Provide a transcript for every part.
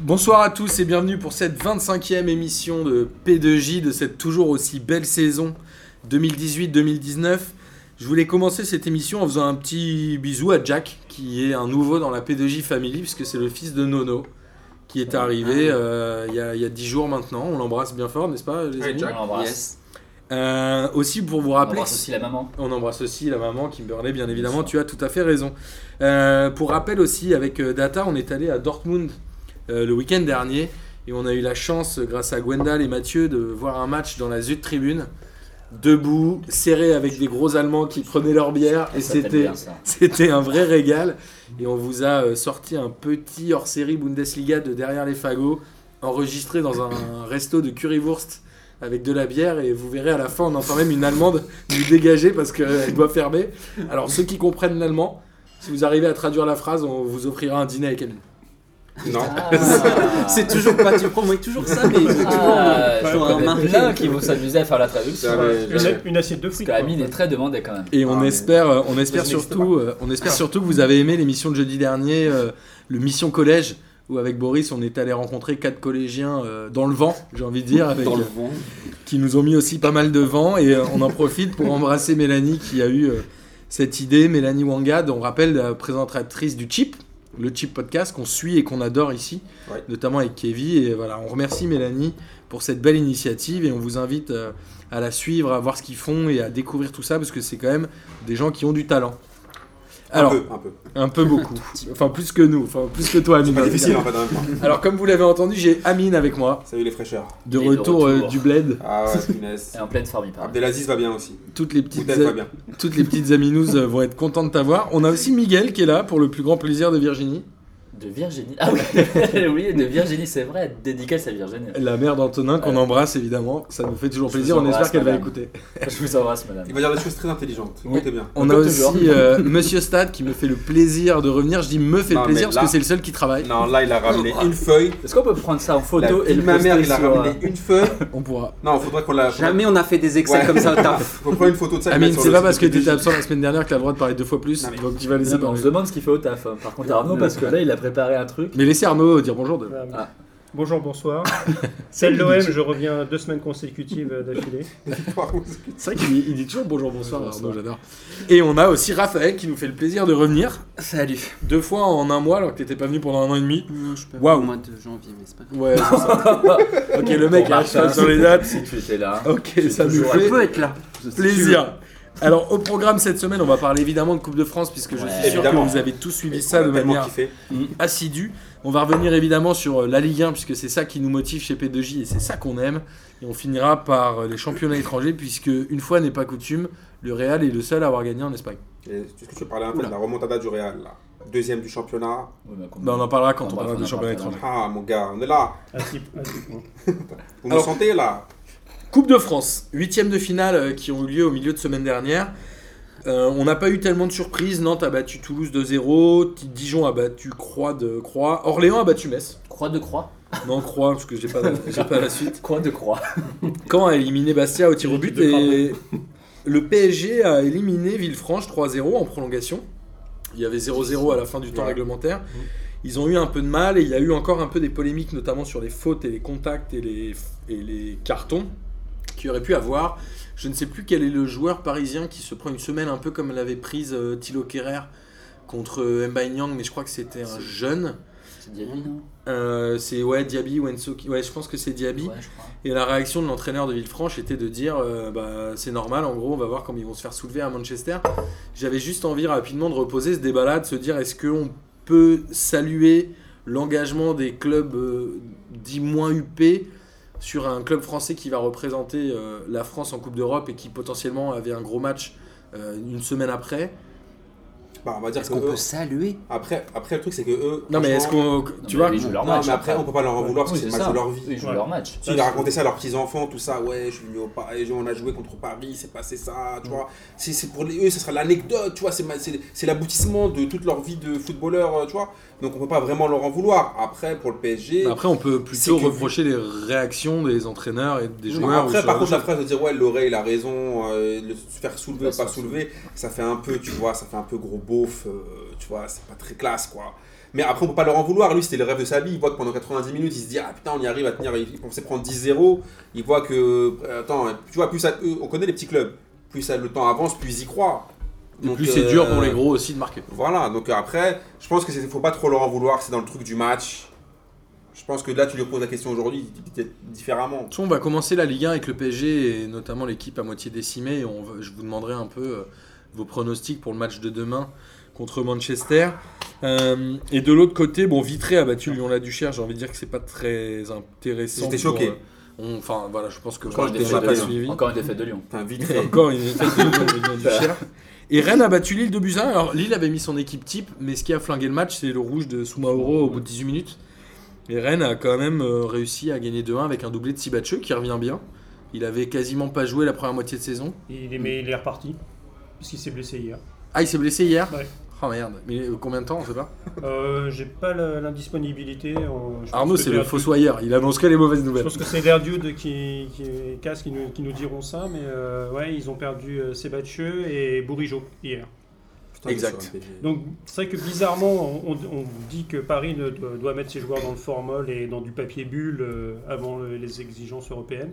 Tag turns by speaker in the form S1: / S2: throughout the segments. S1: Bonsoir à tous et bienvenue pour cette 25e émission de P2J de cette toujours aussi belle saison 2018-2019. Je voulais commencer cette émission en faisant un petit bisou à Jack qui est un nouveau dans la P2J Family puisque c'est le fils de Nono qui est arrivé
S2: Ah.
S1: euh, il y a- il y a 10 jours maintenant. On l'embrasse bien fort, n'est-ce pas les
S3: Ouais,
S1: amis
S3: Jack.
S2: On l'embrasse.
S3: Yes.
S1: Euh, Aussi pour vous
S2: On
S1: rappeler...
S2: embrasse aussi la maman.
S1: On embrasse aussi la maman Kimberley, bien évidemment,
S2: Hein.
S1: tu
S2: sûr.
S1: as tout à fait raison. Euh, pour rappel aussi, avec euh, Data, on est allé à Dortmund euh, le week-end dernier et on a eu la chance, euh, grâce à Gwendal et Mathieu, de voir un match dans la Zut Tribune, debout, serré avec des gros Allemands qui prenaient leur bière et
S2: Ça, t'aimes
S1: c'était.
S2: bien ça.
S1: C'était un vrai régal et on vous a euh, sorti un petit hors-série Bundesliga de derrière les fagots, enregistré dans un resto de currywurst avec de la bière et vous verrez à la fin on entend même une allemande nous dégager parce qu'elle doit fermer. Alors ceux qui comprennent l'allemand, si vous arrivez à traduire la phrase, on vous offrira un dîner avec elle.
S4: Non.
S2: Ah.
S3: C'est toujours pas, tu promets toujours ça, mais c'est toujours
S2: Ah,
S3: euh, genre
S2: je
S3: un
S2: connais
S3: marqué.
S2: plein qui vont s'amuser à faire la traduction.
S4: Ça, mais-
S5: Une, une assiette de
S2: Parce
S5: frites.
S2: que Amine
S5: quoi.
S2: est très demandée quand même.
S1: Et on
S4: Ah, mais-
S1: espère, euh, on espère
S5: Ça n'existe
S1: surtout, euh, on espère surtout que vous avez aimé l'émission de jeudi dernier, euh, le Mission Collège, où avec Boris on est allé rencontrer quatre collégiens euh, dans le vent, j'ai envie de dire, avec,
S4: Dans le
S1: euh,
S4: vent.
S1: qui nous ont mis aussi pas mal de vent et euh, on en profite pour embrasser Mélanie qui a eu euh, cette idée. Mélanie Wangad, on rappelle la présentatrice du Chip, le Chip podcast qu'on suit et qu'on adore ici,
S4: Ouais.
S1: notamment avec Kevin. Et voilà, on remercie Mélanie pour cette belle initiative et on vous invite euh, à la suivre, à voir ce qu'ils font et à découvrir tout ça parce que c'est quand même des gens qui ont du talent. Alors,
S4: un peu, un peu.
S1: un peu beaucoup. Enfin, plus que nous. Enfin, plus que toi, Amine.
S4: Pas difficile en fait en même temps.
S1: Alors, comme vous l'avez entendu, j'ai Amine avec moi,
S4: Salut les fraîcheurs.
S1: de
S2: Et de
S1: retour, euh,
S2: retour.
S1: du bled.
S4: Ah ouais, punaise.
S2: Et en pleine forme, il parle.
S4: Abdelaziz va bien aussi.
S1: Toutes les petites...
S4: Boutade va bien.
S1: Toutes les petites aminouzes euh, vont être contentes de t'avoir. On a aussi Miguel qui est là pour le plus grand plaisir de Virginie,
S2: De Virginie. Ah oui, j'ai oublié, de Virginie, c'est vrai, dédicace à Virginie.
S1: la mère d'Antonin qu'on
S2: Ouais.
S1: embrasse évidemment. Ça nous fait toujours
S2: Je
S1: plaisir,
S2: vous
S1: on espère
S2: embrasse,
S1: qu'elle va
S2: madame.
S1: écouter.
S2: Je vous embrasse, madame.
S4: Il va dire des choses très intelligentes.
S1: Oui.
S4: Écoutez bien.
S1: On a
S2: Comme toujours.
S1: aussi euh, Monsieur Stade qui me fait le plaisir de revenir. Je dis me fait
S4: Non,
S1: le
S4: mais
S1: plaisir parce
S4: là-
S1: que c'est le seul qui travaille.
S4: Non, là il a ramené une feuille.
S2: Est-ce qu'on peut prendre ça en photo
S4: La
S2: et
S4: fille
S2: le
S4: de ma mère,
S2: poster
S4: il a
S2: sur, euh,
S4: ramené une feuille.
S1: On pourra.
S4: Non, faudrait qu'on la.
S3: Jamais on a fait des excès
S4: Ouais.
S3: comme ça au taf.
S4: Faut prendre une photo de ça. et
S1: Amine,
S4: mettre sur
S1: c'est
S4: le
S1: pas
S4: site
S1: parce que
S4: de
S1: t'étais
S4: Digi.
S1: absent la semaine dernière que t'as le droit de parler deux fois plus.
S4: Non, mais-
S1: Donc tu vas laisser
S2: euh, On
S1: parler.
S2: se demande ce qu'il fait au taf. hein. Par contre, Arnaud, parce que là, il a préparé un truc.
S1: Mais laissez Arnaud dire bonjour. De...
S2: Ah.
S5: Bonjour, bonsoir. C'est l'OM, je reviens deux semaines consécutives euh, d'affilée.
S1: C'est vrai qu'il il dit toujours bonjour, bonsoir,
S5: Bonjour,
S1: Arnaud, j'adore. Et on a aussi Raphaël qui nous fait le plaisir de revenir
S3: Salut.
S1: deux fois en un mois alors que t'étais pas venu pendant un an et demi.
S3: Non, je peux
S1: Waouh.
S3: au mois de janvier, mais c'est pas grave.
S1: Ouais, c'est ça. ok, le mec
S2: Bon,
S1: est à
S2: Martin.
S1: cheval sur les dates.
S2: Si tu étais là.
S1: Ok, ça nous
S2: toujours
S3: Je
S1: fait
S3: peux être là.
S1: plaisir. Alors, au programme cette semaine, on va parler évidemment de Coupe de France, puisque je
S2: Ouais.
S1: suis sûr
S4: Évidemment.
S1: que vous avez tous suivi
S4: Et
S1: ça
S4: on
S1: de
S4: a tellement
S1: manière
S4: kiffé.
S1: assidue. On va revenir évidemment sur euh, la Ligue 1, puisque c'est ça qui nous motive chez P2J et c'est ça qu'on aime. Et on finira par euh, les championnats étrangers, puisque une fois n'est pas coutume, le Real est le seul à avoir gagné en Espagne.
S4: Et Est-ce que tu parlais un peu
S1: Oula.
S4: de la remontada du Real là Deuxième du championnat.
S2: Ouais, bah, combien-
S1: Bah, on en parlera quand
S2: Bon,
S1: on
S2: bref,
S1: parlera
S2: on
S1: des
S2: en
S1: championnats
S2: parlera.
S1: étrangers.
S4: Ah mon gars, on est là.
S5: À six- à six points.
S4: Vous nous
S1: Alors-
S4: sentez là
S1: Coupe de France, huitième de finale euh, qui ont eu lieu au milieu de semaine dernière. Euh, on n'a pas eu tellement de surprises. Nantes a battu Toulouse 2-0. T- Dijon a battu Croix de Croix. Orléans a battu Metz.
S2: Croix de croix.
S1: Non, Croix, parce que j'ai pas, j'ai pas la suite.
S2: Croix de croix.
S1: Caen a éliminé Bastia au tir au but.
S5: L'équipe de
S1: Et le PSG a éliminé Villefranche 3-0 en prolongation. Il y avait 0-0 à la fin du temps
S4: Ouais.
S1: réglementaire. Ils ont eu un peu de mal et il y a eu encore un peu des polémiques, notamment sur les fautes et les contacts et les, et les cartons qu'il aurait pu avoir. Je ne sais plus quel est le joueur parisien qui se prend une semaine un peu comme l'avait prise euh, Thilo Kerrer contre euh, Mbaye Niang, mais je crois que c'était un
S2: C'est-
S1: jeune.
S2: C'est hein. Diaby, non
S1: Euh, c'est ouais, Diaby ou Enso qui- Ouais, je pense que c'est Diaby.
S2: Ouais, je crois.
S1: Et la réaction de l'entraîneur de Villefranche était de dire euh, bah, c'est normal, en gros, on va voir comment ils vont se faire soulever à Manchester. J'avais juste envie rapidement de reposer ce débat-là, de se dire est-ce qu'on peut saluer l'engagement des clubs euh, dits moins huppés sur un club français qui va représenter euh, la France en Coupe d'Europe et qui potentiellement avait un gros match euh, une semaine après
S4: Bah on va dire
S3: Est-ce
S4: que
S3: qu'on
S4: eux-
S3: peut saluer
S4: Après, après le truc c'est que eux.
S1: Non, mais est-ce
S4: franchement-
S1: qu'on. Tu
S2: mais
S1: vois
S2: ils jouent leur
S4: Non
S2: match.
S4: mais après on peut pas leur en vouloir parce
S2: Oui,
S4: que c'est le
S2: c'est
S4: match
S2: ça.
S4: de leur vie.
S2: Ils jouent leur match.
S4: Tu sais, il a raconté ça à leurs petits-enfants, tout ça. Ouais, je suis venu au Paris, on a joué contre Paris, c'est passé ça, tu vois. C'est c'est pour les- eux, ça sera l'anecdote, tu vois. c'est ma- C'est c'est l'aboutissement de toute leur vie de footballeur, euh, tu vois. Donc on peut pas vraiment leur en vouloir. Après, pour le PSG.
S1: Après, on peut plutôt
S4: C'est que-
S1: reprocher les réactions des entraîneurs et des
S4: non,
S1: joueurs. ou ce genre
S4: après, par
S1: de
S4: contre, la
S1: choses.
S4: phrase de dire ouais, Loré, il a raison, euh, le se faire soulever ou
S2: Pas
S4: pas soulever, ça fait un peu, tu vois, ça fait un peu gros beauf, euh, tu vois, c'est pas très classe, quoi. Mais après, on peut pas leur en vouloir. Lui, c'était le rêve de sa vie. Il voit que pendant 90 minutes, il se dit Ah putain, on y arrive à tenir. Il il pensait prendre 10-0. Il voit que. euh, Attends, tu vois, plus ça- eux, on connaît les petits clubs. Plus ça- le temps avance, plus ils y croient.
S1: Et
S4: Donc,
S1: plus c'est
S4: euh,
S1: dur pour les gros aussi de marquer.
S4: Voilà, donc après, je pense que c'est faut pas trop leur en vouloir. C'est dans le truc du match. Je pense que là, tu lui poses la question aujourd'hui, il dit peut-être différemment.
S1: De toute façon, On va commencer la Ligue 1 avec le PSG et notamment l'équipe à moitié décimée. Et on va- je vous demanderai un peu euh, vos pronostics pour le match de demain contre Manchester. Euh, et de l'autre côté, bon, Vitré a battu Lyon-la-Duchère. J'ai envie de dire que c'est pas très intéressant.
S4: J'étais
S1: pour,
S4: choqué.
S1: euh, on- Enfin, voilà, je pense que
S2: Encore une
S1: on
S2: défaite
S1: n'a
S2: de
S1: pas
S4: Lyon.
S1: suivi.
S2: Lyon. Encore une défaite de Lyon.
S4: Enfin, vite
S1: Et
S4: fait.
S1: Encore une défaite de Lyon contre Lyon-la-Duchère. Et Rennes a battu Lille de Buzyn. Alors Lille avait mis son équipe type, mais ce qui a flingué le match, c'est le rouge de Soumaoro au bout de 18 minutes. Et Rennes a quand même euh, réussi à gagner 2-1 avec un doublé de Sibacheux qui revient bien. Il avait quasiment pas joué la première moitié de saison.
S5: Il est, mais il est reparti. Parce qu'il s'est blessé hier.
S1: Ah, il s'est blessé hier
S5: Ouais.
S1: Oh merde, mais euh, combien de temps On sait pas.
S5: Euh, J'ai pas la- l'indisponibilité. on- je pense
S1: Arnaud,
S5: que
S1: c'est le
S5: Derdude-
S1: fossoyeur. Il annonce que les mauvaises
S5: Je
S1: nouvelles.
S5: pense que c'est Derdude qui, qui est casse qui nous, qui nous diront ça. Mais euh, ouais, ils ont perdu euh, Sébatieux et Bourigeau hier.
S4: Putain, mais
S1: Exact.
S4: sur un PSG.
S5: Donc c'est vrai que bizarrement, on, on dit que Paris ne- doit doit mettre ses joueurs dans le formol et dans du papier bulle euh, avant le- les exigences européennes.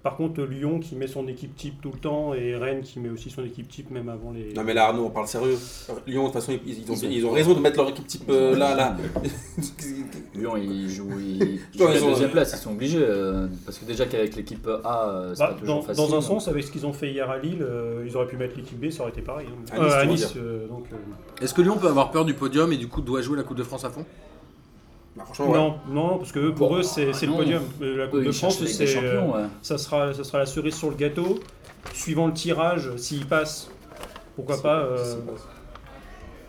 S5: Par contre, Lyon qui met son équipe type tout le temps et Rennes qui met aussi son équipe type même avant les.
S4: Non mais là Arnaud on parle sérieux. Lyon de toute façon ils, Ah ils ont, ils ont raison de mettre leur équipe type euh, là là.
S2: Lyon, ils jouent, ils
S4: Ils
S2: jouent
S4: ont
S2: la
S4: raison,
S2: deuxième
S4: ouais.
S2: place, ils sont obligés. euh, parce que déjà qu'avec l'équipe A, euh, c'est
S5: Bah,
S2: pas toujours
S5: dans,
S2: facile.
S5: dans un sens, avec ce qu'ils ont fait hier à Lille, euh, ils auraient pu mettre l'équipe B, ça aurait été pareil. hein.
S4: À Nice,
S5: Euh,
S4: tu veux
S5: Nice, euh, donc, euh,
S1: Est-ce que Lyon peut avoir peur du podium et du coup doit jouer la Coupe de France à fond
S4: Bah, franchement ouais.
S5: non, non, parce que pour
S2: Bon,
S5: eux, c'est
S2: ah
S5: c'est le
S2: non.
S5: podium. Euh, La Coupe
S2: Eux,
S5: de
S2: ils cherchent
S5: France,
S2: la Ligue des
S5: c'est euh,
S2: champions. ouais.
S5: ça sera, ça sera la cerise sur le gâteau. Suivant le tirage, s'il passe, pourquoi pas. euh,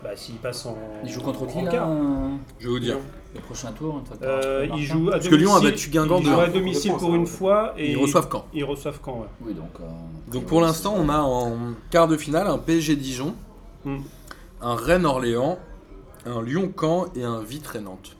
S5: Bah, s'il passe en.
S2: Ils jouent contre
S5: en
S2: qui là
S5: quart.
S2: euh,
S1: Je vais vous dire.
S2: Le prochain tour, une fois que
S5: Euh,
S2: t'auras-
S5: ils jouent à
S1: Parce que
S5: domicile.
S1: Lyon a battu Guingamp
S5: Ils
S1: de
S5: jouent à
S1: un.
S5: domicile
S4: Je pense,
S5: pour
S4: hein,
S5: une
S4: ouais.
S5: fois et
S1: Ils reçoivent quand
S5: Ils reçoivent quand ouais.
S2: Oui, donc. euh,
S1: Donc pour l'instant, on a en quart de finale un PSG Dijon,
S5: Mm.
S1: un Rennes Orléans, un Lyon Caen et un Vitré Nantes.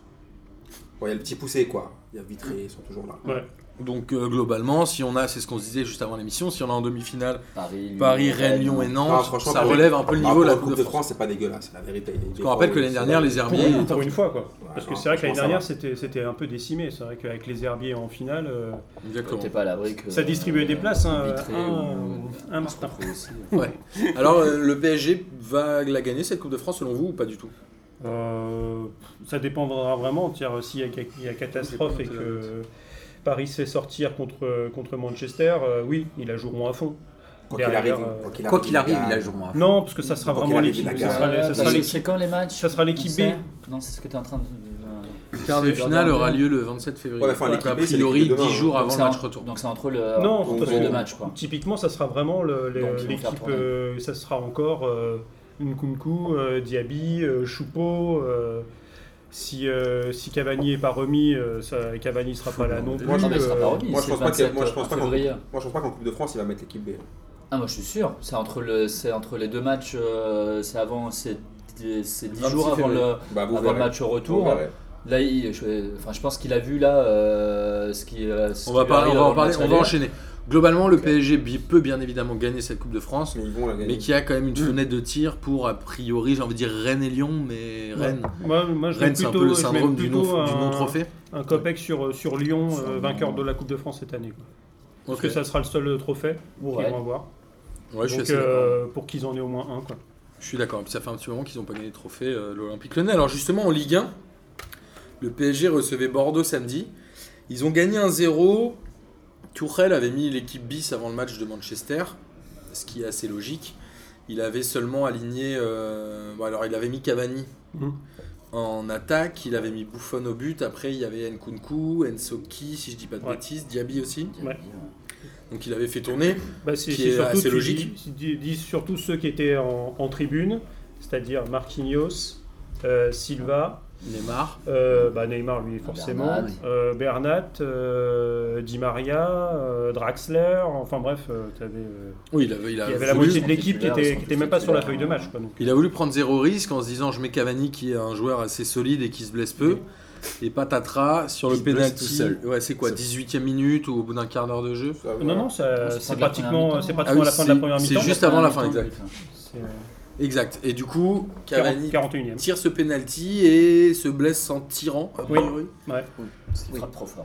S4: Bon, il y a le petit poussé quoi. Il y a Vitré ils sont toujours là.
S5: Ouais.
S1: Donc euh, globalement, si on a, c'est ce qu'on se disait juste avant l'émission, si on a en demi-finale
S2: Paris, Lyon,
S1: Paris, Rennes, Lyon et
S4: Ah,
S1: Nantes,
S4: franchement,
S1: ça
S4: Paris-
S1: relève un peu le niveau de la
S4: Par rapport à
S1: Coupe de France.
S4: c'est pas dégueulasse c'est la vérité.
S1: Parce qu'on rappelle que l'année dernière, les
S5: Pour,
S1: Herbiers,
S5: une, pour une fois quoi. Parce que
S4: non,
S5: c'est vrai que
S4: franchement,
S5: l'année
S4: ça
S5: dernière
S4: va.
S5: c'était c'était un peu décimé. C'est vrai qu'avec les herbiers en finale, euh,
S2: Exactement.
S1: exactement.
S2: T'es pas à l'abri que.
S5: ça distribuait des places. hein,
S2: Vitré ou-
S5: un, un
S2: on se
S5: Martin.
S2: retrouve aussi.
S1: Ouais. Alors euh, le PSG va la gagner cette Coupe de France selon vous ou pas du tout
S5: Euh, ça dépendra vraiment. tiens, euh, S'il y, a- il y a catastrophe et que Paris sait sortir contre, contre Manchester, euh, oui, ils la joueront à fond.
S4: Quoi qu'il
S5: Derrière,
S4: arrive,
S5: euh,
S4: quoi
S3: Quoi qu'il arrive, il
S4: a
S3: la jouera.
S5: Non, parce que ça sera
S4: Quoi
S5: vraiment
S4: qu'il arrive,
S5: l'équipe.
S4: il la
S5: ça sera
S4: gagne.
S5: les- ça
S2: Parce
S5: sera
S2: que
S5: l'équipe.
S2: C'est quand les matchs
S5: ça sera l'équipe
S2: On
S5: B.
S2: sait Non, c'est ce que t'es en train de.
S1: Quart de
S2: C'est-
S1: finale aura lieu le 27 février.
S4: Ouais, enfin,
S1: Donc, a
S4: l'équipe B, c'est
S1: priori
S4: l'équipe de
S1: 10
S4: demain,
S1: jours avant
S2: Donc,
S1: le
S2: c'est
S1: match
S2: en-
S1: retour.
S2: Donc c'est entre le.
S5: Non,
S2: entre
S4: parce
S2: les
S4: que-
S2: deux matchs quoi.
S5: Typiquement, ça sera vraiment le- le-
S2: Donc, ils vont faire
S5: l'équipe.
S2: tourner.
S5: euh, ça sera encore euh, Nkunku, euh, Diaby, euh, Choupo. euh, si, euh, si Cavani n'est pas remis, euh, ça- Cavani ne sera pas là non plus.
S4: Moi, je-
S2: Non, mais il sera pas
S5: euh,
S2: remis,
S4: moi, je
S2: c'est
S4: pense
S2: le
S4: pas qu'il y a-
S2: 27
S4: moi, je pense pas qu'on-
S2: février.
S4: Moi je pense pas qu'en Coupe de France il va mettre l'équipe B.
S2: Ah moi je suis sûr, c'est entre le c'est entre les deux matchs, euh, c'est avant c'est c'est 10
S1: 26
S2: jours avant le,
S4: Bah vous
S2: avant
S4: verrez.
S2: le match au
S4: Vous
S5: hein.
S2: retour.
S4: verrez.
S2: Là il- je, enfin, je pense qu'il a vu là euh, ce qui euh, ce
S1: On
S2: qui
S1: va
S2: lui
S1: parler, on
S2: arrive
S1: va
S2: avant
S1: en
S2: le
S1: parler,
S2: match
S1: on va
S2: aller.
S1: enchaîner. Globalement, le PSG bi- peut bien évidemment gagner cette Coupe de France.
S4: Mais ils vont la
S1: mais
S4: gagner.
S1: qui a quand même une fenêtre de tir pour a priori j'ai envie de dire Rennes et Lyon mais Rennes
S5: Moi, moi, je mets
S1: Rennes c'est un peu le
S5: plutôt- je mets
S1: syndrome du
S5: plutôt
S1: non, du non
S5: un-
S1: trophée
S5: un copec sur, sur Lyon,
S2: Sur
S5: euh,
S2: Lyon.
S5: vainqueur de la Coupe de France cette année. quoi. Parce
S1: Ok.
S5: que ça sera le seul euh, trophée
S2: Ouais.
S5: qu'ils vont avoir.
S1: ouais je suis
S5: Donc,
S1: assez d'accord
S5: euh, pour qu'ils en aient au moins un. Quoi.
S1: je suis d'accord Puis ça fait un petit moment qu'ils n'ont pas gagné de trophée euh, l'Olympique Lyonnais alors justement en Ligue 1 le PSG recevait Bordeaux samedi ils ont gagné 1-0 Tourelle avait mis l'équipe bis avant le match de Manchester ce qui est assez logique il avait seulement aligné euh, bon, alors il avait mis Cavani
S2: Mmh.
S5: Mhm.
S1: en attaque, il avait mis Buffon au but, après il y avait Nkunku, Ensoki, si je dis pas de
S5: Ouais.
S1: bêtises, Diaby aussi.
S5: Ouais.
S1: Donc il avait fait tourner.
S5: Bah, c'est
S1: Qui
S5: c'est
S1: est
S5: surtout,
S1: assez
S5: tu
S1: logique.
S5: dis- tu dis surtout ceux qui étaient en, en tribune, c'est-à-dire Marquinhos, euh, Silva,
S1: Neymar.
S5: euh, bah, Neymar lui forcément,
S2: Bernat.
S5: euh, Bernat, euh, Di Maria, euh, Draxler, enfin bref, tu avais,
S1: Oui, il avait, il a
S5: il y avait
S1: voulu,
S5: la moitié de
S2: sans
S5: l'équipe qui
S2: titulaire,
S5: était,
S2: sans
S5: qui était même pas sur la
S2: titulaire,
S5: feuille de match. quoi, donc.
S1: il a voulu prendre zéro risque en se disant je mets Cavani qui est un joueur assez solide et qui se blesse peu. Et patatras sur le
S2: Qui se blesse
S1: penalty.
S2: tout seul.
S1: Ouais, c'est quoi 18 e minute ou au bout d'un quart d'heure de jeu
S4: Ça va.
S5: Non, non, ça-
S2: Non, c'est pas de la
S5: c'est
S2: première
S5: pratiquement,
S2: mi-temps.
S5: c'est
S1: Ah oui,
S5: pratiquement à la fin de la
S1: c'est-
S5: première
S1: c'est
S5: mi-temps.
S1: juste avant la fin,
S2: mi-temps,
S1: exact.
S5: C'est, euh,
S1: Exact. Et du coup, Cavani
S5: 41 e
S1: tire ce penalty et se blesse en tirant, a
S5: Oui.
S1: priori.
S2: Parce qu'il
S3: Oui.
S2: frappe trop fort.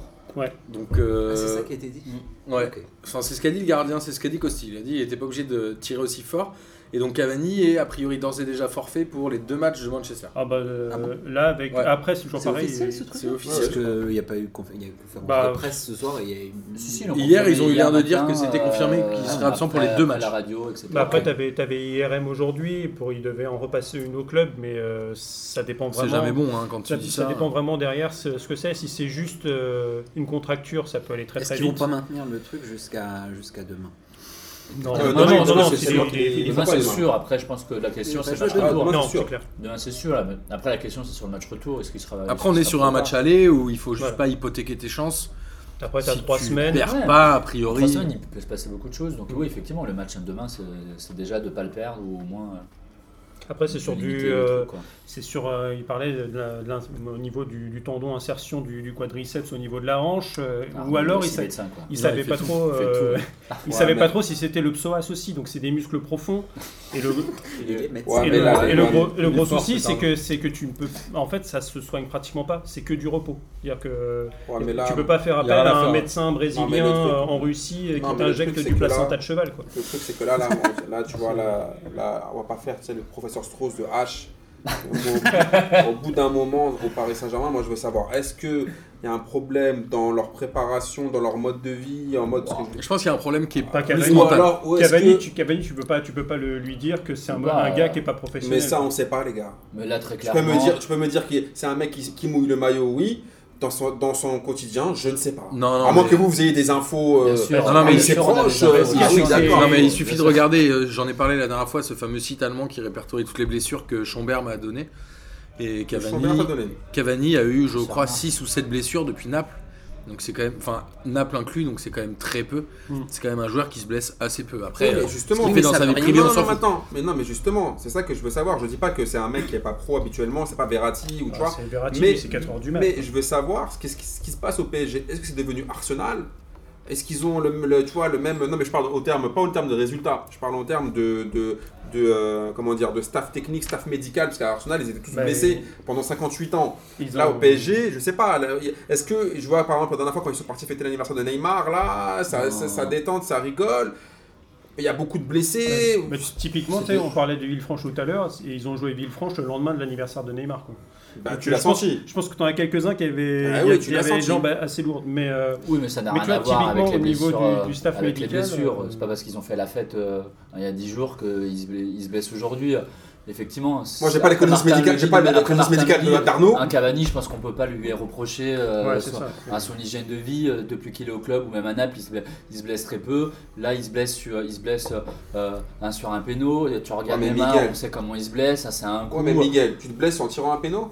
S1: Donc, euh,
S3: Ah, c'est ça qui a été dit
S1: ouais.
S3: Ok.
S1: Enfin, c'est ce qu'a dit le gardien, c'est ce qu'a dit Costi. Il a dit il n'était pas obligé de tirer aussi fort. Et donc Cavani est a priori d'ores et déjà forfait pour les deux matchs de Manchester.
S5: Ah bah euh,
S3: Ah bon
S5: là, avec...
S1: Ouais.
S5: après, c'est toujours
S3: C'est
S5: pareil.
S3: officiel ce
S1: C'est officiel.
S3: truc
S4: Ouais,
S3: Parce
S4: ouais.
S3: qu'il n'y a pas eu confé- il y a eu conférence
S5: Bah,
S3: de presse ce soir et il y a eu.
S2: Si, si, l'ont
S1: Hier,
S2: confirmé
S1: ils ont eu l'air de dire
S2: matin,
S1: que c'était confirmé
S2: euh,
S1: qu'il serait absent pour
S2: après-
S1: les deux
S2: après
S1: matchs.
S2: la radio, etc.
S5: Bah après,
S1: Ouais.
S5: t'avais, t'avais IRM aujourd'hui, pour il devait en repasser une au club, mais euh, ça dépend vraiment.
S1: C'est jamais bon hein, quand tu
S5: Ça,
S1: dis
S5: ça
S1: ça.
S5: dépend vraiment derrière ce, ce que c'est. Si c'est juste euh, une contracture, ça peut aller très
S3: Est-ce
S5: très
S3: qu'ils vont
S5: vite.
S3: pas maintenir le truc jusqu'à jusqu'à demain
S1: Ah,
S5: Non,
S4: Euh,
S5: non, non,
S4: demain,
S5: non,
S4: demain,
S5: non,
S4: c'est
S5: c'est-
S4: sûr
S5: il-
S4: qu'il-
S5: il-
S4: il
S5: il-
S4: va
S2: Demain,
S4: pas
S2: c'est
S4: demain.
S2: sûr. Après, je pense que la question,
S3: va
S2: c'est le
S3: jouer
S2: match
S3: demain.
S2: retour.
S5: Non,
S4: c'est
S5: c'est
S4: sûr.
S5: clair.
S2: Demain, c'est sûr. là, mais Après, la question, c'est sur le match retour. Est-ce qu'il sera. est-ce
S1: Après,
S2: qu'il
S1: on est
S2: sera
S1: sur
S2: trop
S1: un match
S2: tard
S1: aller où il faut juste
S5: Voilà.
S1: pas hypothéquer tes chances.
S5: Après, t'as
S1: Si
S5: trois
S1: tu
S5: semaines.
S1: perds
S2: Ouais.
S1: pas, a
S2: Trois
S1: priori.
S2: semaines, il peut se passer beaucoup de choses. Donc, oui, effectivement, le match demain, c'est c'est déjà de ne pas le perdre ou au moins. euh,
S5: Après, c'est sur
S2: de
S5: du.
S2: limiter le
S5: euh,
S2: truc, quoi.
S5: C'est sur, euh, il parlait de la- de l'in- au niveau du, du tendon insertion du, du quadriceps au niveau de la hanche, euh, ou
S2: Arnaud, Ah,
S5: alors
S2: c'est
S5: il, sa-
S2: médecin, quoi.
S5: il
S1: Ouais,
S5: savait
S1: il fait
S5: pas
S1: tout, Ah,
S5: trop,
S1: il fait
S5: euh, il
S4: Ouais,
S5: savait
S4: mais-
S5: pas trop si c'était le psoas aussi, donc c'est des muscles profonds. Et le,
S3: Il est médecin.
S4: Ouais,
S5: et
S4: mais
S5: le-
S4: là,
S5: et le
S4: ouais.
S5: gros, le
S1: Il est
S5: gros
S1: fort,
S5: souci,
S1: ce
S5: c'est
S1: tendon.
S5: que c'est que tu ne peux, en fait, ça se soigne pratiquement pas. C'est que du repos, c'est-à-dire que
S4: Ouais, mais là,
S5: tu peux pas faire
S1: il y a
S5: appel
S1: rien à
S5: à un
S1: faire.
S5: médecin brésilien
S4: Non, mais le truc-
S5: euh, en Russie euh,
S4: Non,
S5: qui
S4: mais le truc,
S5: t'injecte
S4: c'est
S5: du
S4: que là-
S5: placenta de cheval, quoi.
S4: Le truc, c'est que là, là, on- là, tu vois, là, là, on va pas faire tu sais, le professeur Strauss de H. Au, au- au bout d'un moment, au Paris Saint-Germain, moi, je veux savoir, est-ce qu'il y a un problème dans leur préparation, dans leur mode de vie, en mode... parce que je-
S1: Je pense qu'il y a un problème qui est
S5: Pas
S1: plus
S5: Cavani.
S4: Ou
S1: mental.
S4: alors, ou est-ce
S5: Cavani,
S4: que-
S5: tu, Cavani, tu peux pas, tu peux pas le, lui dire que c'est un,
S2: Bah,
S5: un gars qui est pas
S4: Mais
S5: professionnel.
S4: ça, on sait pas, les gars.
S2: Mais là, très
S4: Tu peux,
S2: clairement.
S4: me dire, tu peux me dire que c'est un mec qui, qui mouille le maillot, oui. Dans son, dans son quotidien, je ne sais pas.
S1: Non, non,
S4: à moins
S1: mais-
S4: que vous, vous ayez des infos... euh,
S2: Bien sûr.
S1: Non, non, mais
S4: il
S2: Bien
S4: s'est
S2: sûr, on a
S4: proche,
S2: des
S4: euh,
S2: informations.
S5: ah oui, d'accord.
S1: Non mais
S5: Oui,
S1: il suffit de regarder, euh, j'en ai parlé la dernière fois, ce fameux site allemand qui répertorie toutes les blessures que Schombert m'a donné. Et
S4: je sens
S1: Cavani,
S4: bien ça donner.
S1: Cavani a eu, je
S2: Ça
S1: crois,
S2: va.
S1: 6 ou 7 blessures depuis Naples. Donc c'est quand même, enfin Naples inclus, donc c'est quand même très peu.
S5: Mm.
S1: C'est quand même un joueur qui se blesse assez peu. Après,
S4: Oui, Hmm. mais
S1: euh,
S4: justement,
S1: ce qu'il fait
S4: mais
S1: dans
S4: ça
S1: sa
S4: veut
S1: vie
S4: rien
S1: privée,
S4: dire. hein,
S1: on
S4: Non,
S1: s'en
S4: non,
S1: fout.
S4: attends. Mais non, mais justement, c'est ça que je veux savoir. Je dis pas que c'est un mec qui est pas pro habituellement, c'est pas Verratti ou tu
S5: Ah,
S4: vois.
S5: c'est Verratti,
S4: mais-
S5: c'est 4 heures du mat.
S4: Mais je veux savoir ce, qu'est-ce qui- ce qui se passe au PSG. Est-ce que c'est devenu Arsenal Est-ce qu'ils ont le, le- tu vois, le même. Non, mais je parle au terme, pas en terme de résultats. Je parle en terme de, de, de, euh, comment dire, de staff technique, staff médical, parce qu'à Arsenal, ils étaient tous
S5: Bah,
S4: blessés pendant 58 ans.
S5: Ils
S4: Là,
S5: ont-
S4: au PSG, je sais pas. là, y- Est-ce que je vois par exemple la dernière fois quand ils sont partis fêter l'anniversaire de Neymar, là, ça,
S2: Non.
S4: ça, ça détente, ça rigole. Il y a beaucoup de blessés. Bah,
S5: Mais tu- typiquement, tu sais, on parlait de Villefranche tout à l'heure, et ils ont joué Villefranche le lendemain de l'anniversaire de Neymar. Quoi.
S4: Bah,
S5: Donc,
S4: tu l'as
S5: je pense-
S4: senti.
S5: Je pense que tu en as quelques-uns qui avaient,
S4: Ah
S5: il y
S4: oui,
S5: a-
S4: tu
S5: il y
S4: l'as
S5: avait
S4: senti.
S5: les jambes assez lourdes. Mais euh,
S2: Oui, mais ça n'a
S5: Mais
S2: rien
S5: tu vois,
S2: à voir avec les
S5: typiquement, au niveau
S2: blessures.
S5: du-
S2: euh,
S5: du staff
S2: avec les
S5: médical,
S2: blessures.
S5: euh,
S2: C'est pas parce qu'ils ont fait la fête euh, il y a 10 jours qu'ils se bla- ils se blessent aujourd'hui. Effectivement.
S4: Moi, j'ai
S2: c'est-
S4: pas les
S2: après
S4: connaissances
S2: Martin
S4: médicales- j'ai
S2: Lely,
S4: pas les
S2: après
S4: connaissances
S2: Martin
S4: médicales de
S2: Lely,
S4: Darnaud.
S2: Un Cavani, je pense qu'on peut pas lui reprocher euh,
S5: ouais, c'est
S2: son-
S5: ça.
S2: à son hygiène de vie euh, depuis qu'il est au club ou même à Naples il se, blesse, il se blesse très peu là il se blesse sur, il se blesse euh, un sur un péno tu regardes
S4: Ouais, mais
S2: Neymar
S4: Miguel.
S2: on sait comment il se blesse ça c'est un coup
S4: Ouais, mais Miguel, tu te blesses en tirant un péno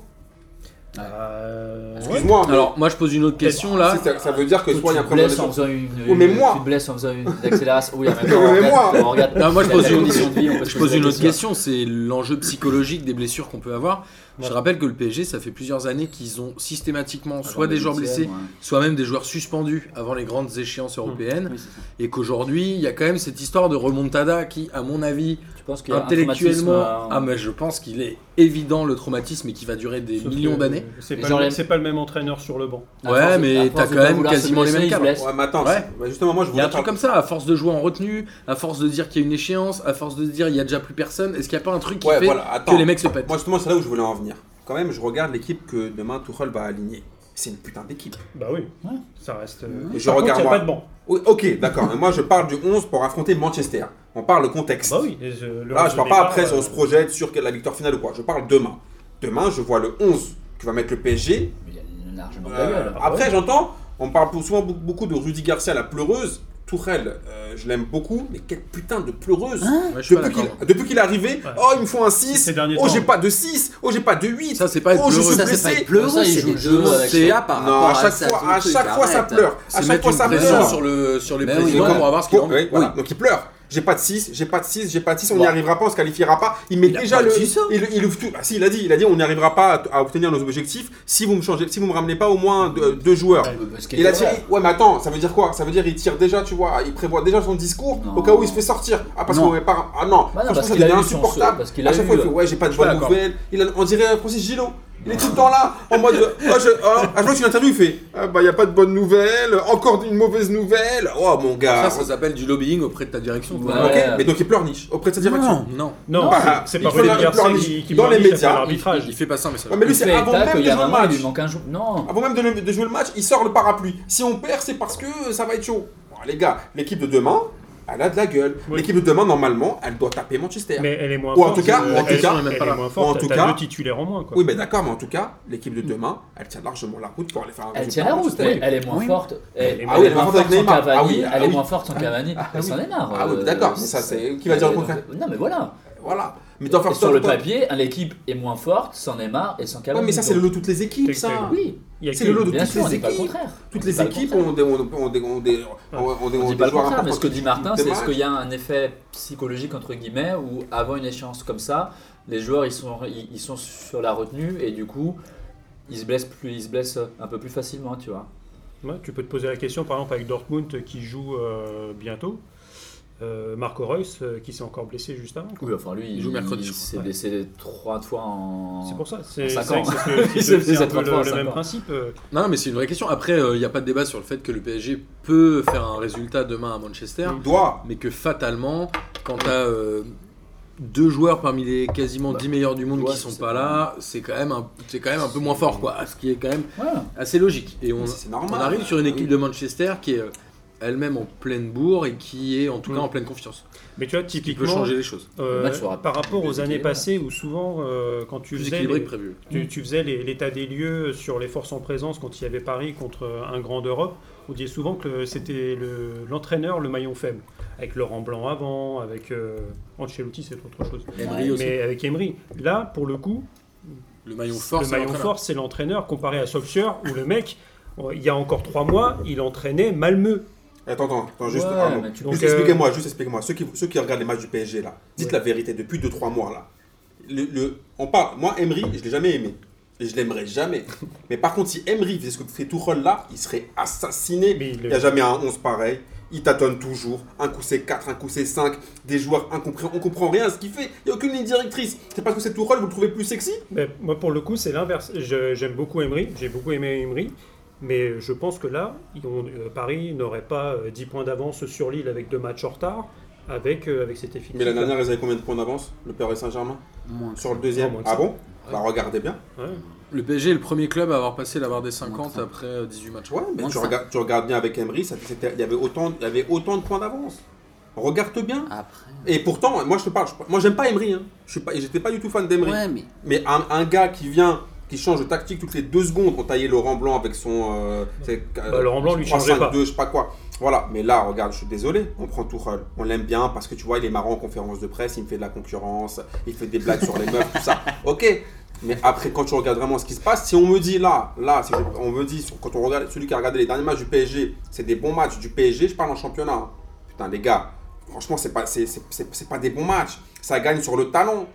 S5: Euh, ouais.
S4: Excuse-moi. mais
S1: Alors moi je pose une autre question là.
S4: si, ça, ça veut dire que
S2: Toi,
S4: soit il y a un
S2: euh, tu te
S4: problème
S2: blesses en
S4: de
S2: faisant une,
S4: Oh, mais
S2: une-
S4: moi.
S2: tu te blesses en faisant une accélération oui en même
S4: Oh,
S2: temps,
S4: mais
S2: on regarde-
S4: moi.
S2: on regarde-
S1: Non, moi je
S2: la
S1: pose une,
S2: condition de vie, on peut se
S1: je
S2: poser
S1: pose
S2: la
S1: une autre
S2: question.
S1: question, c'est l'enjeu psychologique des blessures qu'on peut avoir. Je
S5: Ouais.
S1: rappelle que le PSG, ça fait plusieurs années qu'ils ont systématiquement
S2: Avant
S1: soit des
S2: les
S1: joueurs blessés,
S2: huitièmes, ouais.
S1: soit même des joueurs suspendus avant les grandes échéances européennes.
S2: Oui, c'est ça.
S1: Et qu'aujourd'hui, il y a quand même cette histoire de remontada qui, à mon avis,
S2: tu penses qu'il y a un
S1: intellectuellement,
S2: traumatisme, euh,
S1: ah, mais je pense qu'il est évident le traumatisme et qui va durer des
S5: Sauf que,
S1: millions d'années.
S5: euh, C'est
S2: Les
S5: pas,
S2: gens
S5: le-
S2: l'aiment.
S5: c'est pas le même entraîneur sur le banc.
S2: à
S1: Ouais,
S2: force de-
S1: mais
S2: à force
S1: t'as
S2: de
S1: quand
S2: pas
S1: même
S2: vouloir se
S1: quasiment les
S2: blesser,
S1: mêmes
S2: il se
S1: cadres.
S2: blesse.
S4: Ouais, mais attends,
S1: Ouais.
S4: c'est- bah, justement, moi
S1: Il
S4: je
S1: y a
S4: voulais
S1: un truc
S4: parler-
S1: comme ça, à force de jouer en retenue, à force de dire qu'il y a une échéance, à force de se dire il y a déjà plus personne, est-ce qu'il n'y a pas un truc qui
S4: Ouais,
S1: fait
S4: voilà,
S1: que
S4: attends.
S1: les mecs se pètent
S4: Moi, justement, c'est là où je voulais en venir. Quand même, je regarde l'équipe que demain Tuchel va aligner. C'est une putain d'équipe.
S5: Bah oui,
S2: Ouais.
S5: ça reste. euh,
S4: Et je
S5: Par contre,
S4: regarde
S5: y a
S4: moi.
S5: pas de banc.
S4: Oui, ok, d'accord. mais moi, je parle du 11 pour affronter Manchester. On parle le contexte.
S5: Bah oui. et, euh, le
S4: Là, Ah,
S5: reste
S4: je parle
S5: de
S4: pas
S5: départ,
S4: après si
S5: euh,
S4: on se projette sur la victoire finale ou quoi. Je parle demain. Demain, je vois le 11 que va mettre le PSG.
S5: Ah,
S2: Mais il y a largement
S5: bah
S2: de la
S4: Euh,
S2: gueule.
S4: après, j'entends, on parle pour- souvent beaucoup- beaucoup de Rudy Garcia, la pleureuse. Tourelle, euh, je l'aime beaucoup, mais quelle putain de pleureuse
S3: Ah,
S1: Ouais, Je suis pas
S4: Depuis
S1: d'accord.
S4: qu'il- depuis qu'il est arrivé,
S5: Ouais.
S4: oh, il me faut un 6,
S5: Ces derniers
S4: oh,
S5: temps.
S4: j'ai pas de 6, oh, j'ai pas de 8,
S1: Ça, c'est pas être
S4: oh, je
S1: heureux.
S4: suis
S3: Ça, c'est pas
S4: blessé.
S3: être pleureux,
S2: Ça, il
S3: c'est
S2: joue le
S3: des
S2: jeu
S3: choses
S2: avec-
S3: qu'il y a par
S4: Non,
S3: rapport
S4: à chaque
S3: ça,
S4: fois,
S3: son
S4: à
S3: truc,
S4: chaque fois, ça
S3: arrête.
S4: pleure. À
S1: C'est
S4: chaque
S1: mettre
S4: fois,
S1: une
S4: ça
S1: pression
S4: pleure.
S1: sur, le, sur les
S4: Ben
S2: Mais oui,
S1: présidents
S2: voilà.
S1: pour avoir ce qu'il en
S4: Oui,
S1: veut.
S4: voilà. Donc il pleure. j'ai pas de 6, j'ai pas de 6, j'ai pas de 6, on n'y
S2: Bon.
S4: arrivera pas, on se qualifiera pas. Il met
S3: Il a
S4: déjà
S3: pas
S4: le.
S3: dit ça.
S4: Il, il ouvre tout. Ah, si, il a dit, il a dit, on n'y arrivera pas à, à obtenir nos objectifs si vous me changez, si vous me ramenez pas au moins deux, deux joueurs. Il a tiré. Ouais, mais attends, ça veut dire quoi Ça veut dire il tire déjà, tu vois, il prévoit déjà son discours
S2: Non.
S4: au cas où il se fait sortir. Ah parce
S2: Non.
S4: qu'on est pas.
S2: Bah
S4: Ah non,
S2: non,
S4: franchement
S2: parce
S4: ça
S2: qu'il a
S4: devient
S2: eu son-
S4: insupportable.
S2: parce qu'il a
S4: à chaque
S2: eu,
S4: fois il
S2: euh,
S4: fait ouais j'ai pas de
S1: je suis
S4: bonnes
S1: d'accord.
S4: nouvelles. Il a- on dirait Francis Gillot. Il est tout le temps là, en mode. de, Oh, je, oh. À chaque fois qu'il interview, il fait Ah bah y a pas de bonnes nouvelles, encore une mauvaise nouvelle. Oh mon
S1: Ça,
S4: gars.
S1: ça s'appelle du lobbying auprès de ta direction. quoi.
S2: Ouais.
S4: Ok, mais donc il pleurniche auprès de sa direction.
S3: Non.
S1: Non,
S5: Non,
S4: Bah,
S5: c'est
S4: il
S5: pas
S4: faut la-
S5: Rudy Garcia
S4: leur-
S5: qui, qui
S4: dans les
S5: blanchit
S4: médias,
S5: après l'arbitrage.
S1: il fait pas ça, mais ça.
S4: Ouais, mais lui, c'est avant même de jouer le match.
S2: Il manque un jour. Non.
S4: Avant même de, le- de jouer le match, il sort le parapluie. Si on perd, c'est parce que ça va être chaud. Bon, les gars, l'équipe de demain, elle a de la gueule.
S5: Oui.
S4: L'équipe de demain, normalement, elle doit taper Manchester.
S5: Mais elle est moins
S4: Ou en
S5: forte.
S4: tout cas,
S5: euh,
S4: ou en
S5: elle
S4: tout cas,
S5: est
S1: même pas
S5: elle est
S1: là.
S5: moins
S4: Ou en
S5: forte.
S4: tout
S5: t'as-
S4: cas-
S5: T'as deux titulaires en moins, quoi.
S4: Oui, mais d'accord, mais en tout cas, l'équipe de demain, elle tient largement la route pour aller faire un
S2: Elle
S4: résultat
S2: tient la
S4: à
S2: route,
S4: Manchester.
S2: elle, elle est moins
S3: Oui.
S2: forte. Elle,
S5: oui,
S2: elle
S4: elle
S2: est moins forte
S4: avec
S2: sans
S4: Neymar.
S2: Cavani,
S4: Ah oui, ah
S2: elle est
S4: oui.
S2: moins forte sans Cavani.
S4: Ah
S2: elle
S4: oui.
S2: s'en est marre.
S4: Ah oui,
S2: euh,
S4: d'accord, mais ça, c'est- qui va
S2: elle
S4: dire le
S2: est-
S4: contraire
S2: Non, mais voilà.
S4: Voilà. Mais d'en faire
S2: Et sur
S4: ça,
S2: le
S4: toi-
S2: papier, l'équipe est moins forte sans Neymar et sans
S4: Ouais,
S2: Cavani.
S4: mais ça, c'est le
S2: Donc,
S4: lot de toutes les équipes, ça.
S5: Exactement.
S2: Oui,
S5: Il y a
S4: c'est
S5: que-
S4: le lot de
S2: bien
S4: toutes
S2: sûr, on
S4: les
S2: n'est pas
S4: équipes.
S2: contraire.
S4: Toutes
S2: On n'est
S4: les
S2: pas
S4: équipes
S2: contraire.
S4: ont des, ont, des- ont des, ont des, ont des-
S2: On
S4: ont
S2: dit
S4: des
S2: pas le contraire,
S4: joueurs
S2: mais
S4: importants
S2: ce que
S4: qui-
S2: dit Martin,
S4: qui
S2: c'est est-ce
S4: démarquent.
S2: qu'il y a un effet psychologique entre guillemets où avant une échéance comme ça, les joueurs ils sont ils, ils sont sur la retenue et du coup ils se blessent plus, ils se blessent un peu plus facilement, tu vois.
S5: Ouais, tu peux te poser la question, par exemple, avec Dortmund euh, qui joue euh, bientôt. Euh, Marco Reus euh, qui s'est encore blessé juste avant. quoi.
S2: Oui, enfin lui, il,
S1: joue mercredi, je crois.
S2: s'est
S5: Ouais.
S2: blessé trois fois en.
S5: C'est pour ça. C'est
S2: cinq
S5: c'est vrai
S2: ans.
S5: que c'est ce que-
S2: Il
S5: c'est-
S2: s'est fait
S5: c'est un
S2: cette
S5: peu
S2: fois en
S5: le- le
S2: cinq
S5: même
S2: ans.
S5: principe. euh,
S1: Non, non, mais c'est une vraie question. Après, euh, il n'y a pas de débat sur le fait que le PSG peut faire un résultat demain à Manchester,
S4: Il doit.
S1: mais que fatalement, quand tu deux joueurs parmi les quasiment
S2: Bah,
S1: 10 meilleurs du monde
S2: ouais,
S1: qui sont
S2: c'est-
S1: pas là, c'est quand même un, c'est quand même un peu moins fort, quoi. Ce qui est quand même
S2: Voilà.
S1: assez logique. Et on,
S4: Mais C'est normal.
S1: on arrive sur une
S4: Ah oui.
S1: équipe de Manchester qui est euh, elle-même en pleine bourre et qui est en tout
S5: Mm.
S1: cas en pleine confiance.
S5: Mais tu vois,
S1: Ce qui
S5: typiquement,
S1: peut changer les choses.
S5: euh,
S2: Le match sera
S5: par rapport
S2: plus
S5: aux années
S2: équilibré.
S5: passées où souvent, euh, quand tu
S1: Plus
S5: faisais
S1: équilibré
S5: les-
S1: que prévu.
S5: Tu, tu faisais les- l'état des lieux sur les forces en présence quand il y avait Paris contre un grand d'Europe. On disait souvent que le- c'était le- l'entraîneur le, maillon faible. Avec Laurent Blanc avant, avec euh, Ancelotti, c'est autre chose.
S1: Emery aussi.
S5: Mais avec Emery. Là, pour le coup,
S1: Le maillon fort,
S5: le
S1: c'est
S5: maillon
S1: l'entraîneur.
S5: fort, c'est l'entraîneur comparé à Solskjaer où le mec, euh, il y a encore trois mois, il entraînait Malmeux.
S4: Attends, attends, attends, juste
S2: Ouais,
S4: un mot.
S2: mais tu-
S5: Donc,
S4: Juste
S5: euh,
S4: expliquez-moi, juste expliquez-moi. Ceux qui, ceux qui regardent les matchs du PSG là, dites
S5: Ouais.
S4: la vérité depuis 2-3 mois là. Le, le- on parle, moi Emery, je l'ai jamais aimé. Et je l'aimerais jamais. Mais par contre, si Emery faisait ce que fait Tuchel là, il serait assassiné.
S5: Mais il
S4: Il
S5: le-
S4: n'y a jamais un 11 pareil. Il tâtonne toujours. Un coup c'est 4, un coup c'est 5. Des joueurs incompréhensibles. On comprend rien à ce qu'il fait. Il n'y a aucune ligne directrice. C'est parce que c'est Tuchel, vous le trouvez plus sexy
S5: Mais moi, pour le coup, c'est l'inverse. Je- J'aime beaucoup Emery, j'ai beaucoup aimé Emery, mais je pense que là, ils ont- euh, Paris n'aurait pas euh, 10 points d'avance sur Lille avec deux matchs en retard, avec, euh, avec cette efficacité.
S4: Mais la dernière, ils avaient combien de points d'avance Le Paris Saint-Germain
S3: Moins.
S4: Sur le
S5: Non,
S4: deuxième.
S5: moins que
S4: Ah
S5: ça.
S4: bon Bah regardez bien.
S5: Ouais.
S1: Le PSG est le premier club à avoir passé la barre des 50
S3: Moins
S1: après euh, 18 matchs.
S4: Ouais, mais
S3: Moins
S4: tu
S3: que ça.
S4: regardes, tu regardes bien avec Emery, ça- c'était- il y avait autant, il y avait autant de points d'avance. Regarde bien.
S3: Après.
S4: Et pourtant, moi je te parle, je- moi j'aime pas Emery. Hein. Je suis pas, j'étais pas du tout fan d'Emery.
S3: Ouais, mais
S4: Mais un, un gars qui vient, qui change de tactique toutes les deux secondes, on taillait Laurent Blanc avec son, euh, c'est-
S5: Bah, Laurent Blanc, lui, changeait pas.
S4: 3-5-2, je sais pas quoi. Voilà, mais là, regarde, je suis désolé, on prend Tourelle. On l'aime bien parce que tu vois, il est marrant en conférence de presse, il me fait de la concurrence, il fait des blagues sur les meufs, tout ça. Ok, mais après, quand tu regardes vraiment ce qui se passe, si on me dit là, là, si je- on me dit, sur- quand on regarde celui qui a regardé les derniers matchs du PSG, c'est des bons matchs du PSG, je parle en championnat. hein. Putain, les gars, franchement, c'est pas, c'est, c'est- c'est- c'est pas des bons matchs. Ça gagne sur le talent.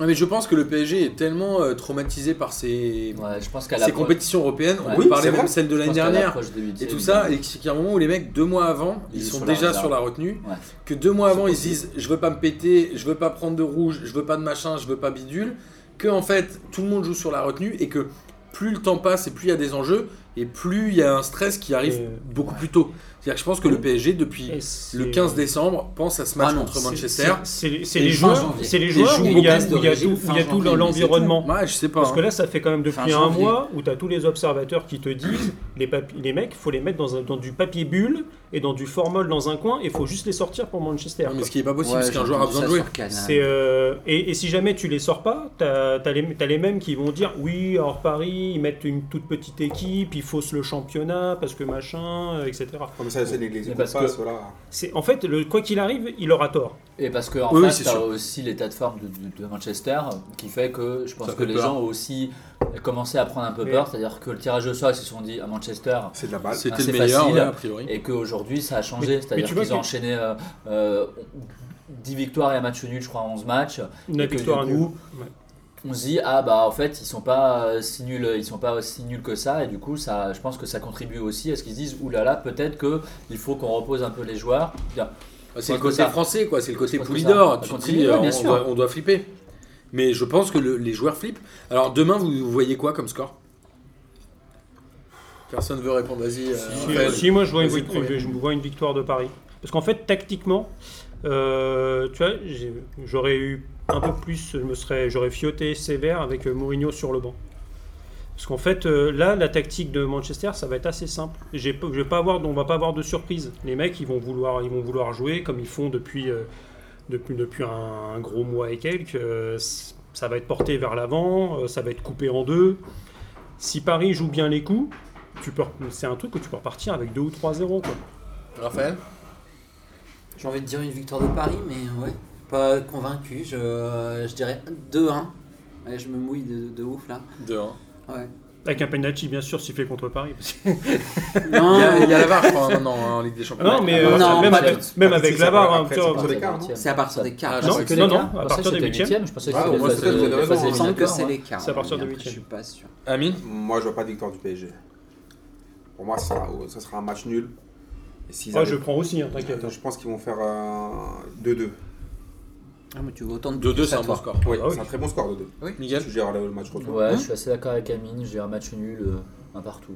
S1: Ouais, mais je pense que le PSG est tellement euh, traumatisé par ses,
S2: Ouais, je pense qu'à
S1: ses
S2: la
S1: compétitions européennes, on
S2: Ouais.
S1: peut
S4: Oui,
S1: parler
S4: c'est
S1: même
S4: vrai.
S1: celle de l'année dernière et tout ça, et qu'il y a un moment où les mecs, deux mois avant, ils,
S2: Ils sont
S1: sont
S2: sur la
S1: déjà
S2: réserve.
S1: sur la retenue,
S2: Ouais.
S1: que deux mois
S4: C'est
S1: avant ils se
S4: possible.
S1: disent je veux pas me péter, je veux pas prendre de rouge, je veux pas de machin, je veux pas bidule, que en fait tout le monde joue sur la retenue et que plus le temps passe et plus il y a des enjeux et plus il y a un stress qui arrive
S5: Euh,
S1: beaucoup plus tôt. C'est-à-dire que je pense que le PSG depuis
S5: Et c'est-
S1: le 15 décembre pense à ce match
S3: Ah non,
S1: contre
S3: c'est-
S1: Manchester.
S5: C'est c'est
S3: Et
S5: les
S3: fin
S5: joueurs,
S3: janvier.
S5: c'est les
S3: Des
S5: joueurs
S3: jours
S5: où il y a,
S3: de
S5: où il y a
S3: régime
S5: tout, où il y a
S3: fin
S5: tout
S3: janvier,
S5: l'environnement.
S1: Ouais, je sais pas.
S5: Parce
S1: hein.
S5: que là, ça fait quand même depuis
S3: Fin
S5: un
S3: janvier.
S5: mois où tu as tous les observateurs qui te disent les, papi- les mecs, faut les mettre dans, un- dans du papier bulle et dans du formol dans un coin et faut juste les sortir pour Manchester.
S1: Non, mais
S5: quoi.
S1: ce qui est pas possible,
S3: Ouais,
S1: parce qu'un
S3: j'ai
S1: joueur a
S3: entendu
S1: besoin
S3: ça
S1: de jouer.
S3: sur Canal.
S5: C'est, euh, et, et si jamais tu les sors pas, t'as as, les t'as les mêmes qui vont dire oui, hors Paris, ils mettent une toute petite équipe, ils faussent le championnat parce que machin, euh, etc.
S4: Comme ça, c'est les, les
S2: Mais parce
S4: coups de passe,
S2: que-
S4: voilà.
S5: C'est- En fait, le, quoi qu'il arrive, il aura tort.
S2: Et parce que en
S1: Oui, oui,
S2: face,
S1: c'est
S2: t'as
S1: sûr.
S2: aussi l'état de forme de, de- de Manchester qui fait que je pense
S1: Ça
S2: que
S1: fait
S2: les
S1: peur.
S2: gens ont aussi commencé à prendre un peu
S5: Oui.
S2: peur, c'est-à-dire que le tirage au sol, ils se sont dit à Manchester.
S4: C'est de la balle.
S1: C'était
S2: assez
S1: le meilleur,
S2: facile.
S1: ouais, a priori.
S2: Et qu'aujourd'hui, ça a
S5: Mais-
S2: changé,
S5: mais
S2: c'est-à-dire
S5: tu vois
S2: qu'ils ont
S5: que-
S2: enchaîné euh, euh, 10 victoires et un match nul, je crois, en 11 matchs.
S5: Une
S2: Et que
S5: victoire à
S2: du
S5: nul.
S2: coup,
S5: Ouais.
S2: On se dit, ah bah en fait, ils sont pas euh, si nuls, ils sont pas aussi nuls que ça, et du coup, ça, je pense que ça contribue aussi à ce qu'ils se disent, oulala, peut-être que il faut qu'on repose un peu les joueurs. Bien,
S1: Bah, C'est le
S2: Je pense que
S1: côté
S2: ça-
S1: français, quoi. C'est le
S2: je
S1: côté
S2: pense que
S1: Poulidor.
S2: ça-
S1: Tu
S2: ça
S1: te
S2: continue,
S1: dis,
S2: ouais,
S1: euh,
S2: bien
S1: on,
S2: sûr.
S1: doit, on doit flipper. Mais je pense que le- les joueurs flippent. Alors demain, vous, vous voyez quoi comme score Personne veut répondre. Vas-y. euh,
S5: Si,
S1: Raphaël.
S5: si, moi je vois, une,
S1: Vas-y,
S5: vic-
S1: premier.
S5: je vois une victoire de Paris. Parce qu'en fait, tactiquement, euh, tu vois, j'ai- j'aurais eu un peu plus, je me serais, j'aurais fioté sévère avec euh, Mourinho sur le banc. Parce qu'en fait, euh, là, la tactique de Manchester, ça va être assez simple. J'ai pas- Je vais pas avoir, on va pas avoir de surprise. Les mecs, ils vont vouloir, ils vont vouloir jouer comme ils font depuis, euh, depuis, depuis un, un gros mois et quelques. euh, c- ça va être porté vers l'avant, euh, ça va être coupé en deux. Si Paris joue bien les coups, tu peux, c'est un truc où tu peux repartir avec 2 ou 3-0. quoi.
S1: Raphaël
S3: J'ai envie de dire une victoire de Paris, mais ouais, pas convaincu. Je, je dirais 2-1. Ouais, je me mouille de, de ouf là.
S2: hein.
S1: 2-1.
S3: Ouais.
S5: Avec un penalty, bien sûr, s'il fait contre Paris. parce que-
S1: Il
S3: Non,
S1: y a- il y a la VAR, je crois, maintenant, hein, en Ligue des Champions.
S5: non, mais
S3: non,
S5: euh,
S3: non,
S5: même,
S3: pas
S5: avec,
S4: tout.
S5: même
S4: Après,
S5: avec
S4: c'est ça,
S5: la VAR, hein,
S4: après,
S5: tu vois,
S4: c'est partir des quarts,
S2: huitièmes.
S3: c'est à partir des
S1: Ah,
S3: quarts.
S1: je
S5: Non,
S1: sais
S2: C'est que
S1: que-
S2: les
S5: non,
S2: quarts
S5: non, à
S2: Je pensais
S5: partir
S2: que
S5: des
S2: c'était
S5: huitièmes.
S2: huitième, je pensais que
S1: Ah,
S2: c'était
S1: moi,
S2: les
S1: c'est
S2: phases-
S1: ça, je
S2: les
S1: connais
S2: phases
S1: raison,
S3: Il me semble que
S2: éliminatoires.
S3: c'est les quarts.
S5: C'est à partir de
S3: mais après,
S5: huitième.
S3: Je suis pas sûr.
S1: Amine
S4: Moi, je vois pas de victoire du PSG. Pour moi, ça sera, ça sera un match nul. Et s'ils
S5: Ouais,
S4: arrivent-
S5: je prends aussi, hein, t'inquiète. hein.
S4: je pense qu'ils vont faire euh, un 2-2.
S3: Ah, mais tu vois autant de
S1: 2-2,
S3: buts
S1: c'est
S3: à
S1: un bon
S3: toi.
S1: score.
S4: Oui,
S5: Ah oui.
S4: c'est un très bon score 2-2.
S1: Miguel
S4: Tu gères le match retour.
S1: Hein
S2: Ouais, je suis assez d'accord avec Amine, j'ai un match nul, euh, un partout.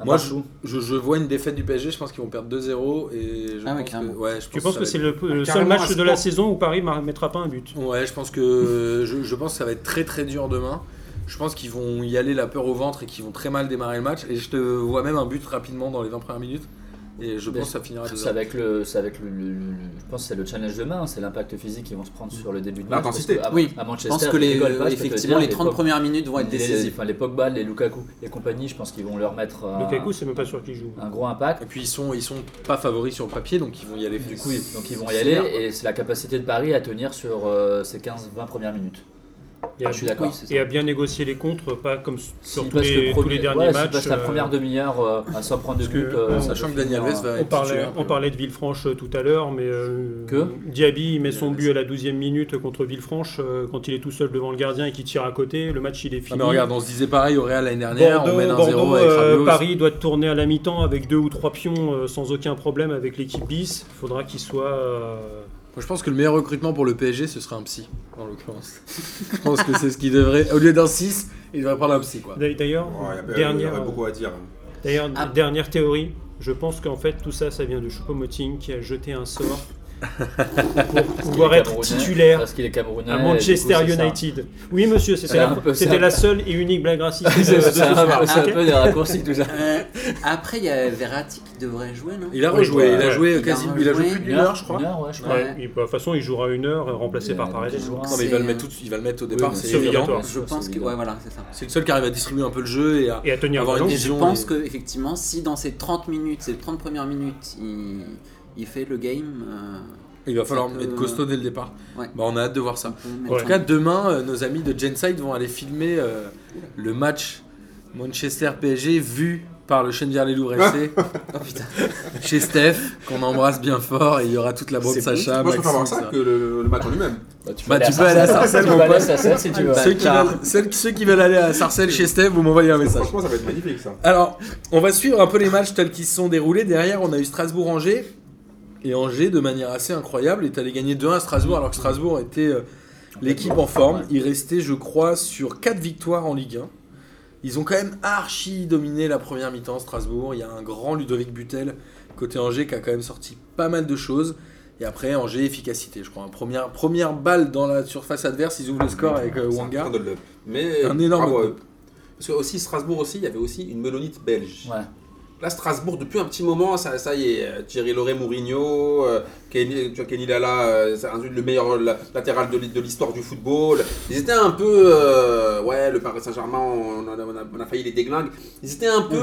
S2: Un
S1: Moi,
S2: partout.
S1: je, je vois une défaite du PSG, je pense qu'ils vont perdre 2-0. Et je
S3: Ah ouais,
S1: pense que,
S3: carrément.
S1: ouais, je pense
S5: Tu penses
S1: ça
S5: que
S1: va
S5: c'est le, le seul
S4: carrément,
S5: match
S4: à
S5: de la
S4: ce
S5: saison où Paris ne mettra pas un but
S1: Ouais, je pense que je, je pense que ça va être très très dur demain. Je pense qu'ils vont y aller la peur au ventre et qu'ils vont très mal démarrer le match. Et je te vois même un but rapidement dans les 20 premières minutes. Et je
S2: Mais
S1: pense que ça finira à 2
S2: C'est avec le, c'est avec le, le- le- je pense que c'est le challenge demain, hein, c'est l'impact physique qu'ils vont se prendre
S1: Mm.
S2: sur le début de match.
S4: L'intensité,
S2: parce que à-
S3: oui.
S2: À
S3: Je
S2: Manchester,
S3: pense que
S2: ils
S3: les,
S2: rigolent pas, je peux te
S3: effectivement,
S2: dire,
S3: les 30
S2: Pop-
S3: premières minutes vont être
S2: les-
S3: décisives.
S2: Enfin, les Pogba, les Lukaku et compagnie, je pense qu'ils vont leur mettre euh,
S5: Lukaku, c'est même pas sûr qu'il joue.
S2: un gros impact.
S1: Et puis ils sont ils sont pas favoris sur le papier, donc ils vont y aller.
S2: Du coup, ils- donc ils vont y
S1: C'est
S2: aller
S1: clair.
S2: et c'est la capacité de Paris à tenir sur euh, ces 15-20 premières minutes.
S5: Et à,
S2: je suis d'accord.
S3: c'est ça.
S5: et à bien négocier les contres, pas comme s- sur
S2: S'ils
S5: tous
S2: passent le
S5: les, tous
S2: premier-
S5: les derniers
S2: ouais, s'ils
S5: matchs.
S2: passent la première demi-heure euh, à sans prendre de
S5: parce que,
S2: but, euh,
S5: euh,
S2: ça
S1: Sachant que
S2: doit
S1: Daniel
S2: finir,
S1: Alves va
S5: euh,
S1: être
S5: on, parlait,
S1: titulaire. Ah,
S5: on parlait de Villefranche euh, tout à l'heure, mais euh,
S2: Que
S5: Diaby il met son but à la 12e minute contre Villefranche euh, quand il est tout seul devant le gardien et qu'il tire à côté. Le match il est
S1: Ah,
S5: fini.
S1: mais regarde, on se disait pareil au Real l'année dernière, on mène
S5: Bordeaux,
S1: 1-0
S5: Bordeaux,
S1: avec
S5: euh,
S1: Rabiot.
S5: Paris doit tourner à la mi-temps avec deux ou trois pions euh, sans aucun problème avec l'équipe bis. Faudra qu'il soit. euh,
S1: Moi, je pense que le meilleur recrutement pour le PSG, ce serait un psy, en l'occurrence. je pense que c'est ce qu'il devrait. Au lieu d'un 6, il devrait prendre un psy, quoi.
S5: d'a- D'ailleurs,
S4: Ouais, il y a- il y
S5: dernière, euh,
S4: aurait beaucoup à dire.
S5: d'ailleurs,
S3: Ah.
S5: dernière théorie. Je pense qu'en fait tout ça, ça vient de Choupo-Moting qui a jeté un sort pour pouvoir
S2: est
S5: être
S2: Camerounais.
S5: titulaire
S2: Parce qu'il est camerounais.
S5: à
S2: et du coup,
S5: Manchester
S2: c'est ça.
S5: United. Oui, monsieur, c'est- c'est
S2: Ah,
S5: la-
S2: un peu ça.
S5: c'était la seule et unique blague raciste. de-
S2: C'est
S5: de ce
S2: c'est un,
S5: soir.
S2: peu- c'est un
S5: Ok
S2: peu des raccourcis tout ça.
S3: Euh, après, il y a Verratti qui devrait jouer, non
S1: Il a
S5: Oui,
S1: rejoué,
S5: ouais.
S1: il a joué
S3: Il a
S1: quasi, il a joué
S3: rejoué.
S1: plus d'une heure, je crois.
S2: Une heure, ouais, je
S5: Ouais,
S2: crois.
S5: il- bah, De toute façon, il jouera une heure, euh, remplacé
S2: Il
S5: par
S2: a-
S5: Paredes.
S2: il
S5: je
S2: jouera.
S5: crois.
S1: Non, mais il va le mettre tout, de suite, il va le mettre au départ,
S2: Oui,
S1: c'est
S5: c'est
S1: évident.
S5: obligatoire.
S3: Je pense que. Ouais, voilà, c'est ça.
S1: C'est le seul qui arrive à distribuer un peu le jeu et à
S5: Et à tenir
S1: Avoir
S5: le
S1: une
S5: ballon.
S3: Et
S1: Donc,
S3: je
S1: disons,
S3: pense
S1: et-
S3: que effectivement, si dans ces 30 minutes, ces 30 premières minutes, il, il fait le game,
S1: Il va falloir
S3: Ça peut-
S1: être costaud dès le départ.
S3: Ouais.
S1: Bah, on a hâte de voir ça.
S3: euh, on peut
S1: En
S5: Ouais.
S1: tout cas, demain, euh, nos amis de Genside vont aller filmer euh, le match Manchester PSG vu par le Chenvier Louvres FC
S3: un- Oh putain.
S1: chez Steph, qu'on embrasse bien fort. Et il y aura toute la bande
S4: C'est
S1: Sacha.
S4: Moi, je préfère voir
S1: Maxime,
S4: Ah, ça que le, le match en lui-même.
S2: tu
S1: Bah,
S2: peux
S1: tu peux aller à Sarcelles,
S2: tu
S1: mon
S2: peux aller à
S1: pote.
S2: Sarcelles si tu veux.
S1: Ceux qui, veulent, celles- ceux qui veulent aller à Sarcelles chez Steph, vous m'envoyez un message.
S4: Franchement, ça va être magnifique ça.
S1: Alors, on va suivre un peu les matchs tels qu'ils se sont déroulés. Derrière, on a eu Strasbourg-Angers. Et Angers, de manière assez incroyable, est allé gagner 2-1 à Strasbourg, alors que Strasbourg était euh, l'équipe en forme. Ils restaient, je crois, sur 4 victoires en Ligue 1. Ils ont quand même archi dominé la première mi-temps, Strasbourg. Il y a un grand Ludovic Butel côté Angers qui a quand même sorti pas mal de choses. Et après, Angers, efficacité, je crois. Première, première balle dans la surface adverse, ils ouvrent le score avec euh,
S4: C'est un
S1: Wanga.
S4: putain de love. Mais
S1: Un énorme
S4: bravo à
S1: love.
S4: eux. Parce que aussi Strasbourg aussi, il y avait aussi une melonite belge.
S2: Ouais.
S4: Là, Strasbourg, depuis un petit moment, ça, ça y est, euh, Thierry Loret, Mourinho, euh, Kenny, tu vois, Kenny Lala, euh, c'est un- le meilleur la- latéral de, l'hi- de l'histoire du football. Ils étaient un peu. euh, ouais, le Paris Saint-Germain, on, en a- on a- on a failli les déglinguer. Ils étaient un peu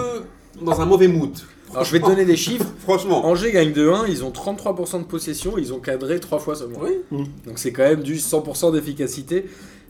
S4: dans un mauvais mood.
S1: Alors, je vais te donner des chiffres.
S4: Franchement.
S1: Angers gagne 2-1, ils ont 33% de possession, ils ont cadré 3 fois seulement.
S4: Oui.
S1: Donc c'est quand même du 100% d'efficacité.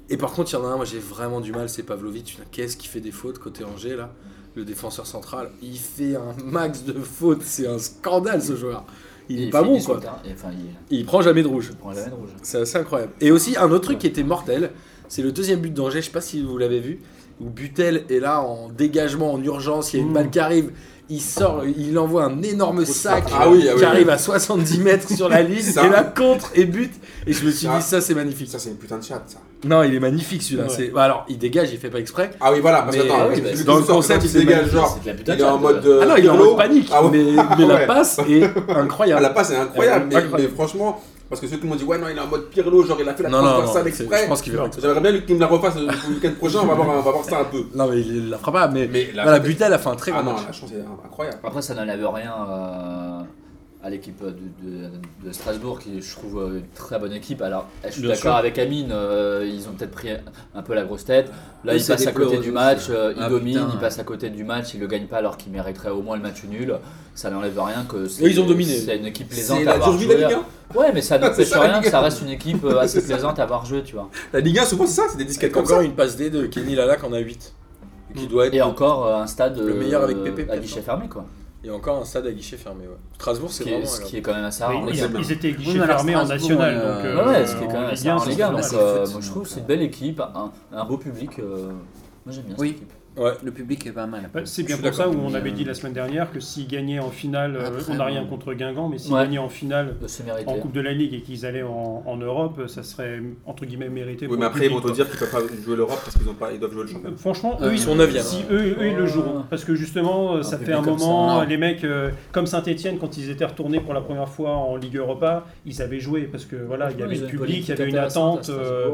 S1: Et par contre, il y en a un, moi j'ai vraiment du mal, c'est Pavlovic. Putain, Qu'est-ce qui fait des fautes côté Angers là Le défenseur central, il fait un max de fautes, c'est un scandale ce joueur. Il est pas bon quoi.
S2: hein. Enfin, il
S1: Il prend jamais de rouge.
S2: prend la main rouge.
S1: C'est assez incroyable. Et aussi, un autre truc qui était mortel, c'est le deuxième but d'Angers, je sais pas si vous l'avez vu, où Butel est là en dégagement, en urgence, il y a une
S5: Mm.
S1: balle qui arrive, il sort, il envoie un énorme sac
S4: Ah oui, ah oui,
S1: qui
S4: oui.
S1: arrive à 70 mètres sur la ligne,
S4: Ça.
S1: et là contre et but. Et je me suis
S4: Ça.
S1: dit, ça c'est magnifique.
S4: Ça, c'est une putain de chatte, ça.
S1: Non, il est magnifique celui-là.
S5: Ouais.
S1: c'est- bah, alors, il dégage, il fait pas exprès.
S4: Ah oui, voilà, parce que
S1: Mais-
S4: attends,
S1: ah
S2: oui,
S4: tu-
S2: bah,
S4: tu-
S2: c'est-
S4: tu-
S1: dans le
S4: tu-
S1: sens,
S4: quand
S1: c'est
S4: il se dégage,
S1: magnifique.
S4: genre.
S2: C'est de la putain
S4: Il
S2: de
S4: est en
S2: chatte,
S4: mode.
S2: euh.
S4: euh,
S1: ah non, il est en
S4: Pirlo.
S1: mode panique,
S4: Ah ouais.
S1: mais, mais la
S4: ouais.
S1: passe est
S4: Ah,
S1: incroyable.
S4: la passe, c'est incroyable,
S1: Elle est
S4: mais,
S1: incroyable.
S4: mais franchement, parce que ceux qui m'ont dit, ouais, non, il est en mode Pirlo, genre il a fait la
S1: non, non, non,
S4: transversale
S1: c'est-
S4: exprès.
S1: je pense qu'il fait pas exprès.
S4: J'aimerais bien qu'il me la refasse euh, le week-end prochain, on va voir, on va voir ça un peu.
S1: Non, mais il la fera pas, mais,
S4: Mais la-
S1: voilà, Butel a fait un très grand
S4: Ah non,
S1: match.
S4: la chance est incroyable.
S2: Après, ça n'enlève rien euh, à l'équipe de, de- de Strasbourg, qui je trouve euh, une très bonne équipe. Alors, je suis
S1: Bien sûr.
S2: d'accord avec Amine, euh, ils ont peut-être pris un peu la grosse tête. Là,
S3: Oui,
S2: ils
S3: c'est
S2: passent à côté
S3: déplorable
S2: du
S3: aussi.
S2: match, euh, ils
S3: Ah,
S2: dominent,
S3: putain,
S2: ils
S3: ouais.
S2: passent à côté du match, ils le gagnent pas alors qu'ils mériteraient au moins le match nul. Ça n'enlève rien que c'est-
S1: Oui, ils ont dominé.
S2: C'est une équipe
S4: C'est
S2: plaisante à
S4: la
S2: avoir
S4: survie de la Ligue
S2: joué.
S4: 1.
S2: Ouais, mais ça
S4: C'est
S2: n'empêche
S4: ça, la
S2: rien
S4: Ligue
S2: que ça
S4: 1.
S2: reste une équipe euh, assez plaisante à avoir joué, tu vois.
S4: La Ligue 1, souvent, c'est ça, c'est des disquettes comme ça.
S1: Encore une passe D de Kenny Lalac en a 8.
S4: Qui doit être.
S2: Et encore euh, un stade
S1: Le meilleur avec
S2: euh,
S1: Pépé,
S2: à
S1: peut-être,
S2: guichet
S1: non
S2: fermé, quoi.
S1: Et encore un stade à guichet fermé. Ouais. Strasbourg,
S2: Ce
S1: c'est
S2: qui est,
S1: vraiment.
S2: ce
S1: alors.
S2: qui Ah, est quand même assez
S5: Mais
S2: rare.
S5: ils,
S4: c'est bien.
S5: ils étaient
S3: Oui,
S5: guichets
S3: mais alors,
S5: fermés en
S3: Strasbourg,
S5: national.
S3: euh,
S5: donc,
S2: Ouais,
S5: euh,
S2: ouais, ce qui est
S5: en
S2: quand même
S5: Ligue
S2: assez
S5: 1,
S2: rare en
S5: c'est
S2: Ligue 1.
S5: normal.
S2: Donc,
S3: c'est
S2: euh,
S3: foot,
S2: moi, je
S3: donc,
S2: trouve que c'est
S3: euh,
S2: une belle équipe. Un, un beau public. euh, Moi, j'aime bien cette
S3: Oui.
S2: équipe.
S3: Le public est pas mal.
S5: Ouais, Bah, C'est
S4: Je
S5: bien
S4: suis
S5: pour ça
S4: d'accord.
S5: où on avait dit
S1: euh,
S5: la semaine dernière que s'ils gagnaient en finale, euh,
S3: Après,
S5: on n'a rien
S3: bon.
S5: contre Guingamp, mais s'ils
S2: Ah, Ouais.
S5: gagnaient en finale
S2: De se mériter.
S5: en Coupe de la Ligue et qu'ils allaient en, en Europe, ça serait entre guillemets mérité.
S4: Oui,
S5: pour
S4: mais
S5: le
S4: après, ils vont
S5: public,
S4: te dire qu'ils peuvent pas jouer l'Europe parce qu'ils ont pas- ils doivent jouer le championnat.
S5: quoi. Franchement,
S3: Euh,
S5: eux,
S1: Ils
S5: ils
S1: sont
S5: sont
S1: 9
S5: si eux, eux, ils le joueront, parce que justement, euh, ça fait
S2: public
S5: un
S2: Ah, comme ça,
S5: moment,
S3: non.
S5: les mecs, euh, comme Saint-Etienne, quand ils étaient retournés pour la première fois en Ligue Europa, ils avaient joué, parce que voilà, il y avait le public, il y avait une attente, euh,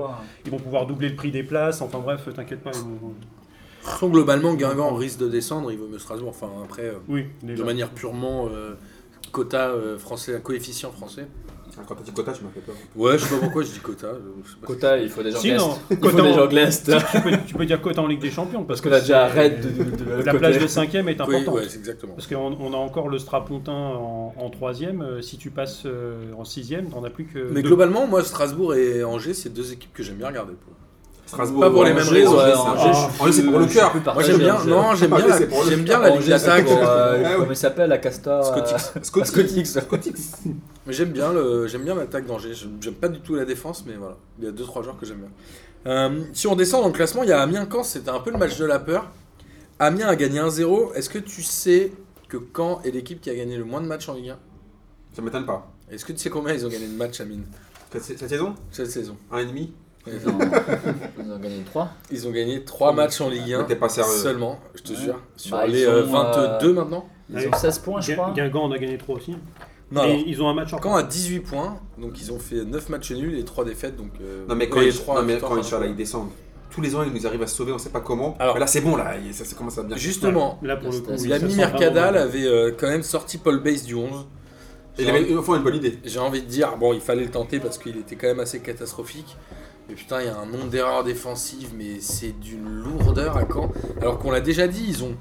S5: ils vont pouvoir doubler le prix des places, enfin bref, t'inquiète pas. ils vont-
S1: De toute façon, globalement, Guingamp risque de descendre, il vaut mieux Strasbourg. Enfin, après, euh,
S5: Oui,
S1: de
S5: déjà.
S1: manière purement euh, quota euh, français, coefficient français.
S4: Ah, Quand t'as dit quota, tu m'as fait peur.
S1: Ouais, je sais pas pourquoi je dis quota. je sais pas.
S2: Quota, il faut des gens
S5: Si,
S2: de
S5: non,
S2: l'Est. Il faut
S5: quota
S2: des
S5: en-
S2: gens de l'Est.
S5: tu, peux, tu peux dire cote en Ligue des Champions,
S2: Parce que là, déjà,
S5: c'est-
S2: arrête de, de- de-
S5: La
S2: côté.
S5: place de cinquième est
S1: Oui,
S5: importante.
S1: ouais, c'est exactement.
S5: Parce qu'on on a encore le Strapontin en, en troisième. euh, Si tu passes euh, en sixième, t'en as plus que.
S1: Mais
S5: deux.
S1: globalement, moi, Strasbourg et Angers, c'est deux équipes que j'aime bien regarder. pour-
S4: Strasbourg.
S1: Pas pour les
S4: Angers,
S1: mêmes raisons,
S4: Angers,
S1: mais
S4: c'est-
S1: c'est-
S4: Angers,
S5: Ah,
S4: Angers, c'est pour le
S2: Je
S4: cœur.
S2: peux
S1: Moi, j'aime
S2: partager,
S1: bien,
S2: hein, je-
S1: non, j'aime
S4: Ah,
S1: bien,
S4: mais
S1: la,
S4: c'est pour le
S1: j'aime bien
S4: sport,
S1: la
S4: Angers,
S1: ligne
S4: c'est
S1: d'attaque.
S4: pour,
S1: euh,
S4: Ah ouais.
S2: Comment il s'appelle, euh, la Casta
S1: Scotix.
S2: Scotix.
S4: Scotix.
S1: Mais J'aime bien le, j'aime bien l'attaque d'Angers. J'aime j'aime pas du tout la défense, mais voilà. Il y a deux trois joueurs que j'aime bien. Euh, si on descend dans le classement, il y a Amiens-Caen. C'était un peu le match de la peur. Amiens a gagné 1-0. Est-ce que tu sais que Caen est l'équipe qui a gagné le moins de matchs en Ligue 1
S4: Ça m'étonne pas.
S1: Est-ce que tu sais combien ils ont gagné de matchs, Amine,
S4: Cette cette saison
S1: cette saison
S4: Un et demi
S2: Ils ont- ils ont gagné 3.
S1: Ils ont gagné 3 matchs en Ligue 1
S4: Mais t'es pas sérieux.
S1: seulement, je te
S2: euh, Ouais.
S1: jure. Sur
S2: Bah, ils
S1: les euh,
S2: sont,
S1: 22 maintenant
S2: Ils
S5: Ouais.
S2: ont 16 points, je
S5: Guin-
S2: crois.
S5: Guingamp en a gagné trois aussi.
S1: Non,
S5: Et
S1: alors,
S5: ils ont un match en
S1: Caen a 18 points, donc ils ont fait 9 matchs nuls et 3 défaites. Donc, euh,
S4: Non mais quand
S1: et
S4: ils,
S1: trois
S4: non, mais
S1: victoires,
S4: quand ils,
S1: pardon.
S4: sont là, ils descendent. Tous les ans ils nous arrivent à se sauver, on sait pas comment.
S1: Alors-
S4: mais là c'est bon là, il- ça, ça commence à bien.
S1: Justement,
S5: Là pour le coup.
S2: Parce
S5: oui,
S2: que
S5: ça
S1: L'ami
S5: sent
S1: Mercadal
S5: vraiment-
S1: avait euh, quand même sorti Paul Bass du 11.
S4: hein. Et
S1: J'ai
S4: les mecs
S1: envie,
S4: ils font une bonne idée.
S1: j'ai envie de dire, bon, il fallait le tenter parce qu'il était quand même assez catastrophique. Mais putain, il y a un nombre d'erreurs défensives, mais c'est d'une lourdeur à Caen. Alors qu'on l'a déjà dit, ils ont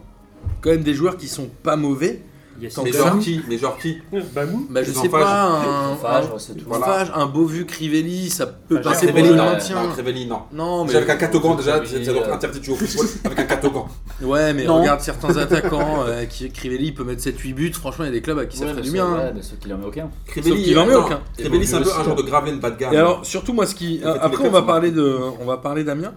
S1: quand même des joueurs qui sont pas mauvais.
S5: Yes.
S1: Tant
S4: Mais
S1: que-
S4: genre qui Mais genre qui
S5: Bamou.
S1: Bah, je
S4: Ils ont
S1: sais
S4: Fage.
S1: pas, un,
S2: Ils ont
S1: un,
S2: Fage, c'est tout.
S4: Voilà.
S1: Fage, un Beauvu, Crivelli, ça peut
S5: Fage,
S1: passer pour
S4: Crivelli,
S1: le
S4: non,
S1: maintien.
S4: Non, Crivelli, non.
S1: Non, mais.
S4: Déjà, avec un catogan déjà,
S2: Crivelli,
S4: c'est c'est donc
S2: euh,
S4: interdit de jouer au football avec un catogan.
S1: Ouais, mais
S3: Non.
S1: regarde certains attaquants, euh, qui, Crivelli il peut mettre 7-8 buts. Franchement, il y a des clubs à qui ça
S2: Ouais,
S1: fait
S2: mais
S1: du
S2: c'est-
S1: bien. hein.
S2: Ouais, mais ceux qui l'ont mis aucun.
S4: Crivelli,
S1: qu'il en met
S4: attends,
S1: aucun.
S4: Crivelli c'est un peu
S2: Aussi,
S4: un genre
S2: ouais.
S4: de Gravel bas de gamme.
S1: Et alors, surtout moi, ce qui.
S4: fait, tous les
S1: Après, on
S4: clubs
S1: va
S4: sont
S1: parler de, on va parler d'Amiens.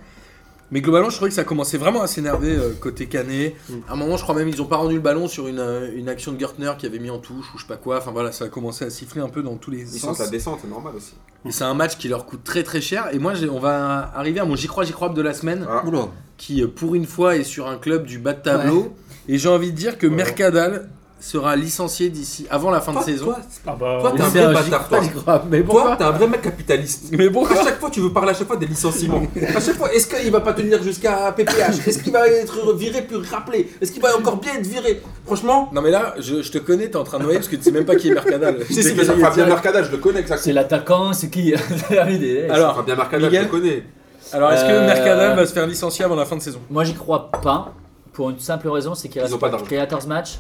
S1: Mais globalement, je trouvais que ça commençait vraiment à s'énerver euh, côté Canet. À un moment, je crois même ils ont pas rendu le ballon sur une, euh, une action de Gertner qui avait mis en touche ou je sais pas quoi. Enfin voilà, ça a commencé à siffler un peu dans tous les
S4: ils
S1: sens.
S4: sentent la descente, c'est normal aussi.
S1: Et C'est un match qui leur coûte très très cher. Et moi, j'ai- on va arriver à mon j'y crois, j'y crois de la semaine,
S4: Voilà.
S1: qui euh, pour une fois est sur un club du bas de tableau. Et j'ai envie de dire que Mercadal sera licencié d'ici avant la fin de
S4: Toi,
S1: saison.
S4: toi,
S5: Ah bah,
S4: Toi,
S5: oui.
S4: t'es un
S1: Mais
S4: vrai
S1: c'est giga-
S4: bâtard, toi.
S1: grave, mais
S4: Toi,
S1: pourquoi
S4: t'es un vrai mec capitaliste.
S1: Mais
S4: À
S1: pourquoi
S4: chaque fois, tu veux parler à chaque fois des licenciements. À chaque fois, est-ce qu'il va pas tenir jusqu'à PPH Est-ce qu'il va être viré puis rappelé Est-ce qu'il va encore bien être viré Franchement,
S1: Non mais là, je, je te connais, t'es en train de noyer parce que tu sais même pas qui est Mercadal.
S4: si, si,
S1: T'es gagné
S4: Fabien
S1: direct.
S4: Mercadal, je le connais, ça.
S2: C'est l'attaquant, c'est qui
S1: Alors,
S4: Fabien Mercadal, je
S1: Miguel
S4: le connais.
S1: Alors est-ce que
S2: Euh,
S1: Mercadal va se faire licencier avant la fin de saison
S2: Moi, j'y crois pas. Pour une simple raison, c'est qu'il
S4: Ils
S2: reste
S4: ont pas d'argent.
S2: 14 matchs.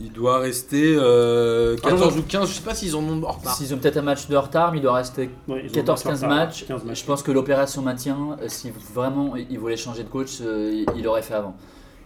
S1: Il doit rester euh,
S4: Ah non,
S1: 14 ou 15, je sais pas s'ils en ont en retard.
S2: Bah. S'ils ont peut-être un match de retard, mais il doit rester
S5: Ouais, ils ont
S2: 14-15
S5: marqué en
S2: matchs.
S5: retard. 15 matchs.
S2: Je pense que l'opération maintien, euh, si vraiment il voulait changer de coach, euh, il l'aurait fait avant.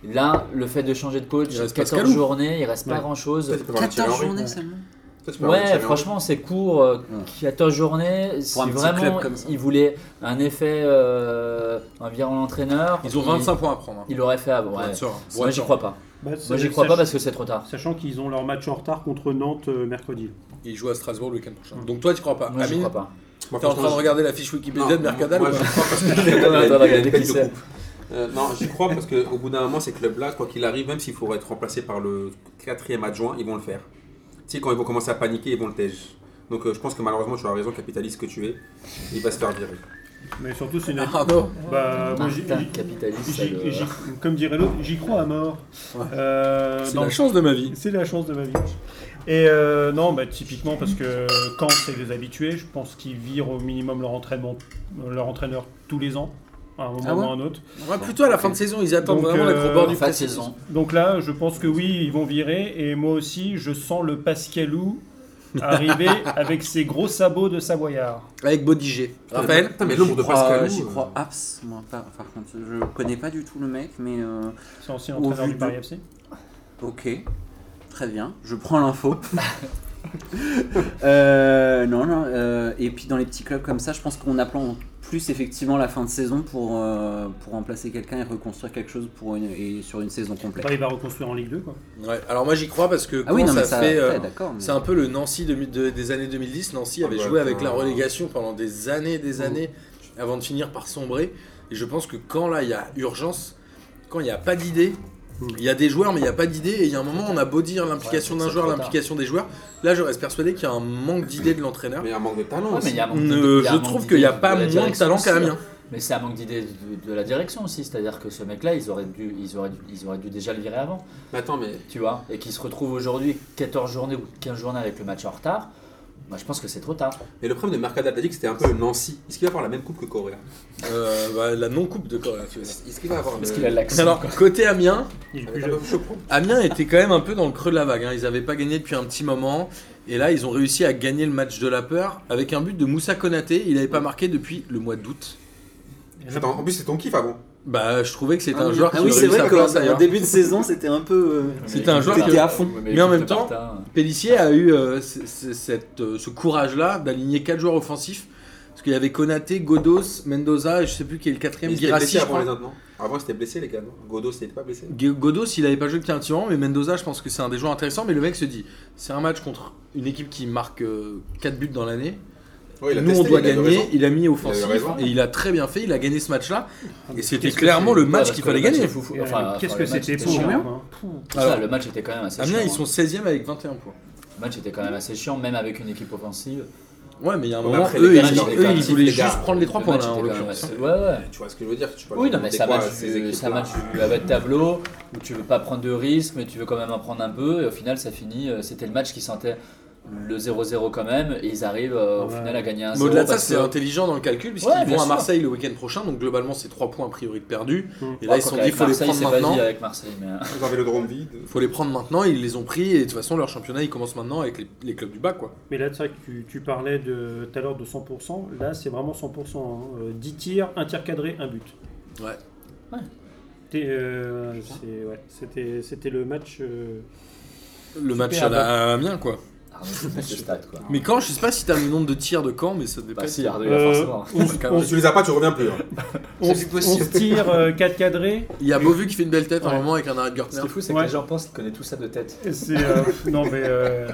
S2: Là, le fait de changer de coach,
S1: Il reste
S2: 14
S1: Pascal ou
S2: journées, il reste pas
S5: Ouais.
S2: grand chose.
S4: Peut-être qu'il peut avoir Thierry
S3: 14
S4: Henry.
S3: journées seulement.
S4: Peut-être qu'il peut avoir
S2: Ouais,
S4: Thierry Henry.
S2: franchement, c'est court. euh,
S3: Ouais.
S2: 14 journées, si
S3: un petit club
S2: vraiment
S3: comme ça.
S2: il voulait un effet euh, un virant l'entraîneur,
S1: Ils ont
S2: il-
S1: 25 points à prendre. hein.
S2: Il l'aurait fait avant.
S1: Pour
S2: ouais.
S1: être sûr, hein. Pour
S2: Moi,
S1: être
S2: j'y
S1: sûr.
S2: crois pas.
S5: Bah,
S2: Moi,
S5: c'est-
S2: j'y crois pas
S5: sach-
S2: parce que c'est trop tard.
S5: Sachant qu'ils ont leur match en retard contre Nantes euh, mercredi.
S1: Ils jouent à Strasbourg le week-end prochain. Donc toi, tu crois pas
S2: Moi, j'y
S1: Amine,
S2: crois pas.
S4: Moi,
S1: T'es en train de
S4: franchement,
S1: regarder la fiche Wikipédia de
S4: Non,
S1: Mercadal
S4: moi,
S1: ou pas
S4: j'y crois parce que-
S2: Attends,
S4: Il y a
S2: regardez
S4: une peine
S2: qui
S4: de
S2: c'est.
S4: coupe. Euh, Non, j'y crois parce qu'au bout d'un moment, ces clubs-là, quoi qu'il arrive, même s'il faut être remplacé par le quatrième adjoint, ils vont le faire. Tu sais, quand ils vont commencer à paniquer, ils vont le tège. Donc euh, je pense que malheureusement, tu as raison, capitaliste que tu es, il va se faire virer.
S5: Mais surtout, c'est une.
S1: Ah non
S5: Bah, moi, j'y-
S2: Martin,
S5: j'y-
S2: capitaliste. salaud.
S5: j'y- j'y- comme dirait l'autre, j'y crois à mort. Euh,
S1: C'est
S5: dans-
S1: la chance de ma vie.
S5: C'est la chance de ma vie. Et euh, non, bah, typiquement parce que quand c'est des habitués, je pense qu'ils virent au minimum leur entraînement, leur entraîneur tous les ans, à un moment
S1: Ah ouais
S5: ou à un autre.
S1: Ouais, plutôt à la fin de saison, ils attendent
S5: Donc,
S1: vraiment d'être au bord
S5: euh,
S1: du
S2: En fin de
S1: précipice.
S2: saison.
S5: Donc là, je pense que oui, ils vont virer. Et moi aussi, je sens le Pascalou arriver avec ses gros sabots de Savoyard.
S1: Avec Bodigé. Raphaël
S4: Putain, mais l'ombre de Pascal.
S3: J'y crois
S1: euh,
S3: abs, moi, par, par contre. Je connais pas du tout le mec, mais euh,
S5: C'est ancien
S3: Au
S5: entraîneur
S3: vu
S5: du
S3: de-
S5: Paris FC.
S3: ok. Très bien, je prends l'info. Euh, non, non. euh, et puis dans les petits clubs comme ça, je pense qu'on apprend plus effectivement la fin de saison pour, euh, pour remplacer quelqu'un et reconstruire quelque chose pour une, et sur une saison complète.
S5: Après, il va reconstruire en Ligue 2. Quoi.
S1: Ouais, alors moi j'y crois parce que
S3: Ah oui,
S1: quand
S3: non, mais
S1: ça,
S3: ça,
S1: fait. euh,
S3: ouais, d'accord. mais-
S1: c'est un peu le Nancy de- de- des années 2010. Nancy
S4: Ah
S1: avait
S4: bah,
S1: joué avec la
S4: attends.
S1: relégation pendant des années des années avant de finir par sombrer. Et je pense que quand là il y a urgence, quand il n'y a pas d'idée, il y a des joueurs mais il n'y a pas d'idée. Et il y a un moment on a beau dire l'implication
S2: Ouais,
S1: d'un
S2: c'est
S1: joueur,
S2: trop tard.
S1: l'implication des joueurs. Là je reste persuadé qu'il y a un manque d'idée de l'entraîneur.
S4: euh, Mais il y a un manque de talent.
S2: Ouais, mais
S4: aussi.
S2: il y a un manque d'idées-
S1: Ne-
S2: il y a un
S1: je
S2: manque
S1: trouve
S2: d'idées
S1: qu'il n'y a
S2: de
S1: pas
S2: la
S1: moins de
S2: direction
S1: talent
S2: aussi,
S1: qu'à
S2: hein.
S1: Amiens.
S2: Mais c'est un manque d'idée de, de la direction aussi, c'est-à-dire que ce mec-là, ils auraient dû, ils auraient dû, ils auraient dû déjà le virer avant,
S4: Mais attends, mais
S2: tu vois, et qu'il se retrouve aujourd'hui 14 journées ou 15 journées avec le match en retard. Moi, je pense que c'est trop tard.
S4: mais le problème de Mercadal, t'as dit que c'était un peu le Nancy. Est-ce qu'il va avoir la même coupe que hein, Correa
S1: Euh, bah, la non-coupe de Corée. tu veux dire.
S4: Est-ce qu'il va avoir.
S2: Parce
S4: le- Ah,
S2: qu'il a l'accent.
S1: Alors côté Amiens,
S5: Il est
S4: Ça va être
S5: plus
S4: un
S5: jeune.
S4: peu chaud,
S1: Amiens était quand même un peu dans le creux de la vague. hein. Ils n'avaient pas gagné depuis un petit moment. Et là, ils ont réussi à gagner le match de la peur avec un but de Moussa Konaté. Il n'avait pas marqué depuis le mois d'août.
S5: Et là,
S4: Attends, En plus, c'est ton kiff avant.
S1: Bah, je trouvais que c'était
S3: Ah
S1: un
S3: oui,
S1: joueur
S3: ah
S1: qui
S3: oui,
S1: aurait
S3: c'est
S1: eu
S3: vrai
S1: sa
S3: que
S1: place ailleurs.
S3: en début de saison, c'était un peu. euh,
S1: C'était un joueur
S3: qui- T'étais à fond.
S1: Mais en même temps, Pellissier a eu euh, c- c- cette, euh, ce courage-là d'aligner quatre joueurs offensifs. Parce qu'il y avait Konaté, Godos, Mendoza et je sais plus qui est le
S4: Mais
S1: quatrième.
S4: Il était
S1: Girassi,
S4: blessé
S1: je
S4: avant les
S1: crois.
S4: autres, non Avant, c'était blessé, les gars. non Godot, c'était pas blessé.
S1: G- Godos, il n'avait pas joué depuis un petit moment, mais Mendoza, je pense que c'est un des joueurs intéressants. Mais le mec se dit, c'est un match contre une équipe qui marque 4 buts dans l'année.
S4: Ouais, il a
S1: Nous,
S4: testé,
S1: on doit
S4: il a eu
S1: gagner.
S4: raison.
S1: Il a mis offensif
S4: Il a eu raison.
S1: et il a très bien fait. Il a gagné ce match-là. Et c'était
S5: qu'est-ce que
S1: clairement
S5: c'est-
S1: le match qu'il fallait gagner.
S5: Et, euh, Qu'est-ce que c'était pour
S2: chiant.
S5: hein,
S3: chiant.
S5: hein.
S1: Alors,
S2: Ça, le match était quand même assez
S1: Amiens,
S2: chiant.
S1: Ah, ils sont 16e avec 21 points.
S2: Le match était quand même assez chiant, même avec une équipe offensive.
S1: Ouais, mais il y a un
S4: Bon,
S1: moment,
S4: après,
S1: eux,
S4: les gars,
S1: ils,
S4: alors, les
S1: eux,
S4: gars,
S1: ils
S4: les
S1: voulaient
S4: gars,
S1: juste prendre les 3
S2: Le
S1: points,
S2: match
S1: là, en
S2: était quand même
S1: l'occurrence. hein.
S2: assez- Ouais, ouais.
S4: Tu vois ce que je veux dire tu vois,
S2: Oui,
S4: le
S2: non, mais
S4: monde
S2: ça
S4: des
S2: match,
S4: quoi,
S1: euh,
S4: ces
S2: du, ça
S4: équipes-là.
S2: match du- à bas de tableau où tu veux pas prendre de risque, mais tu veux quand même en prendre un peu. Et au final, ça finit. euh, C'était le match qui sentait le 0-0 quand même. Et ils arrivent euh, au
S5: Ouais.
S2: final à gagner un
S1: Mais au-delà
S2: 0
S1: de ça,
S2: parce
S1: c'est
S2: que-
S1: intelligent dans le calcul, puisqu'ils
S2: Ouais,
S1: vont
S2: bien
S1: à
S2: sûr. Mmh.
S1: Marseille le week-end prochain. Donc, globalement, c'est 3 points a priori de perdus.
S5: Mm.
S1: Et là,
S2: Ouais,
S1: ils se sont
S2: quoi,
S1: dit,
S2: avec
S1: faut les
S2: Marseille,
S1: prendre
S2: c'est pas
S1: maintenant.
S2: dit avec Marseille, mais, euh,
S4: Ils avaient le drone vide.
S1: Faut les prendre maintenant. Ils les ont pris. Et de toute façon, leur championnat, il commence maintenant avec les, les clubs du bas, quoi.
S5: Mais là, c'est vrai que tu, tu parlais de- tout à l'heure de 100%. Là, c'est vraiment 100%. hein. Euh, 10 tirs, un tir cadré, un but.
S1: Ouais.
S2: Ouais.
S5: T'es, euh, c'est- ouais, C'était c'était le match. euh,
S1: Le match à
S5: Super,
S1: la- à Amiens, quoi.
S2: Arnaud, c'est pas ce stade, quoi.
S1: Mais quand, je sais pas si t'as le nombre de tirs de camp, mais ça devait
S2: Bah,
S1: pas
S2: si,
S1: être-
S2: Arnaud, il y a
S5: euh,
S2: forcément.
S5: 11,
S1: Pas
S4: Si tu les as pas, tu reviens plus. hein.
S3: C'est
S5: 11,
S3: plus possible.
S5: 11 tirs, euh, 4 cadrés.
S1: Il y a Beauvu qui fait une belle tête à un
S5: Ouais.
S1: moment avec un arrêt de Gertner.
S2: Ce qui est fou, c'est que
S5: Ouais.
S2: les gens pensent qu'ils connaissent tout ça de tête.
S5: Et C'est euh, non mais euh,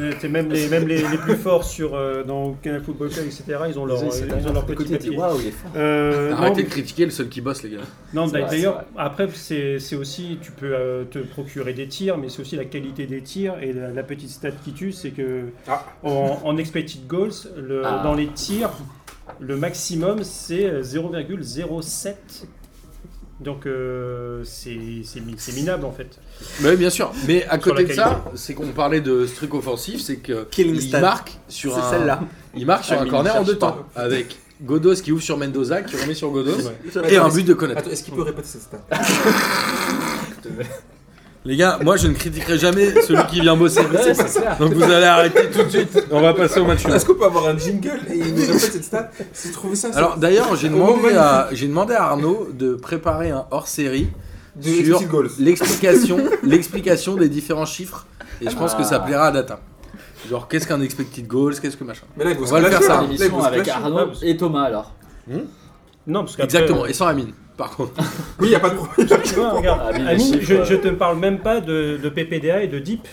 S5: Mais c'est même les, même les, les plus forts sur, euh, dans Canal Football Club, etc., ils ont leur,
S2: Ils
S5: ils ont leur petit
S2: côté,
S5: papier.
S2: waouh, il est fort.
S5: Euh, non,
S1: Arrêtez de critiquer le seul qui bosse, les gars.
S5: Non,
S2: C'est
S5: d'a-
S2: vrai,
S5: d'ailleurs,
S2: c'est
S5: après, c'est c'est aussi, tu peux euh, te procurer des tirs, mais c'est aussi la qualité des tirs. Et la, la petite stat qui tue, c'est que
S4: Ah.
S5: en, en expected goals, le-
S2: Ah.
S5: dans les tirs, le maximum, c'est euh, 0,07. Donc, euh, c'est c'est mi- c'est minable, en fait.
S1: Mais oui, bien sûr. Mais à
S5: Sur
S1: côté de
S5: la
S1: ça, c'est qu'on parlait de ce truc offensif, c'est que
S3: Killing
S1: il
S3: stat.
S1: marque sur
S3: C'est
S1: un
S3: celle-là.
S1: il marque sur
S2: Ah,
S1: un
S2: mais il
S1: corner en
S2: cherche
S1: deux
S2: pas.
S1: temps avec Godos qui ouvre sur Mendoza, qui remet sur Godos
S4: vrai.
S1: et un but de connaître.
S4: Attends, est-ce qu'il peut répéter cette stat
S1: Les gars, moi je ne critiquerai jamais celui qui vient bosser.
S2: Ouais, c'est clair.
S1: Donc vous allez arrêter tout de suite. On va passer au match. suivant.
S4: Est-ce qu'on peut avoir un jingle et il nous répète cette stat Ah, C'est Oh, trouvé ça
S1: Alors d'ailleurs, j'ai
S4: Au
S1: demandé,
S4: moment
S1: à, j'ai demandé à Arnaud de préparer un hors-série
S4: de
S1: sur
S4: Expected Goals.
S1: l'explication, l'explication des différents chiffres. Et je pense que ça
S2: Ah.
S1: plaira à Data. Genre, qu'est-ce qu'un expected goals, qu'est-ce que machin.
S4: Mais là, il faut
S1: On
S4: se
S1: va le
S4: clasher,
S1: faire, Ah, ça,
S4: hein. Là, il
S2: L'émission
S4: faut se
S2: avec
S4: clasher.
S2: Arnaud et Thomas alors.
S5: Non, parce qu'après,
S1: Exactement, et sans Amine, par contre.
S4: Oui, il n'y a pas de problème.
S5: Tu vois, regarde,
S2: Ah, mais les
S5: Amine,
S2: chiffres,
S5: je,
S2: euh.
S5: je te parle même pas de, de PPDA et de DIP.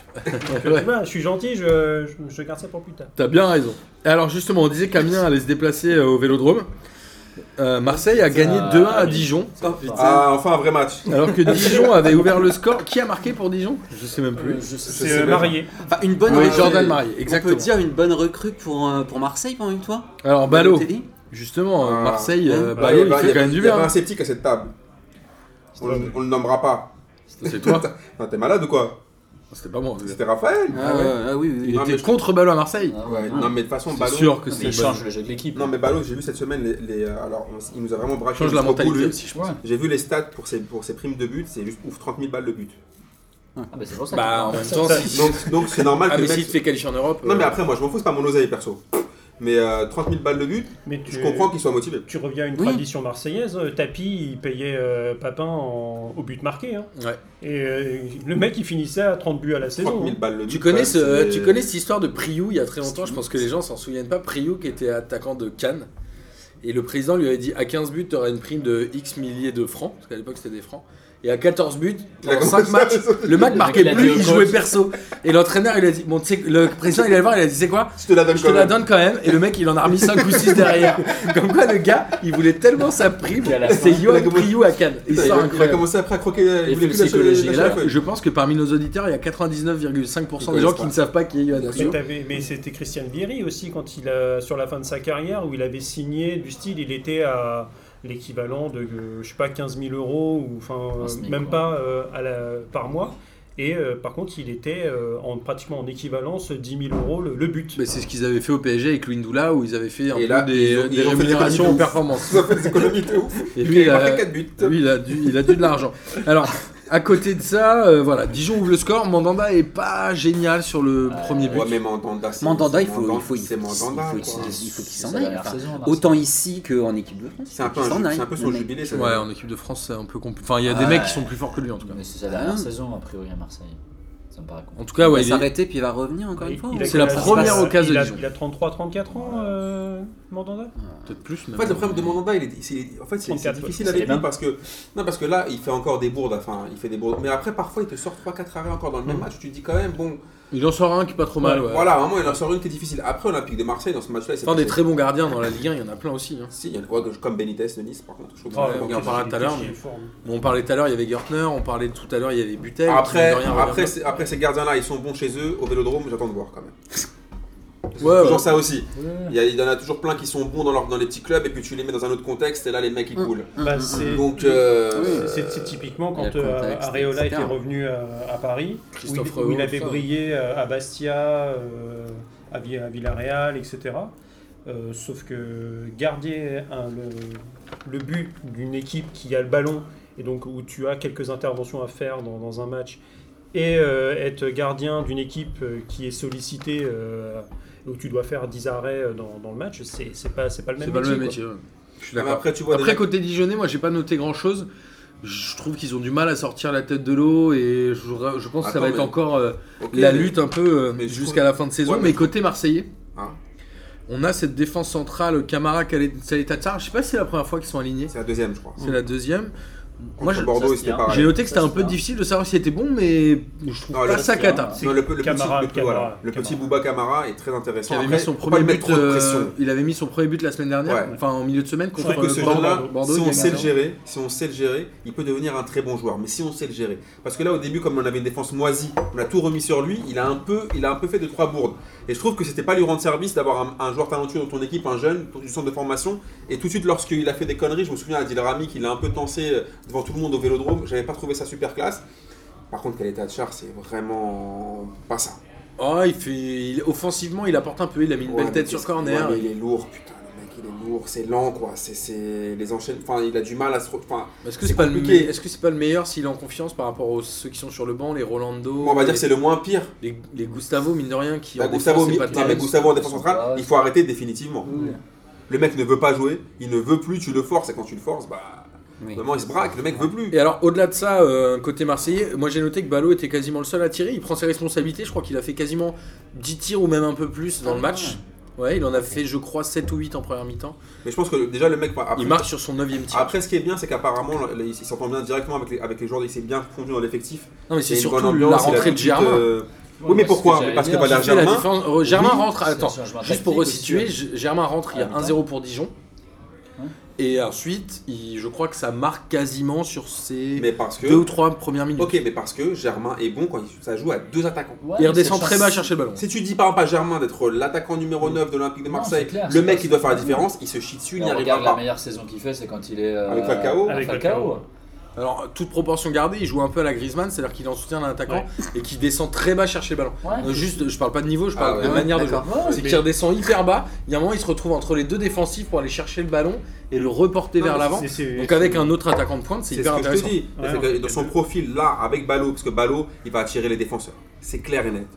S5: Tu
S1: Ouais.
S5: vois, je suis gentil, je, je- je garde ça pour plus tard.
S1: T'as bien raison. Alors justement, on disait qu'Amiens allait se déplacer euh, au Vélodrome. Euh, Marseille a gagné
S2: Ah,
S1: 2-1 à
S2: Amiens.
S1: Dijon,
S4: Ah, enfin, un vrai match.
S1: alors que Dijon avait ouvert le score. Qui a marqué pour Dijon Je sais même plus.
S4: Je
S5: C'est
S4: sais
S5: euh,
S4: même.
S5: marié.
S3: Enfin, une bonne
S1: Oui,
S3: recrue.
S1: Jordan Marié,
S3: On
S1: exactement.
S3: peut dire une bonne recrue pour, euh, pour Marseille pendant une toi
S1: Alors Ballot,
S3: Balotelli
S1: justement, euh,
S4: Ah.
S1: Marseille, euh,
S4: Bah,
S1: Ballot,
S4: il y
S1: il
S4: a-
S1: fait quand même du
S4: Il y avait
S1: bien. hein.
S4: un sceptique à cette table. On le- on le nommera pas.
S1: C'est toi
S4: Non, t'es malade ou quoi
S1: C'était pas moi.
S4: C'était Raphaël
S3: ah, ouais, ah oui, oui,
S1: Il
S4: Non,
S1: était
S4: mais je-
S1: contre Ballot à Marseille.
S2: Ah,
S4: Ouais, non, mais de toute façon,
S1: C'est
S4: Ballot.
S1: sûr que
S2: Mais
S1: c'est
S2: Il
S1: Ballot.
S2: change le jeu de l'équipe.
S4: Non, mais Ballot, j'ai vu cette semaine, les, les- euh, alors, on s- il nous a vraiment braqué.
S1: change la
S4: jusqu'au bout,
S1: mentalité
S4: lui.
S1: aussi, je pense.
S2: Ouais.
S4: J'ai vu les stats pour ses, pour ses primes de but, c'est juste ouf, 30 000 balles de but.
S2: Ah, mais c'est pour ça.
S1: Bah en même temps, si
S4: Donc, donc c'est normal
S1: ah,
S4: que
S1: mais
S4: le
S1: s'il
S4: mec.
S1: te fait qualifier en Europe.
S4: Non, mais
S1: euh,
S4: après, moi, je m'en fous, c'est pas mon oseille perso. Mais euh, 30 000 balles de but,
S5: Mais tu,
S4: je comprends qu'il soit motivé.
S5: Tu reviens à une
S3: Oui.
S5: tradition marseillaise. euh, Tapi, il payait euh, Papin en- au but marqué. hein.
S1: Ouais.
S5: Et euh, le mec, il finissait à 30 buts à la
S4: 30
S5: saison. hein.
S4: 000 balles de but.
S1: Tu connais,
S4: quand même,
S1: ce,
S4: c'est-
S1: tu connais cette histoire de Priou il y a très longtemps, je pense que les gens s'en souviennent pas. Priou qui était attaquant de Cannes, et le président lui avait dit à 15 buts, tu auras une prime de X milliers de francs, parce qu'à l'époque c'était des francs, et à 14 buts,
S4: Ouais,
S1: en
S4: comme
S1: 5
S4: ça,
S1: matchs, le mec marquait
S2: Il a dit
S1: plus,
S2: au
S1: il
S2: coach.
S1: jouait perso. Et l'entraîneur, il a dit, bon, tu sais, le président il allait le voir, il a dit, c'est quoi
S4: Je te la donne
S1: je te
S4: quand
S1: la
S4: même.
S1: donne quand même, et le mec il en a remis 5 ou 6 derrière. Comme quoi le gars il voulait tellement sa prime,
S2: Qu'à la fin,
S1: c'est Johan
S4: il a commencé-
S1: Priou à Cannes.
S4: Il,
S1: Histoire
S4: va- il va
S1: incroyable.
S4: commencer après à croquer. euh,
S2: Et
S4: Il voulait
S2: le
S4: plus lâcher-
S2: psychologique,
S1: Et
S4: lâcher
S1: là,
S4: la feuille.
S1: je pense que parmi nos auditeurs, il y a 99,5% des gens qui ne savent pas qui est Johan
S5: Mais,
S1: Priou.
S5: t'avais- mais c'était Christian Vieri aussi, quand il a, sur la fin de sa carrière, où il avait signé du style, il était à l'équivalent de, euh, je sais pas, 15 000 euros, ou enfin, euh,
S2: SMIC,
S5: même
S2: quoi.
S5: pas euh, à la- par mois. Et euh, par contre, il était euh, en, pratiquement en équivalence 10 000 euros le, le but.
S1: Mais c'est ce qu'ils avaient fait au PSG avec Louindoula où ils avaient fait un
S4: Et
S1: peu
S4: là,
S1: des,
S4: ils ont-
S1: des
S4: ils ont fait des
S1: rémunérations
S4: économies de
S1: en
S4: ouf.
S1: performance.
S4: Ça fait des économies de ouf.
S1: Et lui,
S4: Il
S1: il
S4: a
S1: a,
S4: marqué 4 buts.
S1: lui, il a dû, il a dû de l'argent. Alors, à côté de ça, euh, voilà, Dijon ouvre le score. Mandanda est pas génial sur le premier but.
S4: Ouais, mais Mandanda, c'est.
S3: Mandanda, il faut,
S4: Mandanda,
S3: il faut, il faut,
S4: C'est Mandanda.
S3: il faut-
S4: quoi.
S3: il faut- il faut qu'il
S2: C'est
S3: s'en
S2: sa
S3: aille.
S2: dernière
S3: enfin.
S2: saison, Marseille.
S3: autant ici qu'en équipe de France.
S4: C'est un peu
S3: Il
S4: un
S3: faut qu'il s'en
S4: ju- c'est un
S3: aille,
S4: peu
S3: le
S4: son
S3: mec.
S4: jubilé. ça.
S1: Ouais, en équipe de France, c'est un peu compliqué. Enfin, il y a des
S2: Ouais.
S1: mecs qui sont plus forts que lui en tout cas.
S2: Mais c'est sa dernière
S3: Ah.
S2: saison a priori à Marseille. Ça me paraît con.
S1: En tout cas, Ah ouais,
S3: il
S1: il
S3: va
S1: est-
S3: s'arrêter puis il va revenir encore une
S5: Il-
S3: fois. hein.
S5: il a
S1: C'est la
S5: quel âge
S1: première
S5: Il a-
S1: occasion
S5: il a-
S1: de Dijon.
S5: Il a 33-34 ans, euh, Mandanda
S1: peut-être plus. Même.
S4: En fait, le problème de Mandanda, il est, c'est- en fait, c'est- c'est
S5: 34,
S4: difficile
S2: ouais.
S4: avec
S2: C'est
S4: lui
S2: bien.
S4: parce que non, parce que là, il fait encore des bourdes. Enfin, il fait des bourdes. Mais après, parfois, il te sort 3-4 arrêts encore dans
S5: Hmm.
S4: le même match. Tu te dis quand même, bon,
S1: Il en sort un qui est pas trop mal. Ouais.
S4: voilà, à un moment, il en sort une qui est difficile. Après, Olympique de Marseille, dans ce match-là, il s'est
S1: Enfin, des
S4: passé-
S1: très bons gardiens dans la Ligue 1, il y en a plein aussi. hein.
S4: Si, il y en a- ouais, comme Benitez de Nice, par
S5: Ah,
S4: contre. je trouve que-
S5: Oh,
S1: Ouais, on en parlera tout à l'heure, mais- Bon, on parlait tout à l'heure, il y avait Gertner. On parlait tout à l'heure, il y avait Butel.
S4: Après,
S1: qui, mine de rien,
S4: après,
S1: revient
S4: c'est- après, ces gardiens-là, ils sont bons chez eux. Au vélodrome, j'attends de voir quand même. C'est
S1: Ouais,
S4: toujours
S1: ouais.
S4: ça aussi.
S2: Ouais.
S4: Il y, a- il y en a toujours plein qui sont bons dans, leur, dans les petits clubs et puis tu les mets dans un autre contexte et là, les mecs, ils coulent.
S3: Hum,
S5: Bah,
S3: Ah,
S5: c'est-
S4: Donc, euh,
S5: C'est- C'est c'est typiquement
S3: il y a
S5: quand
S3: le
S5: euh,
S3: contexte,
S5: Areola
S3: etc.
S5: était revenu euh, à, à Paris, où il,
S1: Christophe
S5: où il
S1: Reau,
S5: avait
S1: tout ça.
S5: brillé euh, à Bastia, euh, à, Vi- à Villarreal, etc. Euh, sauf que garder un- le, le but d'une équipe qui a le ballon et donc où tu as quelques interventions à faire dans, dans un match et euh, être gardien d'une équipe euh, qui est sollicitée euh, où tu dois faire 10 arrêts euh, dans, dans le match, c'est c'est pas, c'est pas le même
S1: C'est pas le
S5: métier.
S1: même
S5: quoi.
S1: métier. ouais. Je suis
S4: mais
S1: d'accord.
S4: après, tu vois. des
S1: Après,
S4: mecs-
S1: côté Dijonais, moi, j'ai pas noté grand chose. Je trouve qu'ils ont du mal à sortir la tête de l'eau et je, je pense que ça va
S4: Attends,
S1: être
S4: mais-
S1: encore euh,
S4: ok,
S1: la
S4: mais-
S1: lutte un peu euh,
S4: mais je
S1: jusqu'à
S4: trouve-
S1: la fin de saison.
S4: Ouais, mais-
S1: mais côté Marseillais,
S4: Ah.
S1: on a cette défense centrale Camara Kaletatar. Je sais pas si c'est la première fois qu'ils sont alignés,
S4: C'est la deuxième, je crois.
S1: c'est la deuxième. Moi,
S4: Contre
S1: je-
S4: Bordeaux,
S2: ça,
S4: c'était
S2: c'est
S4: pareil.
S1: J'ai noté que c'était
S2: Ça,
S1: un
S2: c'est
S1: peu
S2: bien.
S1: difficile de savoir si c'était bon, mais je trouve
S4: Non,
S1: pas
S4: le-
S1: ça cata.
S4: Non, le, le
S5: Camara,
S4: petit, le,
S5: Camara,
S4: voilà, le
S5: Camara.
S4: petit Bouba Camara est très
S1: Qui
S4: intéressant.
S1: avait
S4: Après,
S1: mis son
S4: faut
S1: premier
S4: pas lui
S1: but,
S4: mettre trop de
S1: euh,
S4: pression.
S1: il avait mis son premier but la semaine dernière,
S4: Ouais.
S1: enfin en milieu de semaine contre euh,
S4: Je trouve que ce
S1: Bordeaux.
S4: jeu-là,
S1: Bordeaux,
S4: si
S1: il y a
S4: on sait le
S1: un-
S4: gérer, si on sait le gérer, il peut devenir un très bon joueur. Mais si on sait le gérer, parce que là au début, comme on avait une défense moisie, on a tout remis sur lui. Il a un peu, il a un peu fait de trois bourdes. Et je trouve que c'était pas lui rendre service d'avoir un, un joueur talentueux dans ton équipe, un jeune du centre de formation. Et tout de suite, lorsqu'il a fait des conneries, je me souviens à Adil Rami qu'il a un peu tensé euh, devant tout le monde au Vélodrome. J'avais pas trouvé ça super classe. Par contre, Kaleta Char, c'est vraiment pas ça.
S1: Oh, il fait, il- offensivement, il apporte un peu, il a mis une
S4: Ouais,
S1: belle
S4: mais
S1: tête
S4: qu'est-ce-
S1: sur corner.
S4: ouais, mais il est lourd, putain, le mec, il est lourd, c'est lent, quoi. C'est, c'est- les enchaînes. Enfin, il a du mal à se. re- Enfin,
S1: Est-ce que
S4: c'est
S1: c'est pas, le me-
S4: compliqué.
S1: est-ce que c'est pas le meilleur s'il est en confiance par rapport aux ceux qui sont sur le banc, les Rolando,
S4: moi, on va dire que
S1: les,
S4: c'est le moins pire.
S1: les- les Gustavo, mine de rien, qui
S4: Bah,
S1: en
S4: Gustavo,
S1: défense,
S4: mi-
S1: c'est pas
S4: les
S1: terrible.
S4: mecs, Gustavo en défense
S2: Ouais.
S4: centrale, il faut arrêter définitivement.
S2: Oui.
S4: Le mec ne veut pas jouer, il ne veut plus, tu le forces, et quand tu le forces, bah.
S3: Oui.
S4: Vraiment, il se braque, le mec veut plus.
S1: Et alors, au-delà de ça, euh, côté marseillais, moi j'ai noté que Ballot était quasiment le seul à tirer. Il prend ses responsabilités. Je crois qu'il a fait quasiment 10 tirs ou même un peu plus
S4: Ah,
S1: dans le match. Ouais, il en a fait, je crois, 7 ou 8 en première mi-temps.
S4: Mais je pense que déjà, le mec. bah, après-
S1: Il marque sur son 9ème tir.
S4: Après, ce qui est bien, c'est qu'apparemment, là, il s'entend bien directement avec les, avec les joueurs, il s'est bien fondu dans l'effectif.
S1: Non, mais c'est
S4: Il y a une bonne
S1: surtout
S4: ambiance,
S1: la
S4: il a tout
S1: rentrée de
S4: suite,
S1: Germain.
S4: euh, Oui, mais
S2: parce
S4: pourquoi
S2: j'allais
S4: Parce que
S2: dire,
S4: Valère
S2: qui
S1: Fait la
S4: Germain-
S1: différence. Euh, Germain
S4: Oui,
S1: rentre.
S2: c'est un
S1: Attends,
S2: changement
S1: juste pour
S2: tactique
S1: resituer,
S2: aussi,
S1: G- Germain rentre, il y a
S2: Ah, putain.
S1: 1-0 pour Dijon.
S2: Hum.
S1: Et ensuite, il- je crois que ça marque quasiment sur ses
S4: Mais parce que.
S1: deux ou trois premières minutes.
S4: Ok, mais parce que Germain est bon quand il- ça joue à deux attaquants.
S2: Ouais,
S1: il
S2: mais
S1: redescend
S2: c'est
S1: très
S2: chance-
S1: bas chercher le ballon.
S4: Si tu dis par exemple à Germain d'être l'attaquant numéro 9 de l'Olympique de
S2: Non,
S4: Marseille,
S2: c'est clair,
S4: le
S2: c'est
S4: mec
S2: pas-
S4: qui doit faire la différence, il se chie dessus, il n'y
S2: Alors,
S4: arrivera
S2: regarde, la
S4: pas.
S2: meilleure saison qu'il fait, c'est quand il est. euh,
S4: Avec Falcao
S2: Avec
S5: Avec
S2: Falcao.
S1: Alors, toute proportion gardée, il joue un peu à la Griezmann, c'est-à-dire qu'il est en soutien d'un attaquant
S5: Ouais.
S1: et qui descend très bas chercher le ballon.
S2: Ouais.
S1: Euh, juste, je parle pas de niveau, je parle
S4: Ah
S1: de
S4: ouais,
S1: manière de jouer.
S3: d'accord.
S2: Ouais,
S1: C'est
S5: Mais-
S1: qu'il redescend hyper bas, il y a un moment, il se retrouve entre les deux défensifs pour aller chercher le ballon et le reporter vers l'avant.
S5: C'est- c'est-
S1: Donc, avec un autre attaquant de pointe, c'est
S4: C'est
S1: hyper
S4: ce que je te
S1: intéressant.
S4: dis.
S5: Ouais,
S4: C'est
S5: ouais.
S4: que dans son profil là, avec Ballot, parce que Ballot, il va attirer les défenseurs. C'est clair et net.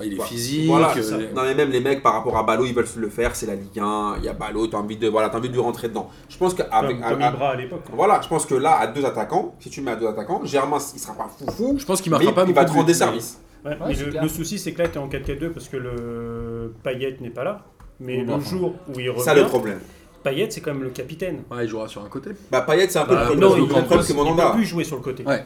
S1: Ah, Il est
S4: Voilà.
S1: physique.
S4: Voilà,
S1: euh,
S5: c'est ça.
S4: Non mais même les mecs par rapport à Ballot, ils veulent se le faire, c'est la Ligue 1, il y a Ballot, t'as envie de voilà, t'as envie de lui rentrer dedans. Je pense que
S5: Comme,
S4: avec-
S5: comme
S4: à- à-
S5: Ibra à l'époque.
S4: voilà, je pense que là à deux attaquants, si tu mets à deux attaquants, Germain il sera pas foufou,
S1: Je pense qu'il
S4: mais
S1: marquera pas
S4: il va te
S1: beaucoup de
S4: rendre des
S1: buts.
S4: services.
S5: Ouais,
S2: Ouais,
S5: mais
S2: c'est
S5: le,
S2: clair.
S5: le souci, c'est que là, tu es en 4-4-2 parce que le Payet n'est pas là. Mais
S3: Bon,
S5: le
S3: bah, enfin.
S5: jour où il revient,
S4: Ça le problème.
S5: Payet, c'est quand même le capitaine.
S1: Ouais, il jouera sur un côté.
S4: Bah Payet c'est un peu
S1: Bah,
S4: le
S1: non,
S4: problème,
S1: il
S4: le
S1: peut-
S4: problème que
S5: Il ne peut
S4: Mandanda.
S5: plus jouer sur le côté.
S1: Ouais.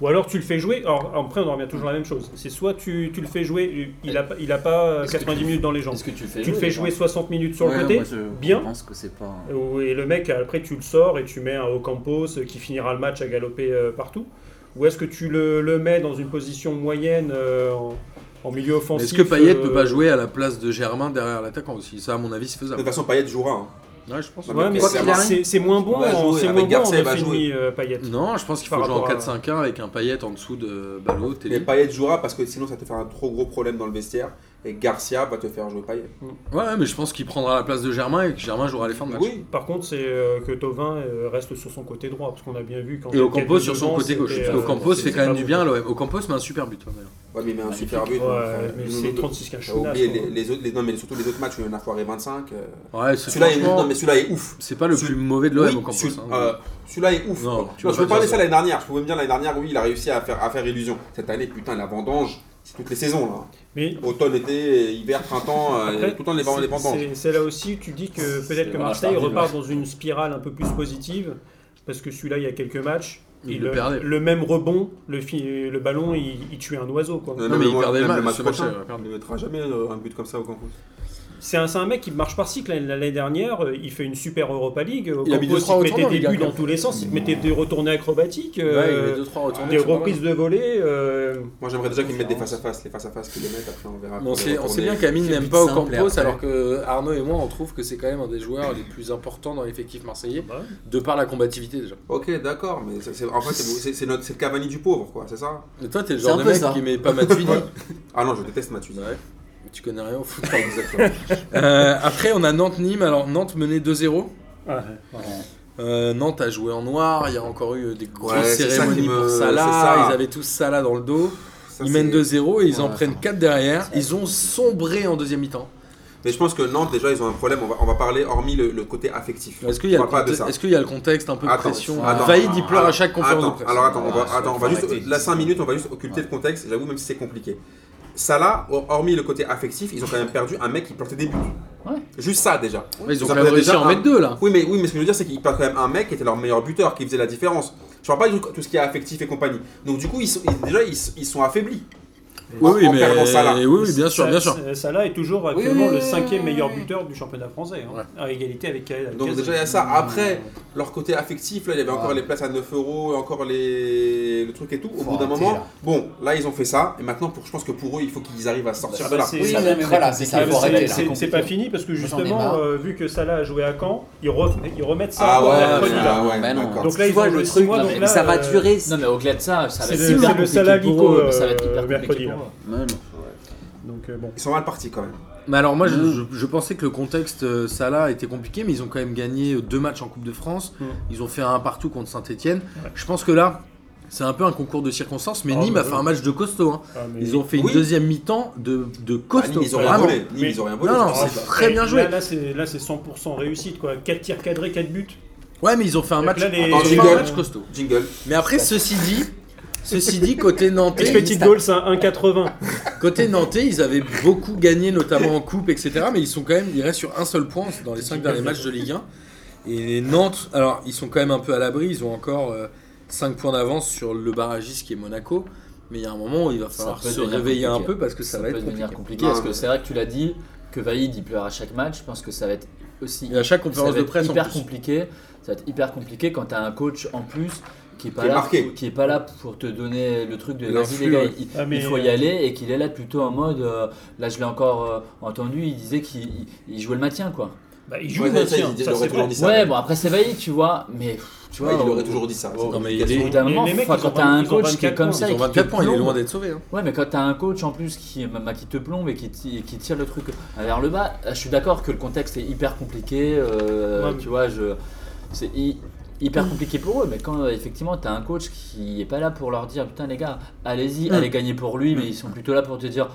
S5: Ou alors tu le fais jouer, alors après on en revient toujours à la même chose. C'est soit tu, tu le fais jouer, il a, il a pas euh,
S2: Est-ce que
S5: 90
S2: tu-
S5: minutes dans les jambes.
S2: Est-ce que tu le fais
S5: Tu le fais jouer 60 minutes sur
S3: Ouais,
S5: le côté,
S3: moi, je
S5: bien.
S3: pense que c'est pas.
S5: ou- et le mec après tu le sors et tu mets un Ocampos euh, qui finira le match à galoper euh, partout. Ou est-ce que tu le, le mets dans une position moyenne euh, en, en milieu
S1: Mais
S5: offensif
S1: Est-ce que Payet
S5: euh,
S1: peut pas jouer à la place de Germain derrière l'attaquant aussi Ça, à mon avis, c'est
S4: De
S1: faisable.
S4: toute façon Payet jouera. hein.
S1: Ouais, je pense.
S4: Non,
S5: Ouais, mais
S4: Quoi
S5: c'est-
S4: qu'il arrive,
S5: c'est- c'est moins bon,
S4: il va
S5: en-
S4: jouer
S5: c'est
S4: avec
S5: moins bon
S4: Garcia,
S5: en
S4: il va
S5: défini, euh, Payet.
S1: Non, je pense qu'il faut
S5: Par
S1: jouer en
S5: rapport à-
S1: 4-5-1 avec un Payet en dessous de Ballot,
S4: Mais
S1: Télé.
S4: Payet jouera parce que sinon ça te fait un trop gros problème dans le vestiaire et Garcia va te faire jouer Payet.
S1: Ouais, mais je pense qu'il prendra la place de Germain et que Germain jouera les fins de match.
S4: Oui.
S5: Par contre, c'est euh, que Tovin euh, reste sur son côté droit, parce qu'on a bien vu quand
S1: Et Ocampo
S5: quelques
S1: sur son
S5: devant,
S1: côté gauche.
S5: c'était,
S1: Parce
S5: euh,
S1: qu'Ocampos
S5: c'était
S1: fait quand même
S5: pas
S1: du
S5: bon.
S1: bien à l'OM. Ocampos met un super but. hein, d'ailleurs.
S4: Ouais, mais il met un
S2: Magnifique.
S4: super but.
S5: Ouais,
S4: enfin,
S5: mais
S4: nous,
S5: c'est
S4: nous,
S5: 36
S4: J'ai oublié les, les autres, les- non mais surtout les autres matchs où il y en a foiré 25. euh,
S1: Ouais, c'est
S4: Celui-là est,
S1: franchement-
S4: non, mais celui-là est ouf.
S1: C'est pas le
S4: Celui-
S1: plus mauvais de l'OM,
S4: Oui,
S1: Ocampos.
S4: celui-
S1: hein.
S4: euh, celui-là est ouf.
S1: Non,
S4: Non,
S1: tu
S4: je
S1: peux
S4: peux
S1: pas dire
S4: parler de ça l'année dernière. Je pouvais me dire l'année dernière, oui, il a réussi à faire, à faire illusion. Cette année, putain, la vendange, c'est toutes les saisons là.
S5: Mais
S4: Automne, été, hiver, printemps, euh,
S5: après,
S4: tout le temps les vend- les vendanges.
S5: c'est- c'est là aussi, tu dis que
S2: C'est
S5: peut-être que
S2: vraiment
S5: Marseille
S2: tardif,
S5: repart dans une spirale un peu plus positive, parce que celui-là, il y a quelques matchs,
S1: Il
S5: et
S1: le perdait.
S5: le même rebond, le, fi- le ballon, il, il tuait un oiseau. quoi.
S1: Non, mais il
S4: moi,
S1: perdait le
S4: même
S1: match, ce match,
S4: prochain,
S1: il va perdre.
S4: Il ne mettra jamais euh, un but comme ça au campus.
S5: C'est un, c'est un mec qui marche par cycle. L'année l'année dernière, euh, il fait une super Europa League.
S1: Il a mis deux,
S5: Ocampos,
S1: trois
S5: il te
S1: retournants,
S5: mettait
S1: le
S5: des
S1: gars,
S5: buts
S1: quand
S5: dans
S1: même.
S5: tous les sens, il te mettait des retournées acrobatiques.
S1: Ouais, il
S5: euh,
S1: met 2-3 retournées.
S5: Des
S1: c'est pas mal.
S5: reprises de volée. euh,
S4: Moi, j'aimerais déjà qu'ils mettent des face-à-face. Les face-à-face qu'ils les mettent, après on verra.
S1: Mais On
S4: pour les
S1: sait, on sait
S4: retourner.
S1: bien qu'Amine
S3: C'est
S1: n'aime
S3: plus
S1: pas
S3: simple, et
S1: Ocampos,
S3: après-
S1: alors que Arnaud et moi on trouve que c'est quand même un des joueurs les plus importants dans l'effectif marseillais, de par la combativité déjà.
S4: Ok, d'accord, mais c'est- c'est- en fait, c'est- c'est c'est notre- c'est le Cavani du pauvre, quoi, c'est ça
S1: Mais toi t'es le
S3: C'est
S1: genre
S3: un
S1: de
S3: peu
S1: mec
S3: ça.
S1: qui met pas Matuidi.
S4: Ah non, je déteste Mathieu.
S1: Ouais. Tu connais rien au foot.
S4: Exactement.
S1: Euh, après on a Nantes-Nîmes, alors Nantes menait 2-0.
S5: Ah,
S1: Euh, Nantes a joué en noir, il y a encore eu des grosses
S4: Ouais, c'est ça
S1: cérémonies
S4: qui me-
S1: pour
S4: c'est
S1: Salah,
S4: ça.
S1: ils avaient tous Salah dans le dos,
S4: Ça,
S1: ils
S4: c'est-
S1: mènent 2-0 et ils en
S3: Ouais,
S1: prennent
S3: ça.
S1: 4 derrière, ils ont sombré en deuxième mi-temps.
S4: Mais je pense que Nantes, déjà, ils ont un problème. On va, on va parler, hormis le, le côté affectif.
S1: Est-ce qu'il y, a
S4: on
S1: le
S4: va parler de
S1: contexte-
S4: ça.
S1: est-ce qu'il y a le contexte un peu de
S4: Attends,
S1: pression
S4: attends,
S1: Vaïd il
S3: attends,
S1: pleure à chaque conférence
S4: Attends,
S1: de presse. Ah,
S4: alors attends, on
S3: Ouais,
S4: va, attends, on va
S3: faut
S4: juste.
S3: arrêter.
S4: La 5 minutes, on va juste occulter le contexte, j'avoue, même si c'est compliqué. Salah, hor- hormis le côté affectif, ils ont quand même perdu un mec qui plantait des buts.
S2: Ouais.
S4: Juste ça, déjà.
S1: Ouais, ils ont quand
S4: Ça
S1: même
S4: peut être
S1: réussi à
S4: déjà
S1: en
S4: un-
S1: mettre deux là.
S4: Oui mais, oui, mais ce que je veux dire, c'est qu'ils perdent quand même un mec qui était leur meilleur buteur, qui faisait la différence. Je parle pas de tout ce qui est affectif et compagnie. Donc du coup, ils sont, ils- déjà, ils, sont- ils sont affaiblis.
S1: Oui, oui,
S4: en
S1: mais
S4: perdant Salah.
S1: oui, oui, bien sûr, bien sûr.
S5: Salah est toujours
S3: oui,
S5: actuellement
S3: oui,
S5: le
S3: oui,
S5: cinquième
S3: oui,
S5: meilleur
S3: oui.
S5: buteur du championnat français, hein,
S1: Ouais.
S5: à égalité avec Kael
S4: Donc
S5: Alcaraz.
S4: déjà, il y a ça. Après, leur côté affectif, là, il y avait encore les places à 9 euros, encore les... le truc et tout. Au
S6: Faut
S4: bout d'un
S6: arrêter,
S4: moment,
S6: là.
S4: bon, là, ils ont fait ça. Et maintenant, pour, je pense que pour eux, il faut qu'ils arrivent à sortir
S5: Bah,
S4: de là.
S5: c'est-
S6: Oui,
S5: ça
S6: non,
S5: va
S6: mais voilà, c'est
S1: Ah,
S5: C'est-
S6: ça, faut
S5: c'est-
S6: arrêter là.
S5: c'est- C'est pas fini parce que
S6: Moi, j'en ai
S5: justement,
S6: marre.
S5: euh, vu que Salah a joué à Caen, ils, ref- ils remettent ça
S4: Ah
S5: à
S4: ouais,
S5: mercredi,
S4: ouais,
S5: là.
S4: ouais,
S3: Bah non.
S4: d'accord.
S5: Donc là,
S3: Tu
S5: ils
S3: vois,
S5: ont
S3: le
S5: le
S3: truc,
S5: six mois,
S2: non,
S5: donc
S2: mais
S5: là,
S3: ça va
S5: euh,
S3: durer.
S2: Non, mais au-delà de ça, ça va
S5: C'est
S2: être
S5: le-
S2: hyper
S5: c'est le
S2: compliqué
S5: Salah
S2: pour
S5: Lico,
S2: eux, mais ça va être
S5: euh,
S2: hyper
S5: mercredi,
S2: compliqué pour
S5: là.
S2: eux.
S3: Ouais, non.
S5: Donc euh, bon.
S4: Ils sont mal partis quand même.
S1: Mais alors moi, je-
S3: Mm.
S1: je, je pensais que le contexte euh, Salah était compliqué, mais ils ont quand même gagné euh, deux matchs en Coupe de France.
S5: Mm.
S1: Ils ont fait un partout contre Saint-Etienne.
S5: Ouais.
S1: Je pense que là, c'est un peu un concours de circonstances, mais
S5: Ah,
S1: Nîmes
S5: bah
S1: a fait
S5: oui.
S1: un match de costaud. hein.
S5: Ah, mais-
S1: Ils ont fait une
S4: Oui.
S1: deuxième mi-temps de, de
S4: Bah,
S1: costaud.
S4: Nîmes, ils ont rien
S1: vraiment.
S4: volé. Nîmes,
S5: Mais-
S4: ils ont rien volé.
S1: Non, non,
S4: sur
S5: Ah,
S1: c'est
S4: ça.
S1: très bien joué.
S5: Là, là, c'est là, c'est 100% réussite quoi. 4 tirs cadrés, 4 buts.
S1: Ouais, mais ils ont fait un
S5: Donc
S1: match,
S5: là, les-
S1: ils ont fait un
S4: Attends,
S1: match
S5: jingle.
S1: costaud.
S4: Jingle.
S1: Mais après, ceci dit, ceci dit, côté nantais,
S5: Expected goals à 1,80.
S1: Côté Nantais, ils avaient beaucoup gagné, notamment en coupe, etc. Mais ils sont quand même, ils restent sur un seul point dans les cinq derniers matchs de Ligue 1. Et les Nantes, alors ils sont quand même un peu à l'abri. Ils ont encore 5 points d'avance sur le barragiste qui est Monaco. Mais il y a un moment où il va
S2: Ça
S1: falloir
S2: peut
S1: se
S2: devenir
S1: réveiller un
S2: compliqué.
S1: peu parce que ça, va
S2: peut
S1: être
S2: devenir
S1: compliqué.
S2: compliqué.
S4: Non,
S2: parce que
S4: mais-
S2: c'est vrai que tu l'as dit, que Vaïd il pleure à chaque match. Je pense que ça va être aussi
S1: Et à chaque
S2: ça
S1: conférence
S2: va
S1: de
S2: être
S1: presse, en
S2: hyper
S1: plus.
S2: compliqué. Ça va être hyper compliqué quand tu as un coach en plus qui est pas
S4: Qui est
S2: là,
S4: marqué.
S2: pour- qui est pas là pour te donner le truc de vas-y
S1: L'influx,
S2: les gars,
S1: ouais.
S2: il,
S5: Ah,
S2: il
S5: mais,
S2: faut y
S5: euh,
S2: aller et qu'il est là plutôt en mode euh, là je l'ai encore euh, entendu, il disait qu'il il- il jouait le maintien quoi.
S5: Bah, ils jouent
S4: Ouais,
S5: le
S4: ça,
S5: maintien,
S4: il- il
S5: ça,
S4: aurait
S5: c'est
S4: toujours
S5: vrai.
S4: dit ça.
S2: Ouais, bon après c'est Vaïd, tu vois, mais pff, tu vois
S4: Ouais, il
S2: au-
S4: aurait toujours dit ça.
S2: oh,
S4: C'est
S1: non, mais
S4: une
S1: il est-
S4: obligation.
S1: au
S2: bout d'un
S5: Les-
S2: moment,
S5: les mecs,
S2: enfin,
S5: ils
S2: quand
S5: ont
S2: t'as un
S5: 20 points,
S2: coach qui est comme ça
S1: Ils
S2: et
S1: ont
S2: qui
S1: 24 points, il est
S2: plombe,
S1: loin d'être sauvé. hein.
S2: Ouais, mais quand t'as un coach en plus qui, bah, qui te plombe et qui, ti- qui tire le truc euh, vers le bas, je suis d'accord que le contexte est hyper compliqué. euh,
S5: Ouais.
S2: Tu vois, je, c'est hy- hyper compliqué pour eux. Mais quand euh, effectivement t'as un coach qui est pas là pour leur dire putain les gars, allez-y,
S5: Mm.
S2: allez gagner pour lui, mais ils sont plutôt là pour te dire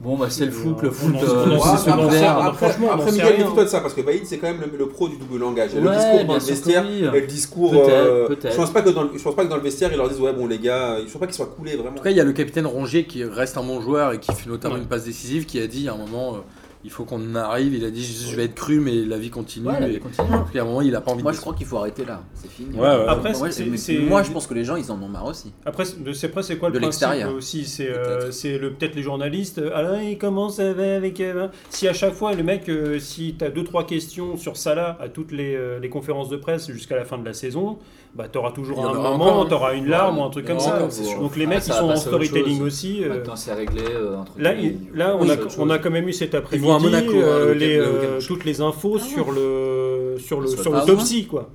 S2: bon bah c'est le foot, le
S5: On
S2: foot,
S5: en-
S2: euh,
S5: on en-
S2: c'est
S5: on en-
S2: secondaire.
S5: on en-
S4: Après,
S5: franchement, on
S4: après
S5: en sait
S4: Miguel,
S5: rien.
S4: dis-toi de ça, parce que Vaïd, c'est quand même le, le pro du double langage. Et le
S2: Ouais,
S4: discours dans
S2: bien
S4: le
S2: sûr que
S4: vestiaire,
S2: oui.
S4: et le discours.
S2: Peut-être,
S4: euh,
S2: peut-être.
S4: Je pense pas que dans le- je pense pas que dans le vestiaire, ils leur disent, ouais, bon, les gars, je pense pas qu'ils soient coulés vraiment.
S1: En tout cas, il y a le capitaine Rongier qui reste un bon joueur et qui fait notamment
S5: Ouais.
S1: une passe décisive qui a dit à un moment. euh, il faut qu'on arrive. Il a dit Je vais être cru, mais la vie continue.
S2: Ouais, la
S5: Mm.
S2: vie
S1: et
S2: continue.
S1: à un moment, il a pas envie
S3: Moi,
S1: de
S3: je crois qu'il faut arrêter là. C'est fini.
S1: Ouais, ouais.
S5: Après,
S3: Moi,
S5: c'est-
S3: mais-
S5: c'est-
S3: moi, je pense que les gens, ils en ont marre aussi.
S5: Après, c'est- de c'est après, c'est quoi le
S3: De
S5: principe
S3: l'extérieur.
S5: euh, aussi C'est euh,
S3: Peut-être.
S5: c'est le peut-être les journalistes. euh, Alain, il commence avec. euh, hein. si à chaque fois, le mec, euh, si tu as deux trois questions sur Salah à toutes les, euh, les conférences de presse jusqu'à la fin de la saison, bah, tu auras
S1: Il y
S5: toujours
S1: en
S5: un
S1: aura
S5: moment,
S1: encore, hein.
S5: tu auras une larme ou un truc
S2: Il y en
S5: comme
S2: aura
S5: ça.
S2: encore, c'est sûr.
S5: Donc les
S2: Ah,
S5: mecs,
S2: ça
S5: ils
S2: va
S5: sont en
S2: passer à autre
S5: storytelling
S2: chose.
S5: aussi. euh,
S2: Maintenant c'est réglé. euh, entre
S5: Là,
S2: guillemets,
S5: il- là, on,
S1: Oui,
S5: a,
S1: autre chose.
S5: on a quand même eu cet après-midi
S1: vont à Monaco, hein,
S5: euh,
S1: le week-end-
S5: les,
S1: le week-end
S5: euh,
S1: prochain.
S5: toutes les infos sur le sur le
S2: Ça
S5: sur
S3: va pas,
S5: l'autopsie quoi.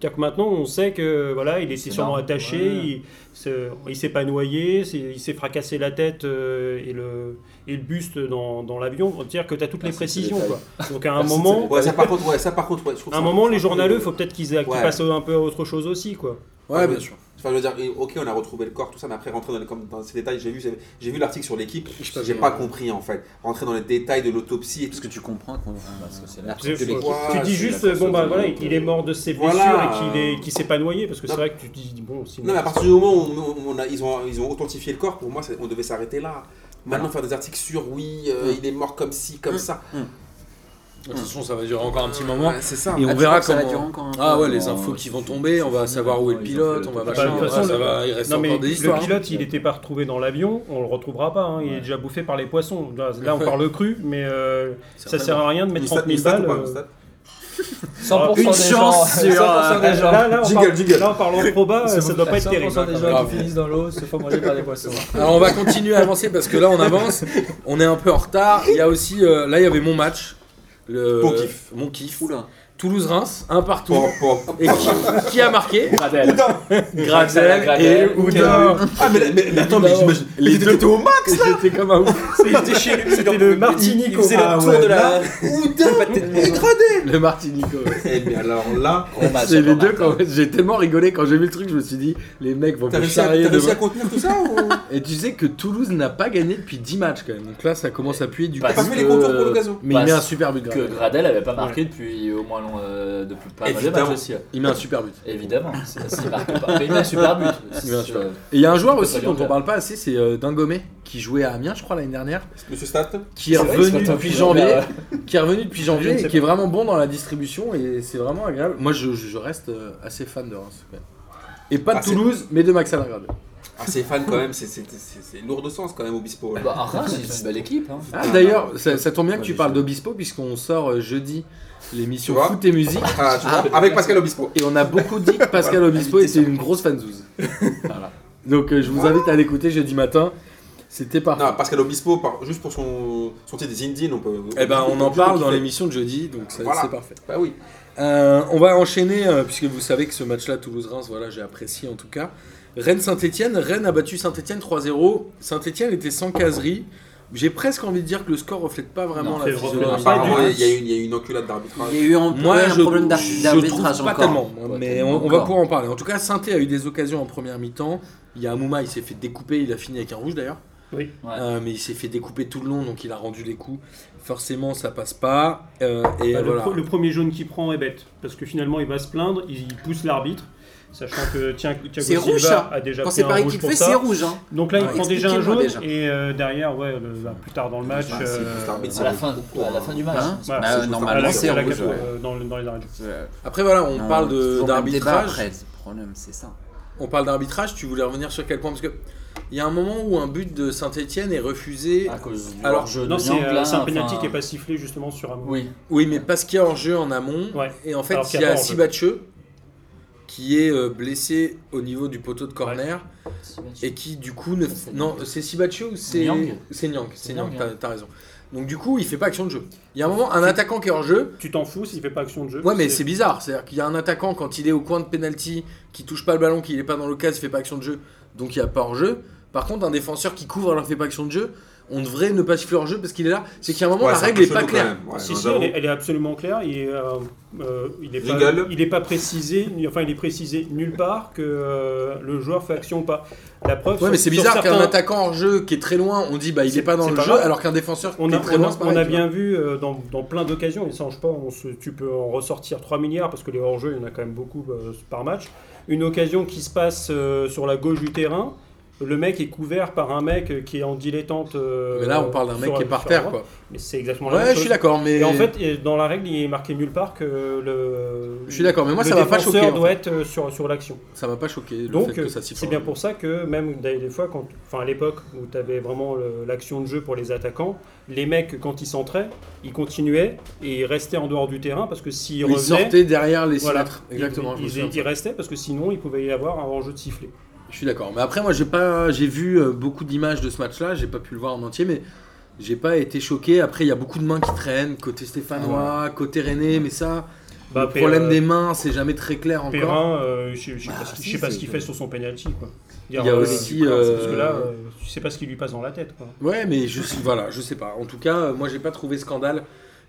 S5: C'est-à-dire que maintenant on sait que voilà il était
S2: C'est
S5: sûrement
S2: énorme,
S5: attaché,
S2: ouais.
S5: il se- il s'est pas noyé, c'est- il s'est fracassé la tête euh, et le et le buste dans, dans l'avion. On dire que tu as toutes les
S2: Merci de ces
S5: précisions quoi.
S2: détails.
S5: Donc à un
S2: Merci de ces
S5: moment
S2: détails.
S4: Ouais, ça par contre, ouais, ça par contre, ouais, je trouve
S5: à un
S4: ça-
S5: moment les journaleux faut peut-être qu'ils qu'ils
S4: Ouais.
S5: passent un peu à autre chose aussi quoi.
S1: Ouais, bien sûr.
S4: Enfin, je veux dire, et- ok, on a retrouvé le corps, tout ça, mais après, rentrer dans, les- comme dans ces détails, j'ai vu, j'ai- j'ai vu l'article sur l'équipe,
S1: Je sais pas
S4: j'ai
S1: comment-
S4: pas compris en fait. Rentrer dans les détails de l'autopsie et tout
S3: Parce
S4: ce
S3: que tu comprends qu'on.
S2: parce que c'est
S3: la
S2: la-
S3: truc de
S5: Tu
S3: l'équipe.
S4: Ouais,
S5: dis
S4: Ah, c'est
S5: juste
S4: la
S5: euh, bon bah
S4: façon
S5: voilà
S4: dont-
S5: il est mort de ses blessures
S4: Voilà.
S5: et qu'il est qu'il s'est pas noyé parce que c'est
S4: Non.
S5: vrai que tu te dis bon sinon-
S4: Non, mais à partir du moment où on- on a- ils, ont, ils ont authentifié le corps, pour moi, c'est- on devait s'arrêter là. Maintenant, faire des articles sur oui, euh, il est mort comme ci, comme ça.
S1: De toute façon, ça va durer encore un petit moment.
S4: Ouais, c'est ça.
S1: Et on
S3: Ah, tu
S1: verra
S3: crois que ça va durer
S1: comment.
S3: encore un peu
S1: Ah ouais, les
S3: avant,
S1: infos
S3: euh,
S1: qui vont tomber, on va
S2: c'est
S1: savoir
S2: fini,
S1: où est le
S2: maintenant, ils
S1: pilote,
S2: ont
S1: on va
S2: fait le
S5: Bah,
S1: machin.
S5: de toute façon,
S1: ouais, ça
S5: le-
S1: va, il reste
S5: Non mais
S1: encore des histoires. hein.
S5: le pilote, il était pas retrouvé dans l'avion, on le retrouvera pas, hein, il est déjà bouffé par les poissons. Là, là, on parle cru, mais euh, ça
S1: Certainement.
S5: sert à rien de
S4: Une
S5: mettre
S4: stat-
S5: 30 000
S4: une stat ou
S5: balles.
S4: pas,
S5: euh,
S4: une stat
S2: 100%
S5: Une euh,
S2: des gens,
S3: chance sur,
S2: 100% des gens.
S5: Ah, Là, là, on
S4: Jingle,
S5: parle-
S4: jingle.
S5: là, on parle en proba, euh, ça doit pas être
S2: 100%
S5: terrible. hein,
S2: des
S5: quand
S2: gens
S1: Grave.
S2: qui finissent dans l'eau se font manger par des poissons.
S1: Alors on va continuer à avancer parce que là on avance, on est un peu en retard. Il y a aussi, euh, là il y avait mon match, le
S4: Mon kiff.
S1: mon kiff.
S3: Oula.
S1: Toulouse-Reims, un partout.
S4: Pom, pom, pom.
S1: Et qui, qui a marqué
S2: Gradel.
S1: Gradel et
S2: Gradel.
S1: Oudin.
S4: Ah, mais, la- mais- mais attends, mais j'imagine.
S1: Les
S4: Les
S1: deux-
S4: deux étaient au max
S1: J'étais comme un ouf.
S5: même. C'était chez lui, c'était le
S4: Ils
S5: Martinico.
S4: faisaient
S5: Ah,
S4: le tour de la. Oudin Dégradé
S1: Le Martinico.
S4: Eh bien, alors là,
S2: Gros match,
S1: bah, C'est hein. les
S2: gros
S1: deux,
S2: match.
S1: quand j'ai tellement rigolé quand j'ai vu le truc, je me suis dit, les mecs vont
S4: t'as
S1: me
S4: réussi, à-
S1: charrier
S4: t'as réussi
S1: demain.
S4: à contenir tout ça ou
S1: Et tu sais que Toulouse n'a pas gagné depuis 10 matchs quand même. Donc là, ça commence à puer du
S4: T'as
S2: Parce
S4: pas
S1: coup.
S4: fait les
S2: que-
S4: contours pour l'occasion
S1: Mais il met
S2: parce
S1: un super but.
S2: que
S1: Gradel.
S2: Gradel avait pas marqué depuis au moins long, euh, depuis pas mal de
S4: Évidemment.
S2: matchs aussi. euh.
S1: Il met un super but.
S2: Évidemment, c'est- s'il marque pas. Mais il met un super but.
S1: Il met un super
S2: Euh,
S1: Et il y a un joueur
S2: peut
S1: aussi
S2: pas
S1: dont
S2: dire.
S1: on parle pas assez, c'est euh, Dingomé, qui jouait à Amiens, je crois, l'année dernière,
S4: Monsieur Stat
S1: qui est
S2: C'est vrai, il se
S1: revenu
S2: fait un
S1: depuis
S2: peu
S1: janvier,
S2: mal,
S1: qui est revenu depuis
S5: Je ne
S1: janvier
S5: sais
S1: et qui est vraiment bon dans la distribution et c'est vraiment agréable. Moi, je, je- je reste euh, assez fan de Reims. quand même. Et pas de
S4: Ah, c'est-
S1: Toulouse, mais de Max Algradel.
S4: Ah, ces fans, quand même, c'est- c'est c'est- c'est lourd de sens, quand même, Obispo. là.
S2: Bah, Arras, ils ont une belle équipe. Hein.
S1: Ah, D'ailleurs, ça, ça tombe bien que tu
S3: Ouais,
S1: parles d'Obispo, puisqu'on sort euh, jeudi l'émission
S4: Tu vois
S1: Foot et Musique.
S4: Ah, tu vois, avec Pascal Obispo.
S1: Et on a beaucoup dit que Pascal Obispo était une grosse fanzouze. Voilà. Donc euh, je vous invite à l'écouter jeudi matin. C'était parfait.
S4: Non, Pascal Obispo, par- juste pour son, son titre des Indies, on peut.
S1: Eh ben, on en parle dans
S4: les
S1: l'émission de jeudi, donc ça-
S4: Voilà.
S1: c'est parfait.
S4: Bah oui.
S1: Euh, on va enchaîner, euh, puisque vous savez que ce match-là, Toulouse-Reims, voilà, j'ai apprécié en tout cas. Rennes-Saint-Etienne, Rennes a battu Saint-Etienne 3-0. Saint-Etienne était sans caserie. J'ai presque envie de dire que le score reflète pas vraiment la
S5: Non, c'est- reflète
S1: physionomie.
S5: pas
S4: Apparemment,
S5: du tout.
S4: il y, a eu- il y a eu une enculade
S3: Il
S4: d'arbitrage.
S3: y a eu un,
S1: Moi,
S3: ouais, un
S1: je,
S3: problème d'ar-
S1: je
S3: d'arbitrage
S1: trouve pas
S3: encore.
S1: tellement,
S3: Ouais,
S1: mais
S3: tellement
S1: on, on va
S3: encore.
S1: pouvoir en parler. En tout cas, Saint-Etienne a eu des occasions en première mi-temps. Il y a Amouma, il s'est fait découper, il a fini avec un rouge d'ailleurs.
S5: Oui.
S2: Ouais.
S1: Euh, mais il s'est fait découper tout le long, donc il a rendu les coups. Forcément, ça passe pas. Euh, et
S5: Bah, le,
S1: voilà.
S5: pro- le premier jaune qu'il prend est bête, parce que finalement il va se plaindre, il, il pousse l'arbitre, sachant que tiens, Thiago
S3: C'est
S5: Silva
S3: rouge, ça.
S5: a déjà
S3: Quand
S5: pris
S3: c'est
S5: un
S3: Paris
S5: rouge
S3: qui le
S5: pour
S3: fait,
S5: ça.
S3: c'est rouge. Hein.
S5: Donc là, il
S3: Ouais.
S5: prend déjà un
S3: Expliquez-moi
S5: jaune,
S3: déjà.
S5: et euh, derrière, ouais, le- bah, plus tard dans le match,
S4: Bah, c'est
S5: euh,
S4: juste l'arbitre,
S2: À la fin, à la fin du match.
S3: Hein
S5: voilà,
S3: Bah,
S4: c'est juste
S3: euh,
S5: à la-
S3: normalement,
S4: arbitrage.
S3: c'est
S5: à la
S3: rouge.
S5: capo-
S3: ouais.
S5: euh, dans, le- dans les arrêts de jeu.
S1: Après, voilà, on
S3: Non,
S1: parle
S3: c'est
S1: de-
S3: toujours le même débat
S1: d'arbitrage.
S3: après, c'est le problème, c'est ça.
S1: On parle d'arbitrage. Tu voulais revenir sur quel point Parce que il y a un moment où un but de Saint-Etienne est refusé.
S3: Ah.
S2: À cause du
S1: Alors,
S2: jeu de
S5: Non, c'est
S2: Niang,
S5: euh,
S2: là,
S5: c'est un penalty
S2: enfin,
S5: qui est pas sifflé justement sur un moment.
S2: Oui,
S1: Oui, mais parce qu'il y a hors-jeu en amont.
S5: Ouais.
S1: Et en fait,
S5: Alors qu'il
S1: il y
S5: y a
S1: a
S5: pas hors-jeu.
S1: Sibatcheux qui est euh, blessé au niveau du poteau de corner et qui, du coup, ne.
S2: C'est
S1: Non, c'est Sibatcheux ou c'est.
S2: Nyang.
S1: C'est Nyang. C'est Nyang,
S2: Nyang,
S1: t'as-
S2: hein.
S1: t'as raison. Donc, du coup, il fait pas action de jeu. Il y a un moment, un attaquant qui est hors-jeu.
S5: Tu t'en fous s'il fait pas action de jeu.
S1: Ouais, mais c'est bizarre. C'est-à-dire qu'il y a un attaquant, quand il est au coin de penalty, qui touche pas le ballon, qui n'est pas dans le cas, il fait pas action de jeu, donc il n'y a pas hors-jeu. Par contre, un défenseur qui couvre alors qu'il fait pas action de jeu, on devrait ne pas siffler hors-jeu parce qu'il est là. C'est qu'à un moment,
S4: Ouais,
S1: la
S4: c'est un
S1: règle
S4: peu
S1: est pas
S4: chelou,
S1: claire.
S4: quand même. Ouais,
S5: Si,
S4: non,
S5: si,
S4: j'avoue.
S5: elle est, elle est absolument claire. Il est, euh, euh, il est pas,
S4: Jingle.
S5: il est pas précisé, ni- enfin il est précisé nulle part que euh, le joueur fait action ou pas. La preuve.
S1: Ouais, mais
S5: sur-
S1: c'est
S5: sur
S1: bizarre qu'un
S5: certains-
S1: attaquant hors-jeu qui est très loin, on dit bah il est
S5: C'est-
S1: pas dans
S5: c'est
S1: le
S5: pas
S1: jeu,
S5: grave.
S1: alors qu'un défenseur qui
S5: On a,
S1: est très
S5: on a-
S1: loin, c'est pareil,
S5: on a
S1: tu
S5: bien vu euh, dans, dans plein d'occasions, et ça on, je sais pas, on se- tu peux en ressortir 3 milliards parce que les hors-jeux, il y en a quand même beaucoup euh, par match. Une occasion qui se passe euh, sur la gauche du terrain, le mec est couvert par un mec euh, qui est en dilettante.
S1: vois.
S5: euh,
S1: Mais là, on parle d'un mec
S5: sur-
S1: qui est par
S5: sur la
S1: terre,
S5: droite.
S1: quoi.
S5: Mais c'est exactement la même
S1: Ouais, je
S5: chose.
S1: suis d'accord, mais.
S5: Et en fait, et dans la règle, il est marqué nulle part que le.
S1: Je suis d'accord, mais moi,
S5: le
S1: ça m'a pas
S5: défenseur
S1: choqué, en
S5: doit
S1: fait.
S5: être euh, sur, sur l'action.
S1: ça m'a pas choqué le
S5: Donc,
S1: fait que ça
S5: euh,
S1: siffle
S5: c'est
S1: hors-jeu.
S5: bien pour ça que, même des des fois, quand, enfin, à l'époque où tu avais vraiment le- l'action de jeu pour les attaquants, les mecs, quand ils s'entraient, ils continuaient et ils restaient en dehors du terrain parce que s'ils
S1: Où il
S5: revenaient.
S1: sortait derrière les
S5: voilà,
S1: cintres. Exactement. je
S5: Ils,
S1: me
S5: ils-
S1: souviens.
S5: ils restaient parce que sinon, il pouvait y avoir un hors-jeu de sifflet.
S1: Je suis d'accord. Mais après, moi, j'ai pas, j'ai vu euh, beaucoup d'images de ce match-là. J'ai pas pu le voir en entier, mais j'ai pas été choqué. Après, il y a beaucoup de mains qui traînent côté Stéphanois, côté René, mais ça,
S5: Ah Bah,
S1: le
S5: Pe-
S1: problème
S5: euh,
S1: des mains, c'est jamais très clair encore. Bah,
S5: Perrin, euh, je je sais pas, ce qu'il- je sais pas
S3: c'est-
S5: ce qu'il fait sur son penalty. Quoi.
S1: Il y a
S5: euh,
S1: aussi,
S5: Parce que
S1: euh,
S5: là, euh, tu sais pas ce qui lui passe dans la tête. Quoi.
S1: Ouais, mais je suis, voilà, je sais pas. En tout cas, euh, moi, j'ai pas trouvé scandale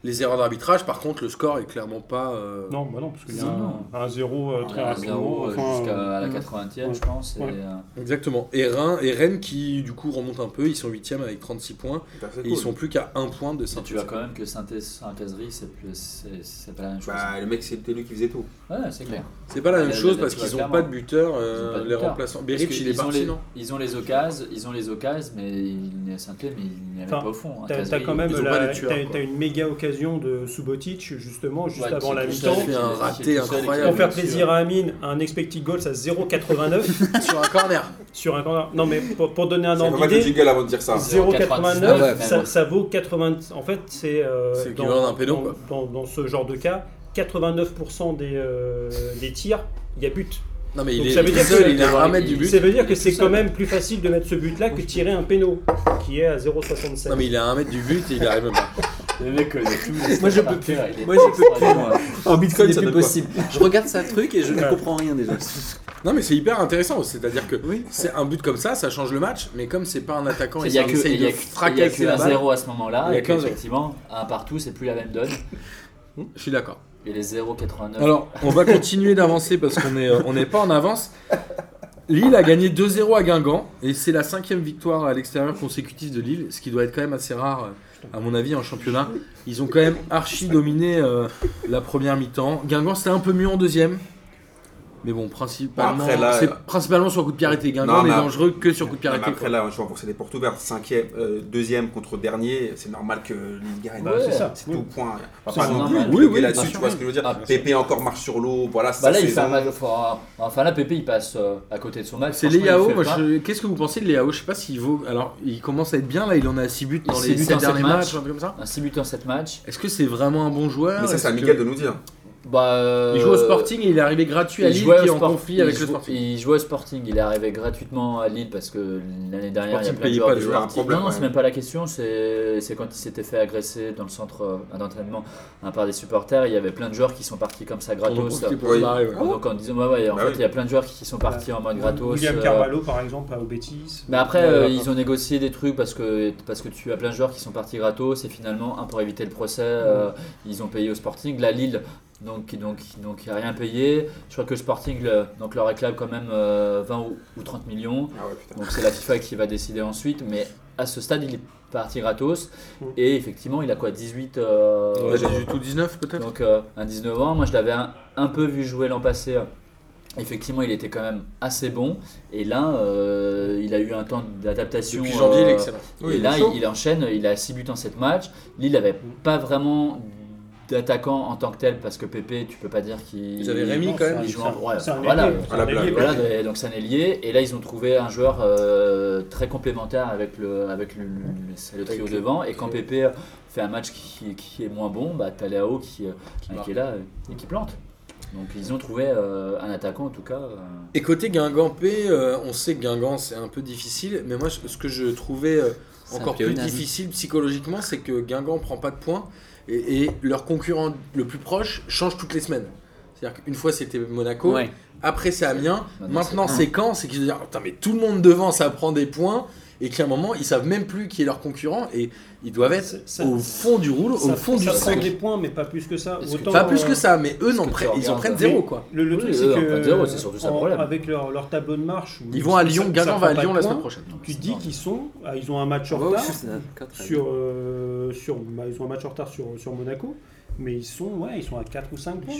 S1: les erreurs d'arbitrage. Par contre, le score est clairement pas. euh,
S5: Non, bah non, parce qu'il y a
S2: Non,
S5: un,
S2: non.
S5: un zéro euh, très
S2: à
S5: rapidement.
S2: 0
S5: enfin, euh,
S2: jusqu'à la
S3: euh,
S2: 80e,
S5: ouais.
S2: je pense. et,
S5: Ouais.
S2: euh,
S1: Exactement. Et Rennes, et Rennes qui du coup remonte un peu. Ils sont 8 avec 36 points
S4: Bah, c'est
S1: et ils
S4: cool.
S1: sont plus qu'à un point de
S2: Tu vois
S1: Saint-Etienne.
S2: quand même que synthèse saint caserie c'est plus- c'est- c'est pas la même chose.
S4: Bah, le mec, c'était lui qui faisait tout.
S2: ouais, c'est clair.
S1: C'est pas la même
S2: Là,
S1: chose
S2: là,
S1: parce
S2: tu vois,
S1: qu'ils ont
S2: clairement.
S1: pas de buteur. euh,
S2: Ils ont pas de
S1: les
S2: buteur.
S1: remplaçants.
S2: Parce
S1: Berich,
S2: que
S1: il est
S2: ils, ont
S1: parti,
S2: les,
S1: non
S2: ils ont les occasions, ils ont les occasions, mais il est synthé, mais il n'y avait
S5: Enfin,
S2: pas au fond. hein.
S5: T'as t'as
S2: Caserie,
S5: quand même
S1: ils ont
S5: la-
S1: pas les tueurs,
S5: t'as-
S1: quoi.
S5: t'as une méga occasion de Subotic, justement, juste
S2: Ouais,
S5: avant
S2: qui-
S5: la
S2: qui-
S5: mi-temps.
S2: qui- qui-
S1: fait un
S2: qui-
S1: raté
S2: qui- qui-
S1: incroyable.
S5: Pour faire
S1: Bien sûr.
S5: plaisir à Amine, un expected goals à 0,89
S1: sur un corner.
S5: sur un corner. Ah Non, mais pour, pour donner un
S4: C'est pas
S5: ordre
S4: mal de
S5: d'idée,
S4: jingle avant de dire ça.
S5: 0,89,
S3: Ah ouais,
S5: ça,
S2: ouais.
S5: ça vaut 80. En fait, c'est euh,
S1: C'est l'équivalent
S5: dans,
S1: d'un péno,
S5: dans-
S1: quoi.
S5: dans- dans ce genre de cas, 89% des, euh, des tirs, il y a but.
S1: Non mais il
S5: Donc
S1: est,
S5: ça veut
S1: il est
S5: dire
S1: seul,
S5: que-
S1: il est à un mètre du but.
S5: Ça veut dire
S2: il
S5: que
S2: est
S5: c'est
S2: tout
S5: quand
S2: seul.
S5: même plus facile de mettre ce but-là que de tirer un péno, qui est à
S1: Non
S5: 0,67.
S1: mais il est à un mètre du but et il arrive même pas.
S2: Le mec, euh, il est tout-
S3: Moi, je
S2: par
S3: peux
S2: terre, il est
S3: Moi, je peux plus,
S2: extraordinaire.
S3: moi.
S4: En
S3: Ce
S4: bitcoin,
S3: n'est plus possible. Je regarde ça truc et je ne
S5: Ouais.
S3: comprends rien déjà.
S1: Non mais c'est hyper intéressant, c'est-à-dire que
S3: Oui.
S1: c'est un but comme ça, ça change le match, mais comme c'est pas un attaquant,
S2: Il y a
S1: s'en
S2: que,
S1: essaye
S2: il y a
S1: de
S2: que-
S1: fracasser
S2: il y a
S1: la
S2: que un
S1: balle.
S2: zéro à ce
S1: Il
S2: moment-là,
S1: y a
S2: et
S1: qu'un zéro.
S2: effectivement, un partout, c'est plus la même donne.
S1: Je suis d'accord.
S2: Et les 0,89.
S1: Alors on va continuer d'avancer parce qu'on est euh, on n'est pas en avance. Lille a gagné 2-0 à Guingamp et c'est la cinquième victoire à l'extérieur consécutive de Lille, ce qui doit être quand même assez rare euh, à mon avis en championnat. Ils ont quand même archi dominé euh, la première mi-temps. Guingamp c'était un peu mieux en deuxième. Mais bon, principalement,
S4: Après, là,
S1: c'est
S4: euh,
S1: principalement sur coup de pied arrêté.
S4: Non,
S1: Guingamp n'est
S4: mais-
S1: dangereux que sur coup de pied
S4: Non, mais
S1: arrêté.
S4: après, là, je vois, bon, c'est des portes ouvertes. Cinquième, euh, deuxième contre dernier, c'est normal que Lille gagne.
S5: Bah, c'est ça.
S4: C'est
S5: Oui.
S4: tout point. On va
S2: C'est
S4: pas non plus
S2: normal.
S1: Oui,
S4: bloquer
S1: oui,
S4: là-dessus,
S1: bien
S4: tu
S1: sûr,
S4: vois ce que je veux dire.
S2: Ah, bien
S4: Pépé encore marche sur l'eau, voilà, c'est
S2: Bah
S4: sa
S2: là, il fait
S4: saison.
S2: un match. enfin, Enfin, là, Pépé, il passe euh, à côté de son match.
S1: C'est
S2: Franchement, il
S1: Léao,
S2: fait
S1: moi
S2: pas.
S1: je- qu'est-ce que vous pensez de Léao Je sais pas s'il vaut. Alors, il commence à être bien là, il en a 6 buts dans
S2: Six
S1: les
S2: buts
S1: 7
S2: en sept
S1: derniers
S2: matchs.
S1: matchs, un truc comme ça.
S2: Un 6 buts en 7 matchs.
S1: Est-ce que c'est vraiment un bon joueur
S4: Mais ça,
S1: Est-ce
S4: c'est à
S1: Ah, que-
S4: Miguel de nous dire.
S2: Bah, euh,
S1: Il joue au Sporting et il est arrivé gratuit à
S2: il
S1: Lille
S2: jouait
S1: qui est
S2: au
S1: en
S2: Sport-
S1: conflit
S2: il
S1: avec
S2: joue-
S1: le Sporting.
S2: Il jouait au Sporting, il est arrivé gratuitement à Lille parce que l'année dernière,
S1: Sporting
S2: il y a plein de
S1: payait
S2: joueurs
S1: pas
S2: du
S1: le
S4: joueur, un
S2: Sporting.
S4: problème,
S2: Non, non, c'est
S4: ouais.
S2: même pas la question, c'est c'est quand il s'était fait agresser dans le centre euh, d'entraînement hein, par des supporters, il y avait plein de joueurs qui sont partis comme ça
S1: On en
S2: gratos.
S1: profite pour
S4: Oui.
S1: se barrer, Ah ouais.
S2: Donc en disant, ouais, ouais, en
S4: Bah
S2: fait,
S4: oui.
S2: il y a plein de joueurs qui sont partis en mode gratos.
S5: William
S2: euh,
S5: Carvalho, par exemple, au Betis.
S2: mais après,
S5: Voilà.
S2: euh, ils ont négocié des trucs parce que, parce que tu as plein de joueurs qui sont partis gratos et finalement, un pour éviter le procès, euh, ils ont payé au Sporting. La Lille, donc donc donc il a rien payé. Je crois que le Sporting le- donc leur réclame quand même euh, 20 ou, ou 30 millions.
S4: Ah ouais, putain.
S2: Donc c'est la FIFA qui va décider ensuite. Mais à ce stade, il est parti gratos
S5: Mm.
S2: et effectivement, il a quoi 18 euh,
S1: Ouais, J'ai du tout 19 peut-être
S2: donc euh, un 19 ans, moi je l'avais un, un peu vu jouer l'an passé. hein. Effectivement, il était quand même assez bon. Et là, euh, il a eu un temps d'adaptation.
S1: Depuis janvier, il est
S2: euh,
S1: excellent.
S4: Oui,
S2: et
S4: il est
S2: là,
S4: chaud.
S2: il, il enchaîne, il a 6 buts en 7 matchs. Lille n'avait pas vraiment d'attaquant en tant que tel parce que Pépé, tu peux pas dire qu'il.
S1: Ils avaient Rémi
S5: Non,
S1: quand
S5: c'est
S1: même,
S5: un-
S2: il joue en-
S5: c'est un-
S2: ouais,
S5: c'est un
S2: voilà.
S5: ailier, c'est un
S4: Voilà,
S5: ailier,
S4: voilà.
S5: mais-
S2: Voilà, et donc c'est un ailier. Et là, ils ont trouvé un joueur euh, très complémentaire avec le, avec le, le- le- le trio
S1: Avec
S2: devant. Et quand Pépé fait un match qui, qui est moins bon, bah, t'as Léo qui, euh, qui
S1: marque.
S2: est là euh, et qui plante. Donc ils ont trouvé euh, un attaquant, en tout cas. euh,
S1: Et côté Guingamp P, euh, on sait que Guingamp c'est un peu difficile, mais moi je- ce que je trouvais euh,
S3: C'est un
S1: encore plus
S3: pléonasme.
S1: difficile psychologiquement, c'est que Guingamp prend pas de points et, et leur concurrent le plus proche change toutes les semaines. C'est-à-dire qu'une fois c'était Monaco,
S3: Ouais.
S1: après c'est Amiens,
S2: Maintenant, c'est
S1: maintenant
S3: Caen.
S1: c'est quand C'est qu'ils se disent putain mais tout le monde devant ça prend des points et qu'à un moment ils savent même plus qui est leur concurrent et ils doivent être
S5: Ça- ça-
S1: au fond du rouleau,
S5: ça-
S1: au fond
S5: ça
S1: du
S5: prend des
S1: sac.
S5: points, mais pas plus que ça.
S2: Est-ce que-
S5: Autant,
S1: Pas plus
S5: euh,
S1: que ça, mais eux
S2: Est-ce
S1: n'en
S2: que tu
S1: prennent- ils en
S2: regardes
S1: prennent
S2: Mais-
S1: zéro quoi.
S5: Le, le
S2: Oui,
S5: truc,
S2: eux,
S5: c'est
S2: en fait,
S5: que
S2: zéro, c'est surtout ça le
S5: en-
S2: problème.
S5: avec leur, leur tableau de marche,
S1: Ils vont à Lyon,
S5: ça- ça
S1: Guingamp va à
S5: prend pas
S1: Lyon
S5: de
S1: la
S5: points.
S1: semaine prochaine.
S2: non,
S5: Tu te
S2: c'est
S5: dis
S2: normal.
S5: qu'ils sont, ah, ils ont un match en
S3: Ouais,
S5: retard
S3: ouais, c'est un- quatre, très
S5: sur,
S3: bien.
S5: euh, sur, bah, ils ont un match en retard sur, sur Monaco, mais ils sont, ouais, ils sont à 4 ou 5 points.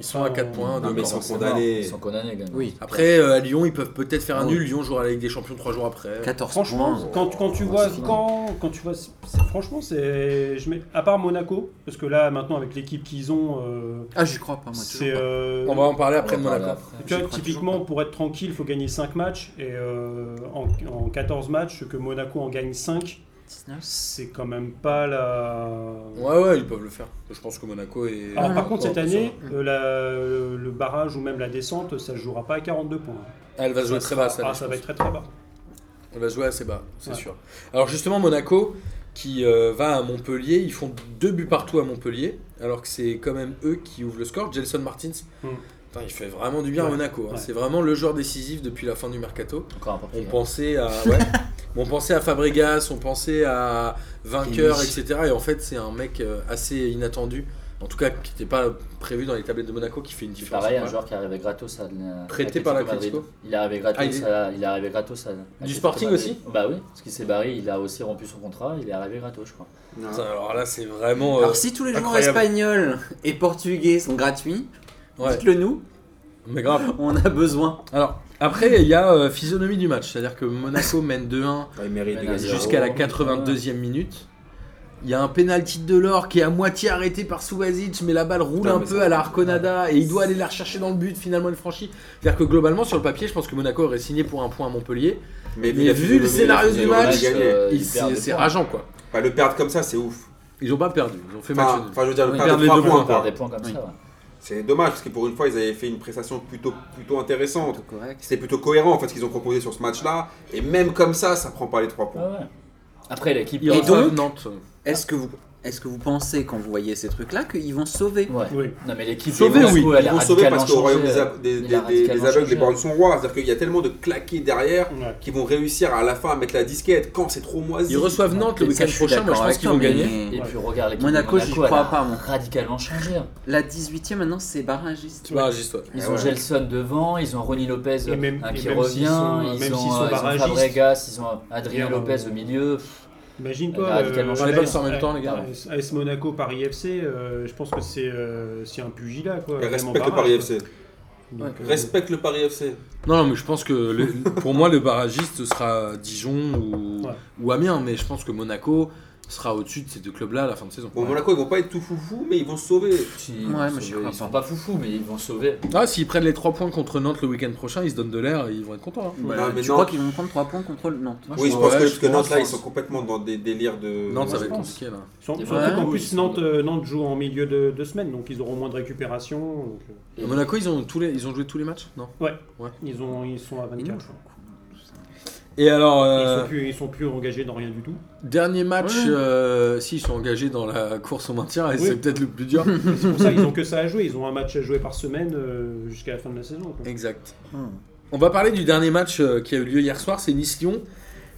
S1: Ils sont à 4 points.
S4: Non,
S1: de
S4: mais ils
S1: Caen.
S4: sont
S2: C'est mort.
S4: condamnés.
S2: Ils sont condamnés, quand même.
S3: Oui,
S1: Après, euh, à Lyon, ils peuvent peut-être faire un
S3: Ouais.
S1: nul. Lyon jouera la Ligue des Champions trois jours après.
S3: 14
S5: Franchement,
S3: points.
S5: quand, quand tu
S3: Ouais,
S5: vois,
S3: c'est fini.
S5: quand, quand tu vois, c'est- c'est- franchement, c'est, je mets, à part Monaco, parce que là, maintenant, avec l'équipe qu'ils ont, euh,
S3: Ah, j'y crois pas, moi.
S5: c'est,
S3: toujours pas.
S5: euh,
S1: On va en parler
S2: On
S1: après de
S2: en parle
S1: Monaco.
S2: après.
S5: Tu vois,
S3: J'y crois toujours
S5: typiquement, pour être tranquille, il faut gagner 5 matchs. Et euh, en, en 14 matchs, que Monaco en gagne 5,
S3: 19.
S5: c'est quand même pas la.
S1: Ouais, ouais, ils peuvent le faire. Je pense que Monaco est.
S5: Alors,
S3: Ah,
S5: par
S3: non,
S5: contre,
S1: pas
S5: cette
S1: en
S5: année,
S1: position.
S5: euh, la- le barrage ou même la descente, ça ne jouera pas à 42 points.
S1: Elle va se jouer très bas, cette
S5: Ah,
S1: année,
S5: ça
S1: je
S5: va
S1: pense.
S5: être très très bas.
S1: Elle va se jouer assez bas, c'est
S5: Ouais.
S1: sûr. Alors, justement, Monaco, qui euh, va à Montpellier, ils font deux buts partout à Montpellier, alors que c'est quand même eux qui ouvrent le score. Jelson Martins,
S5: Hmm.
S1: Putain, il fait vraiment du bien à
S5: Ouais,
S1: Monaco. hein.
S5: ouais.
S1: C'est vraiment le joueur décisif depuis la fin du mercato.
S2: Encore un portugais.
S1: On pensait à. Ouais. on pensait à Fabregas, on pensait à vainqueur,
S3: Kimmich.
S1: etc. Et en fait, c'est un mec euh, assez inattendu. En tout cas, qui n'était pas prévu dans les tablettes de Monaco, qui fait une différence.
S2: Pareil, un
S1: Ouais.
S2: joueur qui arrivait gratos à.
S1: Prêté
S2: à
S1: par
S2: Madrid.
S1: l'Atlético
S2: Il est arrivé gratos,
S1: Ah, il est-
S2: à, il est arrivé gratos à. Atlético
S1: Sporting
S2: Madrid.
S1: aussi
S2: Bah oui, parce qu'il s'est barré, il a aussi rompu son contrat, il est arrivé gratos, je crois.
S4: Non.
S1: Putain, Alors là, c'est vraiment. euh,
S3: Alors, si tous les joueurs
S1: incroyable.
S3: espagnols et portugais sont gratuits,
S1: ouais.
S3: dites-le nous,
S1: Mais grave.
S3: on a besoin.
S1: Alors, après, il y a euh, physionomie du match. C'est-à-dire que Monaco mène 2-1
S4: Ah, Ils méritent de
S2: Voilà,
S4: gagner.
S1: jusqu'à la
S2: zéro.
S1: 82e minute. Il y a un penalty de l'or qui est à moitié arrêté par Suvazic, mais la balle roule
S4: Putain,
S1: un
S4: mais
S1: peu
S4: ça-
S1: à la Arconada et il doit aller la rechercher dans le but. Finalement, elle franchit. C'est-à-dire que globalement, sur le papier, je pense que Monaco aurait signé pour un point à Montpellier. Mais
S4: la
S1: vu
S4: physionomie,
S1: le
S4: la
S1: scénario du
S4: physionomie,
S1: match,
S4: ils gagnent.
S2: euh,
S1: Il-
S2: ils perdent
S1: C'est
S2: des
S1: c'est
S2: points.
S1: rageant, quoi.
S4: Bah, le perdre comme ça, c'est ouf.
S1: Ils ont pas perdu. Ils ont fait match
S4: Enfin,
S1: nul.
S4: enfin, je veux dire, le
S3: Oui,
S4: perdre
S1: perdre
S4: de
S1: les
S4: trois
S1: deux
S4: points,
S1: points,
S4: quoi.
S2: Faire des points comme
S3: Oui.
S2: ça. ouais.
S4: C'est dommage, parce que pour une fois, ils avaient fait une prestation plutôt, plutôt intéressante.
S3: Plutôt correct.
S4: C'était plutôt cohérent, en fait, ce qu'ils ont proposé sur ce match-là. Et même comme ça, ça prend pas les trois points.
S2: Ouais, ouais. Après, l'équipe.
S1: Ils
S3: Et
S1: reçoivent
S3: donc-
S1: Nantes.
S3: Est-ce que vous. Est-ce que vous pensez, quand vous voyez ces trucs-là, qu'ils vont sauver
S2: Ouais.
S5: Oui.
S2: Non, mais l'équipe.
S1: Sauver,
S2: des Monaco,
S1: oui.
S2: elle
S4: Ils
S2: a
S4: vont sauver parce
S2: radicalement
S4: qu'au royaume
S2: changé,
S4: des,
S2: euh,
S4: ab- des-
S2: elle a
S4: des- des-
S2: radicalement
S4: des aveugles,
S2: changé.
S4: les bornes sont rois. C'est-à-dire qu'il y a tellement de claqués derrière
S5: Ouais.
S4: qu'ils vont réussir à la fin à mettre la disquette quand c'est trop moisi.
S1: Ils reçoivent Nantes le
S3: Mais ça,
S1: week-end
S3: je suis
S1: prochain. Moi,
S3: d'accord
S1: je pense
S3: avec
S1: qu'ils
S3: toi,
S1: vont
S3: mais
S1: gagner.
S2: Et
S5: Ouais.
S2: puis regarde l'équipe.
S3: Monaco,
S2: de
S3: j'y crois
S2: elle a
S3: pas, moi.
S2: Radicalement changé. hein.
S3: La 18 e maintenant, c'est barragiste.
S1: Tu vois, Bah, juste, ouais.
S2: Ils
S4: Ah
S2: ont
S4: ouais.
S2: Gelson devant, ils ont Ronny Lopez
S5: Et même-
S2: hein,
S5: et
S2: qui
S5: même
S2: revient,
S5: s'ils sont- même
S2: ils
S5: s'ils
S2: ont, euh,
S5: sont
S2: ils ont
S5: barragistes.
S2: Fabregas, ils ont Adrien
S5: Bien,
S2: Lopez
S5: euh,
S2: au milieu.
S5: Imagine-toi. euh,
S2: Elle a radicalement
S1: On
S2: changé.
S1: les
S5: AS
S1: boxe en même temps, les gars.
S2: Ouais.
S5: AS AS Monaco, Paris FC, euh, je pense que c'est euh, c'est un pugilat.
S4: Et
S5: Quoi, vraiment
S4: respecte le
S5: barrage,
S4: Paris
S5: quoi.
S4: FC.
S5: Donc, euh,
S4: Respecte le Paris FC.
S1: Non, mais je pense que le- pour moi, le barragiste ce sera Dijon ou,
S5: Ouais.
S1: ou Amiens, mais je pense que Monaco sera au-dessus de ces deux clubs-là à la fin de saison.
S4: Bon, Monaco, ils vont pas être tout foufou, mais ils vont se sauver.
S2: Ils
S3: Ouais,
S2: vont
S3: mais
S2: sauver.
S3: j'y crois
S2: Ils
S3: pas.
S2: sont pas foufous, mais ils vont sauver.
S1: Ah, s'ils prennent les 3 points contre Nantes le week-end prochain, ils se donnent de l'air et ils vont être contents. hein.
S3: Bah,
S4: Non, mais
S3: tu
S4: non.
S3: crois qu'ils vont prendre 3 points contre le Nantes
S2: Moi,
S4: Oui, je
S1: Ouais,
S4: pense que,
S1: je
S4: parce que
S1: pense,
S4: Nantes, là,
S1: je
S4: ils sont
S1: pense.
S4: complètement dans des délires de.
S1: Nantes, ça
S5: je
S1: va être
S5: pense.
S1: compliqué là.
S5: sur-
S2: Ouais.
S5: euh, Surtout qu'en
S2: Ils
S5: plus,
S2: sont-
S5: Nantes, euh, Nantes joue en milieu de deux semaines, donc ils auront moins de récupération. donc, euh,
S1: À Monaco, ils ont, tous les, ils ont joué tous les matchs Non
S5: ils, ont, ils sont à
S3: Et nous,
S5: 24.
S1: Et alors,
S5: Ils
S1: euh,
S5: sont, plus, ils sont plus engagés dans rien du tout.
S1: dernier match,
S3: Ouais.
S1: euh, si, ils sont engagés dans la course au maintien et
S5: Oui.
S1: c'est peut-être le plus dur.
S5: C'est pour ça qu'ils ont que ça à jouer. Ils ont un match à jouer par semaine euh, jusqu'à la fin de la saison. quoi.
S1: exact.
S3: Hmm.
S1: On va parler du dernier match euh, qui a eu lieu hier soir, c'est Nice-Lyon. Nice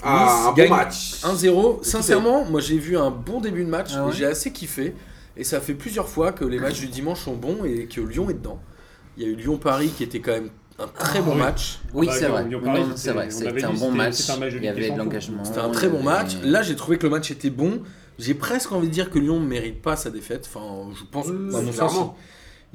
S4: Ah, un
S1: gagne
S4: bon match.
S1: 1-0. Sincèrement, moi j'ai vu un bon début de match
S3: Ah ouais Ah.
S1: et j'ai assez kiffé. Et ça fait plusieurs fois que les matchs du dimanche sont bons et que Lyon est dedans. Il y a eu Lyon-Paris qui était quand même un
S3: Ah
S1: très bon
S5: oui.
S1: match.
S3: Oui,
S5: Bah,
S3: c'est
S5: quand
S3: vrai.
S5: Lyon
S3: Non,
S5: Paris,
S3: non, c'est
S5: c'était-
S3: vrai.
S5: on
S3: C'était
S5: l'avait
S3: un
S5: dit,
S3: bon
S5: c'était-
S3: match.
S5: c'était un match de
S3: Il y
S5: Ligue des
S3: avait de
S5: Champions.
S3: l'engagement.
S1: C'était un très bon match. Là, j'ai trouvé que le match était bon. J'ai presque envie de dire que Lyon ne mérite pas sa défaite. Enfin, je pense,
S4: Euh,
S1: à mon sens,
S4: clairement.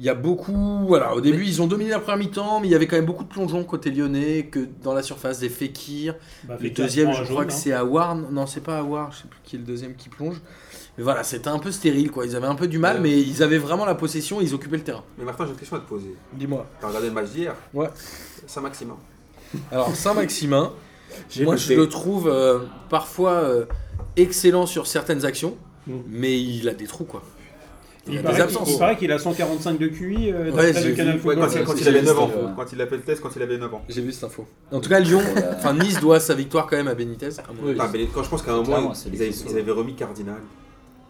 S1: il y a beaucoup. Voilà, au début, ils ont dominé la première mi-temps, mais il y avait quand même beaucoup de plongeons côté lyonnais, que dans la surface des Fekir,
S5: Bah,
S1: Le
S5: Fekir
S1: deuxième,
S5: prend
S1: je
S5: un
S1: crois
S5: jaune,
S1: que
S5: hein.
S1: c'est Awar. Non, c'est pas Awar. Je sais plus qui est le deuxième qui plonge. Mais voilà, c'était un peu stérile, quoi. Ils avaient un peu du mal,
S4: Ouais.
S1: mais ils avaient vraiment la possession. Ils occupaient le terrain.
S4: Mais Martin, j'ai une question à te poser.
S1: Dis-moi.
S4: T'as regardé le match d'hier hein.
S1: Ouais.
S4: Saint-Maximin.
S1: Alors Saint-Maximin,
S4: J'ai
S1: moi
S4: noté.
S1: je le trouve euh, parfois euh, excellent sur certaines actions,
S5: Mm.
S1: mais il a des trous, quoi. Il,
S5: Il
S1: a des
S5: paraît qu'il-
S1: absences.
S5: il paraît qu'il a 145 de QI euh,
S1: Ouais,
S5: d'après
S1: j'ai
S5: le
S1: vu.
S5: Canal
S1: Ouais,
S4: Ouais,
S5: Football.
S4: quand,
S2: ouais,
S4: quand
S2: c'est
S4: il avait
S2: juste,
S4: 9 ans.
S2: euh,
S4: Quand il a fait le test, quand il avait 9 ans.
S1: J'ai vu cette info. En tout cas, Lyon, enfin Nice doit sa victoire quand même à Benitez. à mon
S2: Oui.
S4: Ah, mais quand je pense qu'à un
S2: Clairement,
S4: moment,
S2: c'est
S4: ils,
S2: les
S4: avaient,
S2: fils.
S4: ils avaient remis Cardinal.
S1: avis.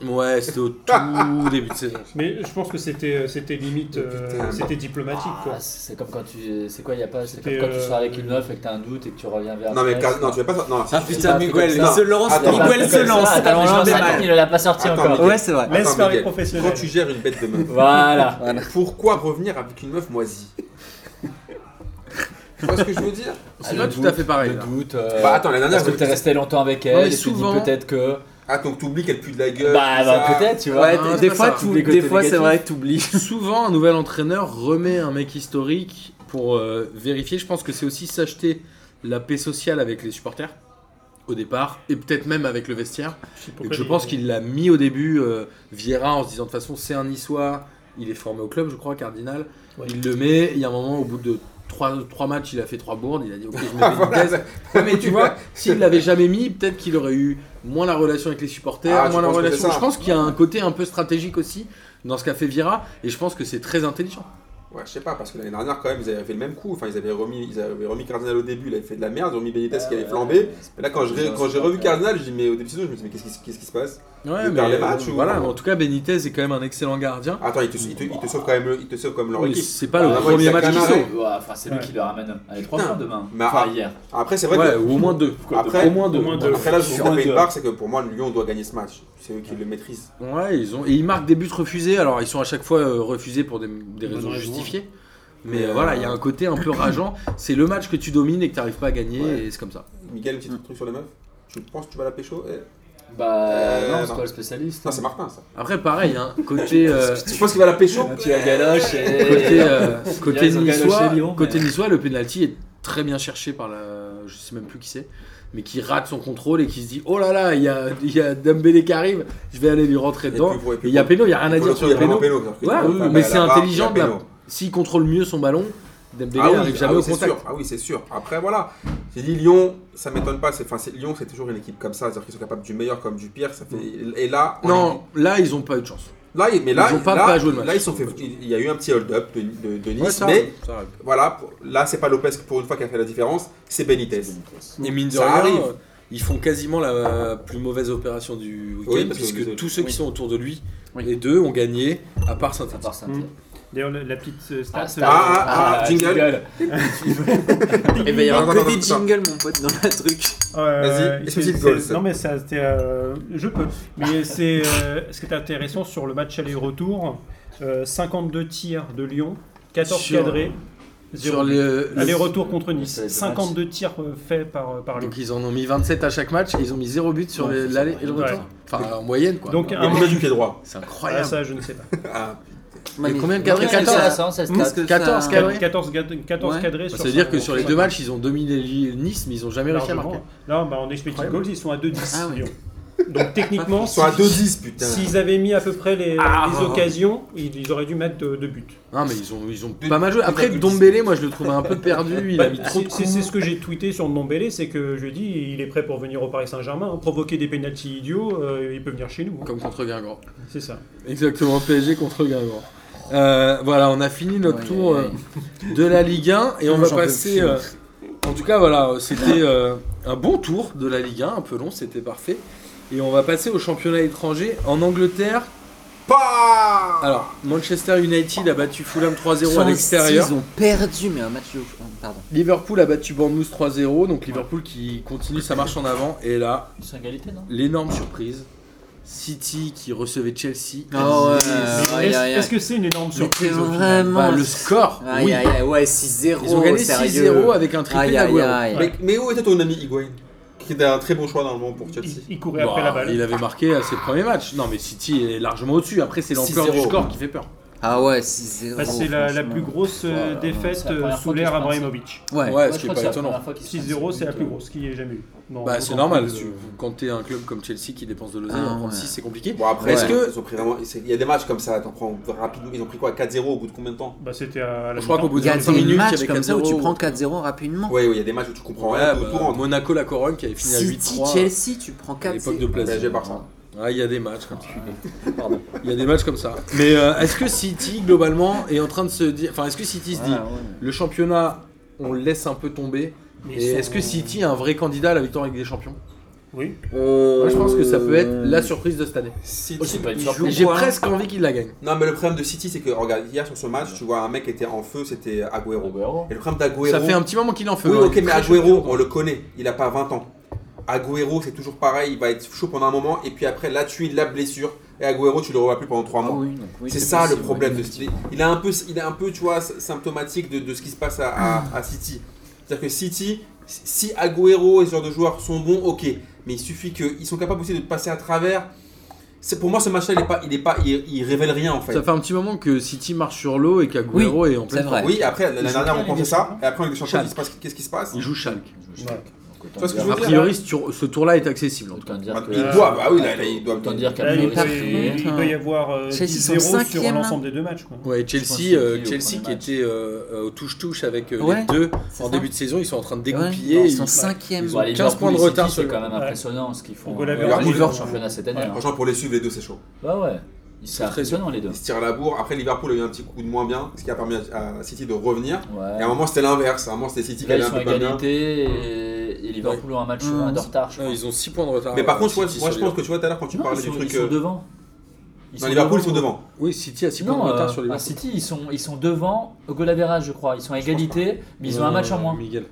S1: Ouais, c'était au tout début de saison.
S5: Mais je pense que c'était c'était limite,
S1: Oh,
S5: euh,
S4: Putain.
S5: c'était diplomatique quoi.
S2: Ah, c'est comme quand tu, c'est quoi, y a pas, c'est
S5: C'était,
S2: comme quand tu
S5: euh,
S2: sors avec une meuf et que t'as un doute et que tu reviens vers.
S4: Non, mais
S2: elle,
S4: Car-
S2: Ah, c'est-
S4: non, tu vas pas. Non,
S3: Ah
S4: c'est-
S3: putain, Miguel,
S4: Non,
S3: il se lance.
S4: attends,
S3: Miguel se
S4: Miguel,
S3: lance.
S2: Ah, t'as
S3: Alors,
S2: lancé
S3: j'en
S2: un
S3: ai mal.
S2: sac, Il l'a pas sorti
S4: Attends,
S2: encore.
S4: Miguel.
S3: Ouais, c'est vrai.
S5: Laisse
S4: Attends,
S5: parler
S4: Miguel,
S5: professionnel.
S4: Quand tu gères une bête de meuf,
S2: Voilà.
S3: Voilà.
S4: pourquoi revenir avec une meuf moisie Tu vois ce que je veux dire
S1: C'est
S2: Ah,
S1: pas
S2: le
S1: tout
S2: doute,
S1: à fait pareil,
S2: Le
S1: là.
S2: doute. euh,
S4: Bah, attends, la dernière,
S2: Parce que
S4: je-
S2: t'es resté longtemps avec elle.
S1: mais
S2: et tu te dis
S1: souvent-
S2: peut-être que.
S4: Ah, donc t'oublies qu'elle pue de la gueule.
S2: Bah,
S4: tout
S2: bah,
S4: ça.
S2: peut-être, tu vois.
S3: Ouais,
S1: non,
S3: des-
S1: c'est
S3: des
S1: pas
S3: fois,
S1: ça.
S3: tu-
S2: Les côtés
S3: des fois, c'est
S2: négatifs.
S3: vrai que t'oublies.
S1: Souvent, un nouvel entraîneur remet un mec historique pour euh, vérifier. Je pense que c'est aussi s'acheter la paix sociale avec les supporters au départ et peut-être même avec le vestiaire. Et que je pense qu'il l'a mis au début euh, Vieira en se disant de toute façon c'est un niçois, il est formé au club, je crois, Cardinal.
S5: Ouais.
S1: Il le met. Il y a un moment, au bout de 3, matchs, il a fait 3 bourdes. Il a dit ok, je mets
S4: Voilà,
S1: Benitez. Ouais, mais tu vois, s'il l'avait jamais mis, peut-être qu'il aurait eu moins la relation avec les supporters,
S4: Ah, je
S1: moins la
S4: pense que c'est
S1: relation.
S4: ça.
S1: Je pense qu'il y a un côté un peu stratégique aussi dans ce qu'a fait Vira, et je pense que c'est très intelligent.
S4: Ouais, je sais pas, parce que l'année dernière, quand même, ils avaient fait le même coup. Enfin, ils avaient remis, ils avaient remis Cardinal au début, là, il fait de la merde, ils ont mis Benitez
S2: Euh,
S4: qui allait flamber. Et là, quand je ré- quand j'ai revu Cardinal, je dis, mais au début de saison, je me dis, mais qu'est-ce qui, qu'est-ce qui se passe
S1: Ouais,
S4: Il perd les matchs ou-
S1: voilà. mais en tout cas, Benitez est quand même un excellent gardien.
S4: Attends, ils te, ils te- ils te sauvent quand même, le- ils te sauvent quand même leur
S1: Mais
S4: équipe.
S1: C'est pas le
S4: Ah, ouais,
S1: premier
S4: il
S1: match
S4: s'est
S1: qu'ils
S4: canardé.
S1: sauvent.
S2: Ouais, Enfin, c'est lui
S5: Ouais.
S2: qui le ramène. Allez, trois
S4: Putain.
S2: points demain.
S4: Mais
S2: Enfin,
S4: ah,
S2: hier.
S4: Après, c'est vrai
S1: Ouais,
S4: que.
S1: ou au moins deux.
S4: Après-
S1: au moins deux.
S5: au moins deux.
S4: Après, là, je vous
S2: Sur un
S4: tape une
S2: deux.
S4: barre, c'est que pour moi, Lyon doit gagner ce match. C'est eux qui le maîtrisent.
S1: Ouais, ils ont et ils marquent des buts refusés. Alors ils sont à chaque fois euh, refusés pour des, des
S5: Bonne
S1: raisons
S5: raison.
S1: justifiées. Mais
S4: Mais,
S1: euh, voilà,
S4: euh,
S1: il y a un côté un peu rageant. C'est le match que tu domines et que tu n'arrives pas à gagner,
S4: Ouais.
S1: et c'est comme ça.
S4: Miguel, un petit truc sur les meufs Tu penses que tu vas la pécho eh
S2: Bah,
S4: Euh,
S2: non, c'est
S4: non.
S2: toi le spécialiste.
S4: Non, c'est Martin, ça.
S1: Après, pareil, hein, côté euh,
S4: Tu penses qu'il va la pécho
S1: Ah,
S2: Tu la galoches
S1: côté,
S2: et.
S1: euh, côté
S2: Ils ont gagné
S1: niçois,
S2: chez Lyon, mais-
S1: côté niçois, le penalty est très bien cherché par la, je sais même plus qui c'est, mais qui rate son contrôle et qui se dit oh là là, il y a, il y a Dembélé qui arrive, je vais aller lui rentrer dedans.
S4: puis, ouais,
S1: Et il y a Péno, il y a rien à
S4: Pour
S1: dire
S4: le coup,
S1: sur
S4: il y a vraiment
S1: Péno.
S4: péno.
S1: Ouais,
S4: Enfin,
S1: oui,
S4: bah,
S1: mais c'est
S4: la barre,
S1: intelligent
S4: il y a
S1: de la-
S4: péno.
S1: S'il contrôle mieux son ballon, Dembélé
S4: Ah oui,
S1: n'arrive jamais
S4: ah oui,
S1: au
S4: c'est
S1: contact.
S4: sûr. Ah oui, c'est sûr. Après, voilà. J'ai dit Lyon, ça m'étonne pas. C'est, enfin, c'est- Lyon, c'est toujours une équipe comme ça. C'est-à-dire qu'ils sont capables du meilleur comme du pire. Ça fait, et là, on
S1: Non, là ils ont pas eu de chance.
S4: est- là, mais là,
S1: Ils ont pas-
S4: là,
S1: pas joué le match.
S4: là, ils sont fait. Il y a eu un petit hold-up de, de- de Nice,
S1: Ouais, ça
S4: mais
S1: arrive, ça arrive.
S4: voilà. pour- là, c'est pas Lopez qui, pour une fois qui a fait la différence. C'est Benitez.
S1: Et mine de
S4: Ça
S1: rien,
S4: arrive.
S1: euh, ils font quasiment la plus mauvaise opération du week-end
S4: Oui, parce que les
S1: puisque
S4: autres-
S1: tous ceux qui
S3: oui.
S1: sont autour de lui,
S3: Oui.
S1: les deux ont gagné, à part saint
S2: À part ça.
S5: Mm. D'ailleurs, la, la petite euh, stat.
S2: Ah,
S5: euh,
S2: Star-
S4: ah, ah, jingle.
S1: Ah,
S3: Et ben, il y a
S4: Attends,
S3: un
S4: attends,
S3: côté
S4: attends.
S3: jingle, mon pote, dans la truc.
S5: Euh,
S4: Vas-y,
S5: c'est-
S4: explique
S5: c'est-
S4: Gaulle, ça.
S5: Non, mais ça, c'était. euh, je peux. Mais c'est euh, ce qui est intéressant sur le match aller-retour euh, 52 tirs de Lyon, 14
S1: Sur-
S5: cadrés,
S1: Sur
S5: zéro
S1: les, le-
S5: aller-retour contre
S2: Ça,
S5: Nice.
S2: c'est
S5: 52 tirs euh, faits par, par Lyon.
S1: donc ils en ont mis 27 à chaque match, et ils ont mis 0 but sur
S2: Ouais,
S1: les-
S2: c'est
S1: l'aller
S2: ça.
S1: et le retour.
S5: Ouais.
S1: Enfin en moyenne quoi.
S5: Donc,
S4: Il
S5: un-
S4: a du pied droit.
S1: c'est
S5: Ah,
S1: incroyable.
S5: ça, je ne sais pas.
S4: Ah,
S1: Mais combien de
S3: cadres
S1: cadrés 14,
S3: Parce que
S1: 14
S3: ça-
S1: cadrés.
S5: 14, gad- 14
S3: Ouais.
S5: cadrés sur
S1: Bah, Ça veut dire
S5: cinq-
S1: que sur les
S5: cinq
S1: deux matchs, ils ont dominé Nice, mais ils ont jamais réussi à marquer.
S5: largement. Non, bah, en expected
S1: Incroyable.
S5: goals, ils sont à 2-10.
S3: Ah oui.
S5: Lyon. Donc techniquement,
S4: Ils sont à
S5: si-
S4: 2-10, putain.
S5: s'ils avaient mis à peu près les,
S4: Ah.
S5: les occasions, ils, ils auraient dû mettre deux, deux buts.
S1: Non, mais ils ont, ils ont
S4: Deux-
S1: pas mal joué.
S4: deux
S1: Après,
S4: virgule
S1: Dombele, moi, je le trouvais un peu perdu. Il a mis
S5: Bah,
S1: trop de
S5: c'est- C'est
S1: coups.
S5: c'est ce que j'ai tweeté sur Ndombele, c'est que je dis il est prêt pour venir au Paris Saint-Germain, hein. provoquer des pénaltys idiots, euh, il peut venir chez nous. hein.
S1: Comme contre Guingamp.
S5: C'est ça.
S1: Exactement, PSG contre Guingamp. Euh, voilà, on a fini notre
S3: Ouais,
S1: tour
S3: ouais,
S1: euh, de la Ligue 1 et on
S3: J'en
S1: va
S3: peux
S1: passer.
S3: plus.
S1: euh, en tout cas, voilà, c'était euh, un bon tour de la Ligue 1, un peu long, c'était parfait. Et on va passer au championnat étranger. En Angleterre,
S4: Pas
S1: alors Manchester United a battu Fulham 3-0 à
S3: 106,
S1: l'extérieur.
S3: Ils ont perdu, mais un match. de- oh, Pardon.
S1: Liverpool a battu Bournemouth 3-0, donc Liverpool qui continue sa marche en avant. Et là,
S2: C'est égalité, non
S1: l'énorme surprise. City qui recevait Chelsea.
S3: Ah ouais.
S1: Bah,
S5: Mais
S3: aïe,
S5: Est-ce
S3: aïe, aïe.
S5: est-ce que c'est une énorme
S3: C'était
S5: surprise au final
S3: vraiment.
S1: le score,
S3: Aïe,
S1: oui.
S3: aïe, aïe, ouais, 6-0.
S1: Ils ont gagné
S3: sérieux.
S1: 6-0 avec un triplé
S3: Aïe, aïe,
S1: d'Aguero.
S3: aïe.
S4: Mais, mais où était ton ami Higuain Qui était un très bon choix normalement pour Chelsea.
S5: il, il courait après
S1: Bah,
S5: la balle.
S1: Il avait marqué à ses premiers matchs. Non, mais City est largement au-dessus. Après, c'est l'ampleur
S4: 6-0.
S1: du score qui fait peur.
S3: Ah ouais, 6-0.
S5: Bah, c'est la, la
S3: franchement.
S5: plus grosse euh,
S3: Voilà,
S5: défaite
S2: c'est la
S5: euh,
S2: première
S5: sous
S2: fois qu'ils se
S5: l'ère
S2: prennent
S5: Abramovich.
S3: Ouais.
S1: Ouais, ce
S2: Moi, je
S1: qui est
S2: crois
S1: pas
S2: que c'est la
S1: étonnant.
S2: première fois qu'ils se
S5: 6-0, c'est la plus
S2: prennent
S5: grosse qu'il y ait jamais eu. Non, euh,
S1: Bah,
S5: autant
S1: c'est normal.
S5: que de-
S1: tu- Quand t'es un club comme Chelsea qui dépense de l'oseille,
S3: Ah,
S1: en prendre
S3: ouais.
S1: 6, c'est compliqué.
S4: Bon après,
S1: Est-ce
S4: ouais.
S1: que-
S4: ils ont pris vraiment- c'est- il y a des matchs comme ça, t'en prends rapidement. Ils ont pris quoi 4-0 au bout de combien de temps
S5: Bah, c'était à la
S1: Je crois
S5: mi-temps.
S1: qu'au bout
S3: Il y a
S1: de 5
S3: des
S1: minutes, il y
S3: matchs
S1: avait
S3: comme ça où tu
S1: 4-0.
S3: prends 4-0 rapidement.
S4: Ouais, ouais, il y a des matchs où tu comprends
S1: Ouais,
S4: rien,
S1: bah,
S4: tout, tout rentre.
S1: Monaco, la Corogne qui avait fini à
S3: City,
S1: 8-3
S3: Chelsea, tu prends
S1: à
S3: 4
S1: l'époque de Plaza.
S4: PSG Barça.
S1: Ah, il y a des matchs comme ça.
S2: Pardon.
S1: Il y a des matchs comme ça. Mais euh, est-ce que City, globalement, est en train de se dire. Enfin, est-ce que
S3: Ah,
S1: City se dit le championnat, on le laisse un peu tomber
S5: Mais
S1: Et
S5: ils
S1: est-ce
S5: sont-
S1: que City est un vrai candidat à la victoire avec des champions
S5: Oui.
S1: Moi, je pense que ça peut être la surprise de cette année.
S4: City,
S2: Oh, c'est pas une
S4: ils
S2: surprise.
S4: jouent-
S1: J'ai
S3: Pourquoi
S1: presque envie qu'il la gagne.
S4: Non, mais le problème de City, c'est que, regarde, hier sur ce match, tu vois un mec qui était en feu, c'était Agüero.
S2: Aguero.
S4: Et le problème d'Agüero.
S1: Ça fait un petit moment qu'il en fait.
S4: Oui,
S1: hein.
S4: ok, mais Agüero, on le connaît, il a pas 20 ans. Agüero, c'est toujours pareil, il va être chaud pendant un moment, et puis après, la tuile, la blessure, et Agüero, tu le revois plus pendant 3 mois. c'est ça le problème de City. Il est un peu, il est un peu tu vois, symptomatique de, de ce qui se passe à, à- à City. C'est-à-dire que City, si Agüero et ce genre de joueurs sont bons, ok, mais il suffit qu'ils sont capables aussi de passer à travers. C'est pour moi, ce match-là, il est pas, il est pas, il, il révèle rien en fait.
S1: Ça fait un petit moment que City marche sur l'eau et qu'Aguero est en
S3: c'est
S1: pleine
S3: vrai.
S4: Oui, après
S1: Ils
S4: l'année
S1: jouent
S4: dernière,
S1: pas
S4: on
S1: la Ligue
S4: pensait
S1: des
S4: ça, et après on est champion,
S1: Chaque.
S4: il se passe- qu'est-ce qui se passe
S1: Il joue Schalke.
S4: Tu vois ce que je veux
S1: A
S4: dire
S1: priori, ce tour- ce tour-là est accessible. en tout cas.
S2: Autant dire
S4: Bah,
S2: que-
S4: Ils doivent, ah oui, là, là, ils doivent.
S2: Autant dire
S5: Là,
S2: qu'à
S5: il,
S3: mais
S5: peut,
S3: par
S5: il- il
S3: contre,
S5: peut y avoir euh,
S3: Chelsea, ils sont
S5: 10-0 sur
S3: cinquième, là.
S5: l'ensemble des deux matchs. Quoi.
S1: Ouais, et
S2: pense
S1: Chelsea,
S2: qu'il
S1: euh,
S2: est au
S1: Chelsea
S2: premier
S1: qui
S2: match.
S1: était euh, euh, au touche-touche avec euh,
S3: Ouais,
S1: les deux
S3: c'est
S1: en
S3: ça.
S1: début de saison, ils sont en train de
S3: Ouais,
S1: dégoupiller.
S3: Ils sont
S1: Ils-
S3: 5ème.
S1: Ils ont 15 points de retard sur
S2: C'est
S1: le-
S2: quand même
S5: Ouais.
S2: impressionnant ce qu'ils font.
S5: Au Golabert.
S2: Liverpool,
S4: Liverpool.
S2: le championnat cette année.
S5: Ouais.
S2: hein.
S4: Franchement, pour les suivre, les deux, c'est chaud.
S2: Bah ouais. Ils sont
S1: très
S2: très impressionnants les deux.
S4: Ils se tirent la bourre. Après, Liverpool a eu un petit coup de moins bien, ce qui a permis à à City de revenir. Et à un
S2: Ouais.
S4: moment, c'était l'inverse. À un moment, c'était City qui
S2: Là, ils
S4: allait un
S2: sont à
S4: peu pas bien.
S2: égalité et, et Liverpool ont un match
S1: Hum.
S3: Mmh.
S2: un de retard. Je
S1: Non,
S2: crois.
S1: ils ont 6 points de
S2: Ah
S1: retard.
S4: Mais par
S1: euh,
S4: contre, moi,
S1: City
S4: moi, je
S1: sur
S4: pense que tu vois tout à l'heure quand tu
S2: Non,
S4: parlais
S2: ils
S4: du
S2: sont,
S4: truc.
S2: ils sont
S4: euh,
S2: devant. Ils
S4: Non, Liverpool, ils sont
S2: devant.
S4: devant.
S1: Liverpool. Oui, City a 6 points
S2: Non,
S1: de retard
S2: euh,
S1: sur
S2: à
S1: les
S2: City, ils sont, ils sont devant au goal average, je crois. Ils sont à égalité, mais ils ont un match
S1: euh,
S2: en moins.
S1: Miguel.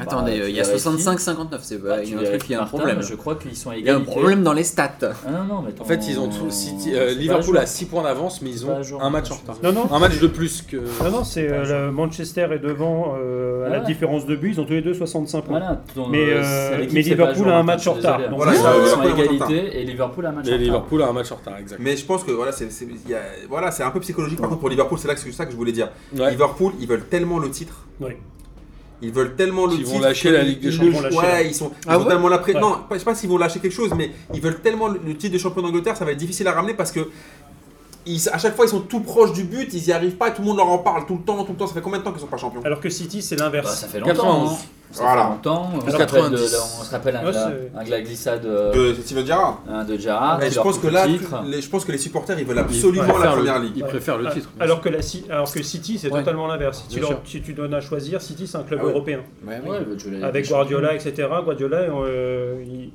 S3: Attendez,
S2: Bah,
S3: euh, il y
S2: tu
S3: a
S2: vérifies.
S3: 65-59. C'est
S2: Bah,
S3: il y
S2: tu
S3: a un truc,
S2: vérifies,
S3: il y a un
S2: Martin,
S3: problème.
S2: mais Je crois qu'ils sont à
S3: Il y a
S2: égalité.
S3: un problème dans les stats.
S2: Ah non, non, mais
S1: En fait, ils ont tout- City, euh, Liverpool a 6 points d'avance, mais ils ont un match en retard.
S5: Non, non,
S1: Un match de plus que.
S5: Non, non, c'est euh, le Manchester est devant euh, à la
S1: Ah.
S2: Ouais.
S5: différence de but. Ils ont tous les deux 65 points.
S2: Voilà, donc,
S5: Mais,
S2: euh,
S5: euh,
S2: c'est- l'équipe,
S5: mais
S2: c'est
S5: Liverpool
S2: pas
S5: a un
S2: joué,
S5: match en
S2: je suis
S5: retard.
S2: désolé.
S5: Donc,
S4: Voilà,
S5: euh,
S2: ils sont à
S4: Liverpool en
S2: égalité et Liverpool a un match en
S1: Et
S2: retard.
S1: Liverpool a un match en retard, exact.
S4: Mais je pense que voilà, c'est c'est- il y a- voilà, c'est un peu psychologique. Par contre, pour Liverpool, c'est là que c'est ça que je voulais dire.
S1: Ouais.
S4: Liverpool, ils veulent tellement le titre.
S5: ouais.
S4: Ils veulent tellement le
S1: Ils vont
S4: titre
S1: lâcher
S4: que
S1: la Ligue des
S4: ils
S5: Champions,
S4: le-
S5: lâcher la-
S4: Ouais, ils sont, ils
S1: Ah
S4: ont
S1: ouais
S4: tellement la pré-
S5: Ouais.
S4: Non, je sais pas s'ils vont lâcher quelque chose, mais ils veulent tellement le, le titre de champion d'Angleterre, ça va être difficile à ramener parce que ils, à chaque fois ils sont tout proches du but, ils y arrivent pas, tout le monde leur en parle tout le temps, tout le temps. Ça fait combien de temps qu'ils sont pas
S1: Euh,
S4: champions
S5: Alors que City, c'est
S2: Bah,
S5: l'inverse.
S2: ça fait longtemps.
S1: 91.
S2: hein. Ça
S4: Voilà.
S2: fait longtemps. On se
S1: 90.
S2: rappelle, de, on se rappelle un,
S5: Ouais,
S2: de la-
S5: c'est-
S2: un de la glissade euh,
S4: De Steven Gerrard.
S2: un de
S1: Ah,
S2: Gerrard.
S4: Mais
S2: qui
S4: je
S2: leur
S4: pense
S2: coupe
S4: que
S2: le
S4: là,
S2: titre.
S4: les- je pense que les supporters ils veulent
S1: Ils
S4: absolument
S1: préfèrent
S4: la
S1: le-
S4: première ligue.
S1: Ils préfèrent le
S5: Ah,
S1: titre.
S5: Alors que, la, Ci- alors que City, c'est
S3: Ouais.
S5: totalement l'inverse. Si,
S1: Bien
S5: tu leur-
S1: sûr.
S5: si tu donnes à choisir, City, c'est un club
S4: Ah ouais.
S5: européen.
S2: Ouais, bah, ils veulent jouer la-
S5: Avec Guardiola, etc. Guardiola, euh, il-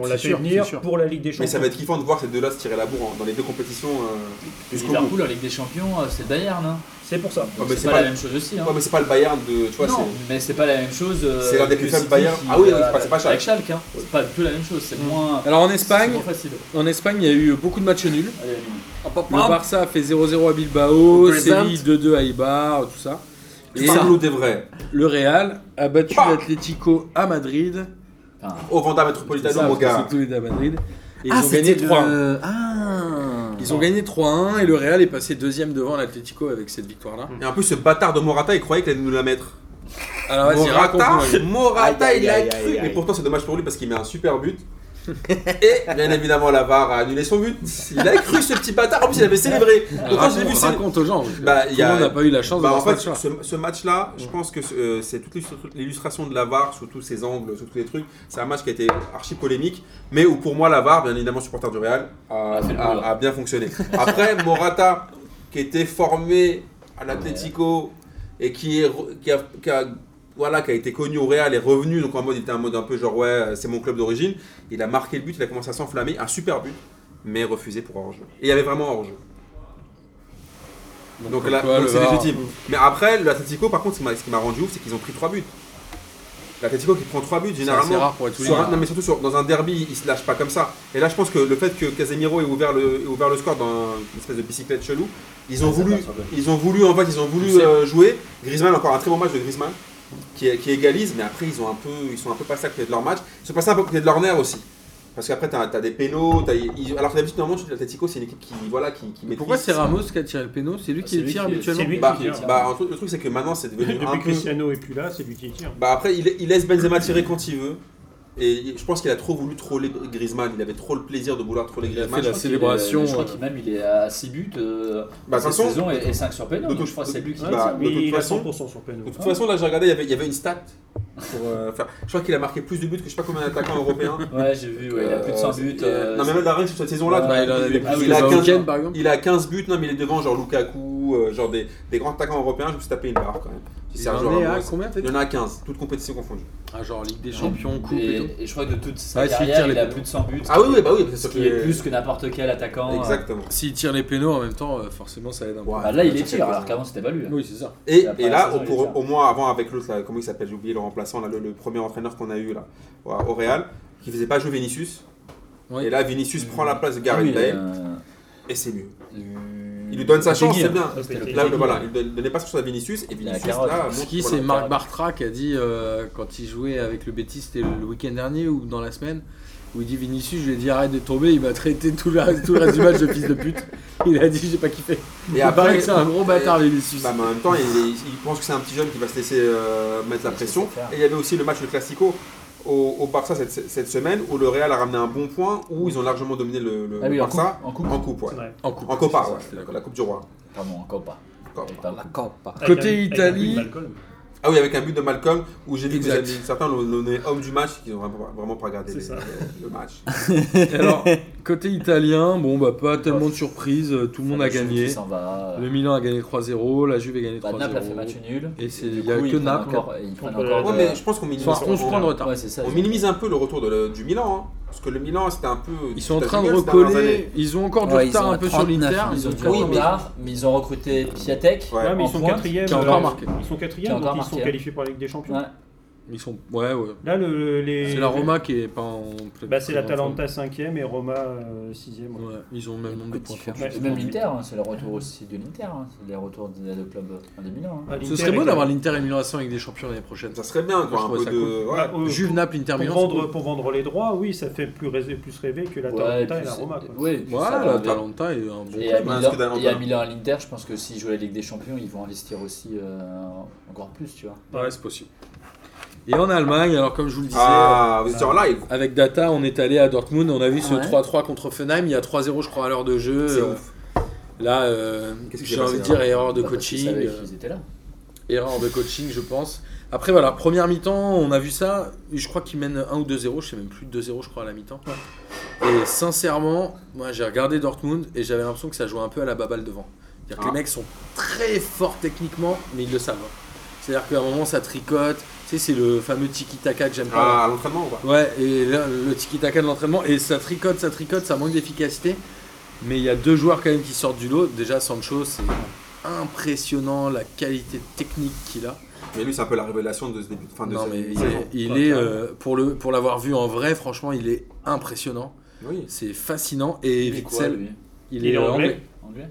S5: on l'a
S1: C'est
S5: fait
S1: sûr,
S5: venir
S1: c'est sûr.
S5: pour la Ligue des
S4: Mais ça
S5: Champions.
S4: va être kiffant de voir ces deux-là se tirer la bourre hein, dans les deux compétitions euh, jusqu'au bout.
S2: Liverpool en Ligue des Champions, euh, c'est Bayern. Hein.
S5: C'est pour ça.
S2: Donc,
S4: mais
S2: c'est
S4: c'est
S2: pas,
S4: pas-
S2: la même chose aussi. Hein.
S4: Ouais, mais c'est pas le Bayern de, tu vois,
S2: non,
S4: c'est-
S2: mais c'est pas la même chose. euh,
S4: C'est l'un des plus
S2: que
S4: faibles
S2: City
S4: Bayern.
S2: qui-
S4: Ah oui, oui,
S2: euh,
S4: c'est pas- c'est pas Schalke. Mm.
S2: Avec Schalke, hein. c'est pas du tout la même chose. C'est moins.
S1: Alors en
S2: c'est
S1: Espagne,
S2: moins facile.
S1: en Espagne, il y a eu beaucoup de matchs nuls.
S2: Allez,
S1: Le Barça a fait 0-0 à Bilbao,
S3: Présente.
S1: Séville 2-2 à Ibar, tout ça. Et
S4: c'est Pablo des vrais.
S1: le Real a battu
S4: Bah.
S1: l'Atlético à Madrid.
S2: Enfin,
S4: Au Vanda
S1: C'est ça,
S4: Metropolitano, mon
S1: parce que
S4: gars.
S1: c'est tous les deux à Madrid. Et ils
S3: Ah,
S1: ont gagné
S3: c'était
S1: 3
S3: le- Ah.
S4: Ils
S1: Ils ont gagné 3-1 et le Real est passé deuxième devant l'Atlético avec cette victoire-là.
S4: Et en plus, ce bâtard de Morata, il croyait qu'il allait nous la mettre.
S1: Alors Ah, vas-y,
S4: Morata,
S1: raconte-moi.
S4: Morata,
S6: Aïe,
S4: il a
S6: aïe,
S4: cru.
S6: aïe, aïe.
S4: Mais pourtant, c'est dommage pour lui parce qu'il met un super but. Et bien évidemment, la VAR a annulé son but. Il a cru ce petit bâtard. En plus, il avait célébré. Donc, quand je l'ai vu
S1: Ah, Raconte,
S4: célébrer-
S1: raconte aux gens. parce que
S4: Bah, il
S1: tout
S4: y
S1: le
S4: a-
S1: monde n'a pas eu la chance
S4: Bah,
S1: de
S4: en
S1: voir ce
S4: fait,
S1: match-là.
S4: ce, ce match-là, je pense que euh, c'est toute l'illustration- toute l'illustration de la VAR sous tous ses angles, sous tous les trucs. C'est un match qui a été archi polémique, mais où pour moi la VAR, bien évidemment supporter du Real, a,
S2: A fait le
S4: a-
S2: boulot.
S4: a bien fonctionné. Après, Morata, qui était formé à l'Atlético et qui, est, re- qui, a, qui a- voilà, qui a été connu au Real, est revenu, donc en mode, il était en mode un peu genre, ouais, euh, c'est mon club d'origine. Il a marqué le but, il a commencé à s'enflammer, un super but, mais refusé pour hors-jeu. Et il y avait vraiment hors-jeu. Donc,
S1: comme
S4: là,
S1: quoi,
S4: donc
S1: le
S4: c'est
S1: VAR.
S4: légitime. Mais après, l'Atletico, par contre, ce qui m'a- ce qui m'a rendu ouf, c'est qu'ils ont pris 3 buts. L'Atletico qui prend 3 buts,
S1: C'est assez
S4: généralement.
S1: rare pour être tous les
S4: sur un-
S1: deux.
S4: non, mais surtout sur- dans un derby, ils se lâchent pas comme ça. Et là, je pense que le fait que Casemiro ait ouvert le, ait ouvert le score dans une espèce de bicyclette chelou,
S1: Ah,
S4: ils ont voulu, ils ont voulu, en fait, ils ont
S1: Je
S4: voulu
S1: sais.
S4: euh, jouer. Griezmann, encore un très bon match de Griezmann qui, qui égalise, mais après, ils, ont un peu, ils sont un peu passés à côté de leur match. Ils sont passés un peu à côté de leur nerf aussi. Parce qu'après, t'as as des pénaux. t'as- ils- alors que d'habitude, normalement, tu dis l'Atletico, c'est une équipe qui, voilà, qui, qui maîtrise.
S1: Pourquoi c'est Ramos qui a tiré le péno C'est lui
S2: Ah,
S1: qui
S2: c'est
S1: le
S2: lui
S1: tire
S2: qui-
S1: habituellement
S5: c'est lui.
S4: Bah,
S2: qui tire.
S4: bah, un truc- le truc, c'est que maintenant, c'est devenu un
S5: Depuis
S4: peu.
S5: Cristiano est plus là, c'est lui qui tire.
S4: Bah, après, il, il laisse Benzema tirer quand il veut. Et je pense qu'il a trop voulu troller Griezmann. Il avait trop le plaisir de vouloir troller
S1: Il a fait
S4: Griezmann.
S1: la célébration,
S2: Je crois
S1: euh.
S2: qu'il même il est à 6 buts euh,
S4: Bah, de
S2: cette
S4: toute façon-
S2: saison et, 5 sur pénal.
S4: de
S2: Donc
S4: toute-
S2: je crois que c'est lui qui
S4: bah,
S2: les tire.
S4: de toute
S5: il a
S4: façon-
S5: 100% sur Ah, Peno.
S4: De toute façon, là, j'ai regardé, il y avait- il y avait une stat. Pour, euh, faire... Je crois qu'il a marqué plus de buts que je sais pas combien d'attaquants européens.
S2: Ouais, j'ai vu, ouais, il a plus de 100 buts.
S4: Euh,
S2: euh,
S4: non, mais même la règle sur cette saison-là,
S2: Ouais,
S1: Bah, il en a
S4: il-
S1: des
S4: il-
S1: plus
S4: Ah il
S1: que
S4: a
S1: Bauken,
S4: 15
S1: par exemple.
S4: Il a 15 buts, non mais il est devant genre Lukaku, euh, genre des, des grands attaquants européens, je me suis tapé une barre quand même.
S1: Il,
S4: C'est un
S1: en
S4: joueur
S1: est
S4: à
S1: à
S2: hein.
S4: moi.
S1: combien t'as
S4: Il y
S1: dit
S4: en a 15, toutes compétitions confondues.
S1: Ah, genre Ligue des
S2: et-
S1: Champions, Coupe et, tout.
S2: et, et je crois que de toute sa
S1: Ouais, s'il tire
S2: carrière,
S1: les
S2: il a
S1: pénaux.
S2: plus de 100 buts.
S4: Ah oui, oui, bah oui, c'est
S2: Ce
S4: sûr
S2: qui est plus que n'importe quel attaquant. euh.
S4: Exactement.
S1: S'il tire les pénaux en même temps, euh, forcément ça aide un peu.
S4: Ouais,
S2: Bah, là, il
S4: ça,
S2: les
S4: c'est
S2: tire,
S4: quelque
S2: alors
S4: chose.
S2: qu'avant, c'était pas lui. hein.
S1: Oui, c'est ça.
S4: Et,
S2: La première
S4: et là,
S2: saison,
S4: au-
S2: il
S4: pour-
S2: tient.
S4: au moins avant avec l'autre, là, comment il s'appelle, j'ai oublié le remplaçant, là, le, le premier entraîneur qu'on a eu là, au au Real, qui faisait pas jouer Vinicius.
S1: Oui.
S4: Et là, Vinicius
S2: Mhm.
S4: prend la place de
S2: Oui,
S4: Gareth
S2: mais,
S4: Bale,
S2: euh,
S4: et c'est mieux.
S2: le-
S4: Il lui donne sa chance,
S2: Tegui,
S4: c'est
S2: hein.
S4: bien.
S2: Ça, c'était le
S4: Là,
S2: Tegui.
S4: voilà, il ne donnait pas sa chance à Vinicius, et
S2: Il a la
S4: Vinicius,
S2: carotte.
S4: là,
S1: Ce
S4: montre-
S1: qui,
S4: voilà.
S1: c'est Marc Bartra qui a dit euh, quand il jouait avec le Betis, c'était le week-end dernier ou dans la semaine, où il dit Vinicius, je lui ai dit arrête de tomber, il m'a traité tout le, reste- tout le reste du match de fils de pute. Il a dit j'ai pas kiffé.
S4: Et
S1: il paraît
S4: après,
S1: que c'est un gros bâtard, Vinicius.
S4: Bah, mais en même temps, il, il- il pense que c'est un petit jeune qui va se laisser euh, mettre la
S2: Il se
S4: pression.
S2: laisse faire.
S4: Et il y avait aussi le match, le Classico, au, au Barça cette, cette semaine, où le Real a ramené un bon point, où ils ont largement dominé le, le
S2: Ah oui, en coupe.
S4: Barça
S2: En coupe.
S4: en coupe. ouais.
S5: Ouais.
S1: En coupe.
S4: En Copa,
S2: C'est ça,
S4: ouais,
S2: c'est la
S4: la Coupe du Roi.
S2: Pardon, encore pas.
S4: Copa.
S2: Pas-
S3: La Coppa.
S5: Avec
S1: Côté
S5: un- avec un
S1: Italie-
S5: but de Malcolm.
S4: Ah oui, avec un but de Malcolm, où j'ai vu que les
S1: Exact.
S4: amis- certains l'ont donné homme du match, qui n'ont vraiment, vraiment pas regardé
S5: C'est
S4: les-
S5: ça.
S4: les- le match.
S1: Alors, côté italien, bon, bah pas tellement de surprise, euh, tout le monde a
S2: Fabrice qui
S1: gagné.
S2: s'en va.
S1: Le Milan a gagné 3-0, la Juve a gagné
S2: Bah, Naples a fait match
S1: 3-0.
S2: nul.
S1: Et c'est-
S2: du
S1: il y a
S2: coup,
S1: que
S2: ils prennent
S1: Naples. hein.
S2: encore- Ils prennent
S5: Ouais,
S2: encore.
S4: Ouais,
S2: de-
S4: mais je pense qu'on minimise,
S1: Enfin, 11
S4: on-
S1: points de retard.
S2: Ouais, c'est ça.
S4: on
S2: ils-
S4: minimise un peu le retour de le- du Milan, hein, parce que le Milan c'était un peu.
S1: Ils sont en
S4: c'était
S1: train de
S4: génial ces dernières années.
S1: recoller, ils ont encore du
S3: Ouais, ils
S1: retard
S3: ont
S1: un
S3: à
S1: peu sur l'Inter.
S3: 39,
S2: Ils ont du
S1: encore-
S4: Oui, mais-
S2: retard, mais ils ont recruté Piatek.
S4: Ouais.
S5: Ouais, mais
S2: en
S5: ils sont
S2: pointe,
S5: quatrièmes.
S1: qui a encore
S5: alors,
S1: marqué.
S5: Ils sont
S2: Qui a
S5: quatrièmes,
S2: encore
S5: donc ils sont
S2: marqué.
S5: qualifiés pour la Ligue des Champions.
S2: Ouais.
S1: Ils sont. Ouais, ouais.
S5: Là, le, les...
S1: C'est la Roma qui est pas en.
S5: Bah, c'est l'Atalanta 5ème et Roma 6ème.
S1: Ouais, ils ont le même nombre de points.
S3: Différent.
S5: Ouais. Bah,
S2: Et Même l'Inter, hein, c'est le retour aussi de l'Inter. hein. C'est le retour des deux clubs indéminants.
S5: Bah,
S1: Ce serait beau d'avoir l'Inter et Milan AC avec des champions l'année prochaine.
S4: Ça serait bien, quoi,
S1: Je
S4: un
S1: trouvais
S4: peu
S1: ça
S4: de. ouais.
S1: Juve, Naples, Inter,
S5: pour,
S1: Milan.
S5: vendre, pour vendre les droits, oui, ça fait plus, rêver- plus rêver que l'Atalanta et la Roma. quoi.
S2: Oui,
S1: c'est cool. Voilà, l'Atalanta est un bon
S2: Et à,
S1: club.
S4: parce
S2: Milan,
S4: que d'Atalanta-
S2: et à Milan, à l'Inter, je pense que s'ils jouent la Ligue des Champions, ils vont investir aussi euh, encore plus, tu vois.
S1: Ouais, c'est possible. Et en Allemagne, alors comme je vous le disais,
S4: Ah, vous étiez en live
S1: euh, avec Data, on est allé à Dortmund, on a vu ce
S3: Ouais.
S1: 3-3 contre Fenheim, il y a 3-0 je crois à l'heure de jeu.
S4: C'est
S1: Euh,
S4: ouf.
S1: Là, euh,
S4: Qu'est-ce qui
S1: j'ai
S4: s'est
S1: envie
S4: passé,
S1: de dire
S4: là
S1: erreur de
S2: Bah, parce qu'ils
S1: coaching.
S2: savaient
S1: euh,
S2: qu'ils étaient là.
S1: Erreur de coaching, je pense. Après, voilà, première mi-temps, on a vu ça. Je crois qu'ils mènent 1 ou 2-0. Je sais même plus de 2-0, je crois, à la mi-temps. Et sincèrement, moi, j'ai regardé Dortmund et j'avais l'impression que ça jouait un peu à la baballe devant. C'est-à-dire que
S4: Ah.
S1: les mecs sont très forts techniquement, mais ils le savent. hein. C'est-à-dire qu'à un moment, ça tricote. Tu sais, c'est le fameux tiki-taka que j'aime pas.
S4: Ah, à l'entraînement ou pas
S1: Ouais, et là, le tiki-taka de l'entraînement, et ça tricote, ça tricote, ça manque d'efficacité. Mais il y a deux joueurs quand même qui sortent du lot. Déjà, Sancho, c'est impressionnant la qualité technique qu'il a.
S4: Mais lui, c'est un peu la révélation de ce début de fin de
S1: Non,
S4: saison.
S1: mais il est, il est, euh, pour le pour l'avoir vu en vrai, franchement, il est impressionnant.
S4: Oui.
S1: C'est fascinant. Et
S2: Il est quoi,
S1: Witzel,
S2: lui
S1: il
S5: Il est
S1: est
S5: anglais.
S1: anglais.
S2: Anglais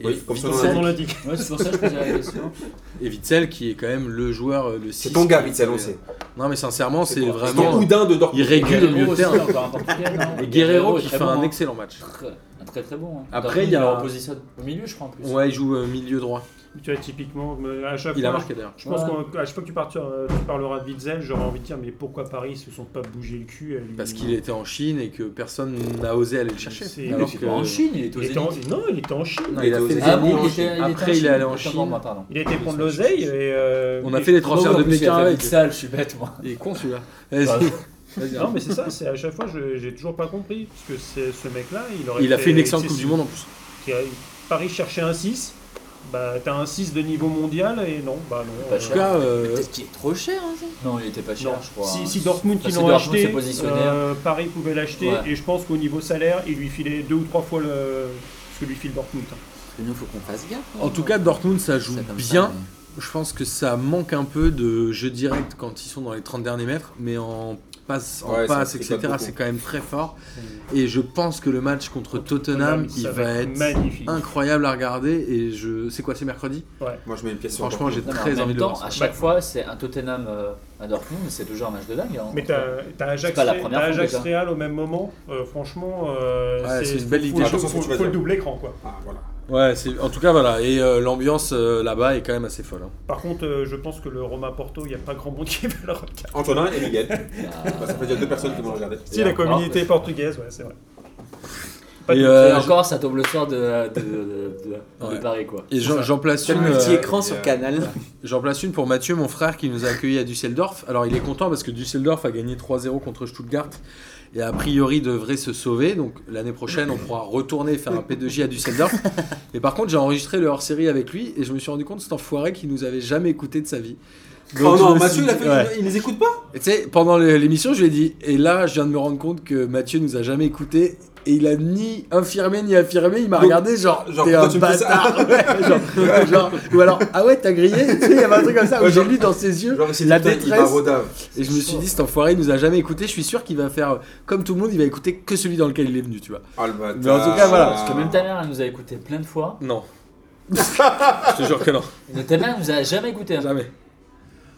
S1: Et
S4: Oui, comme son nom
S5: Comme
S1: Witzel-
S5: on l'a dit.
S2: Ouais, c'est pour ça que je posais la question.
S1: Et Witzel, qui est quand même le joueur, euh, le 6.
S4: C'est ton gars, Vitzel, on sait.
S1: euh, Non, mais sincèrement,
S2: C'est
S1: c'est
S2: ton-
S4: C'est ton
S1: vraiment.
S4: Houdin de Dortmund.
S1: Il régule le milieu de terrain.
S2: encore un portugais, non
S1: Et Guerrero
S2: est
S1: qui
S2: très
S1: fait un
S2: bon, hein.
S1: excellent match.
S2: Tr- un très très bons. hein.
S1: Après,
S2: Darwin,
S1: il y a-
S2: leur position au milieu, je crois en plus.
S1: Ouais, il joue euh, milieu droit.
S5: Tu vois, typiquement, me- à chaque
S1: Il a
S5: fois,
S1: marqué d'ailleurs.
S5: je pense
S2: Ouais.
S5: qu'à chaque fois que tu, partir- euh, tu parleras de Witzel, j'aurais envie de dire, mais pourquoi Paris ils se sont pas bougé le cul à lui-
S1: Parce qu'il était en Chine et que personne n'a osé aller le chercher.
S5: C'est-
S2: Il
S1: Alors
S2: était
S1: que-
S2: pas en Chine, il était aux
S5: Il était en-
S2: Zénith.
S5: Non, il était en Chine.
S1: Non, il a
S4: Il
S1: fait
S4: était
S1: des
S4: aux
S2: Ah
S1: années
S2: bon,
S1: en
S2: il
S1: Chine.
S2: était, il était
S1: Après,
S2: en
S1: il est allé
S2: Chine.
S1: en
S2: Autant pour
S1: Chine.
S2: moi, pardon.
S5: Il a été prendre l'oseille et. euh,
S1: On a
S5: et-
S1: fait les transferts
S2: Oh,
S1: de
S2: en plus, il a
S1: Pékin
S2: fait
S1: avec.
S2: Witzel, je suis bête, moi.
S1: Il est con celui-là.
S2: Pardon.
S1: Vas-y.
S5: Non, mais c'est ça, c'est à chaque fois, je- j'ai toujours pas compris. Parce que c'est- ce mec-là, il aurait
S1: Il a fait une excellente
S5: c'est-
S1: Coupe du Monde en plus.
S5: c'est- Paris cherchait un 6. Bah, t'as un 6 de niveau mondial et non, bah non.
S2: Pas
S5: euh,
S1: En tout cas, euh,
S3: Peut-être qu'il est trop cher, hein, ça.
S2: Non, il était pas
S5: Non.
S2: cher, je crois.
S5: Si, si Dortmund
S2: Enfin,
S5: qui
S2: si
S5: l'ont
S2: Dortmund s'est
S5: acheté,
S2: positionné.
S5: euh, Paris pouvait l'acheter
S2: Ouais.
S5: et je pense qu'au niveau salaire, il lui filait deux ou trois fois le... ce que lui file Dortmund. hein.
S3: Parce que nous, faut qu'on fasse gaffe. hein.
S1: en tout cas, Dortmund, ça joue
S3: C'est comme ça,
S1: bien.
S3: mais-
S1: Je pense que ça manque un peu de jeu direct quand ils sont dans les 30 derniers mètres, mais en passe, en
S4: Ouais, ça
S1: passe,
S4: tricote
S1: etc.,
S4: beaucoup.
S1: c'est quand même très fort. Et je pense que le match contre Tottenham, il
S5: Ça
S1: va être
S5: magnifique.
S1: incroyable à regarder. Et je, c'est quoi, c'est mercredi
S4: Moi, je mets une pièce sur
S1: Franchement, j'ai
S2: Non, mais
S1: très
S2: en même
S1: envie de le
S2: temps,
S1: voir. ça.
S2: à chaque fois, c'est un Tottenham euh, à Dortmund, c'est toujours un match de dingue. hein.
S5: Mais t'as t'as Ajax,
S2: pas la
S5: Ré-
S2: première
S5: t'as
S2: fois,
S5: Ajax
S2: déjà.
S5: Real au même moment, euh, franchement, euh,
S1: Ouais, c'est une belle Ligue
S5: faut-
S1: des
S5: faut-
S4: Champions, ce que
S5: faut,
S4: tu vas
S5: faut le
S4: dire.
S5: double écran quoi.
S4: Ah, voilà.
S1: Ouais, c'est, en tout cas, voilà. Et euh, l'ambiance euh, là-bas est quand même assez folle. hein.
S5: Par contre, euh, je pense que le Roma Porto, il n'y a pas grand monde qui va le regarder.
S4: Antonin et Miguel.
S2: Ah,
S4: Bah, ça fait déjà deux personnes qui vont le regarder.
S5: Si la
S2: encore,
S5: communauté
S2: parce-
S5: portugaise, ouais, c'est vrai. Pas
S1: Et,
S5: de-
S1: euh,
S2: Et encore, ça tombe le soir de, de, de- de- de
S1: Ouais.
S2: Paris, quoi.
S1: Et j'en, j'en place
S3: Sur
S1: une.
S3: le
S1: euh,
S3: petit écran
S4: euh,
S3: sur
S4: euh,
S3: Canal.
S1: J'en place une pour Mathieu, mon frère, qui nous a accueillis à Düsseldorf. Alors, il est content parce que Düsseldorf a gagné 3-0 contre Stuttgart et a priori devrait se sauver. Donc, l'année prochaine, on pourra retourner faire un P2J à Düsseldorf. Mais par contre, j'ai enregistré le hors-série avec lui et je me suis rendu compte, cet enfoiré, qui nous avait jamais écouté de sa vie.
S4: oh
S1: Donc, je
S4: non,
S1: me suis
S4: Mathieu, il, a
S1: dit-
S4: fait-
S1: ouais.
S4: il les écoute pas
S1: Et Tu sais, pendant le- l'émission, je lui ai dit, et là, je viens de me rendre compte que Mathieu nous a jamais écouté. Et il a ni infirmé ni affirmé, il m'a
S4: Donc,
S1: regardé genre,
S4: genre,
S1: t'es
S4: pourquoi
S1: un
S4: tu me fais ça
S1: bâtard. Ouais, genre, genre, ou alors, ah ouais, t'as grillé, tu sais, il y avait un truc comme ça, où
S4: Ouais,
S1: j'ai
S4: genre-
S1: lu dans ses yeux,
S4: Genre, c'est
S1: La
S4: la tête, il
S1: détresse.
S4: va rodave.
S1: et je me suis dit, cet enfoiré, il nous a jamais écouté, je suis sûr qu'il va faire, euh, comme tout le monde, il va écouter que celui dans lequel il est venu, tu vois.
S4: Ah, le bâtard.
S1: Mais en tout cas, voilà.
S2: Parce que même ta mère, elle nous a écouté plein de fois.
S1: Non. je te jure que non,
S2: Mais ta mère, elle nous a jamais écouté.
S1: jamais.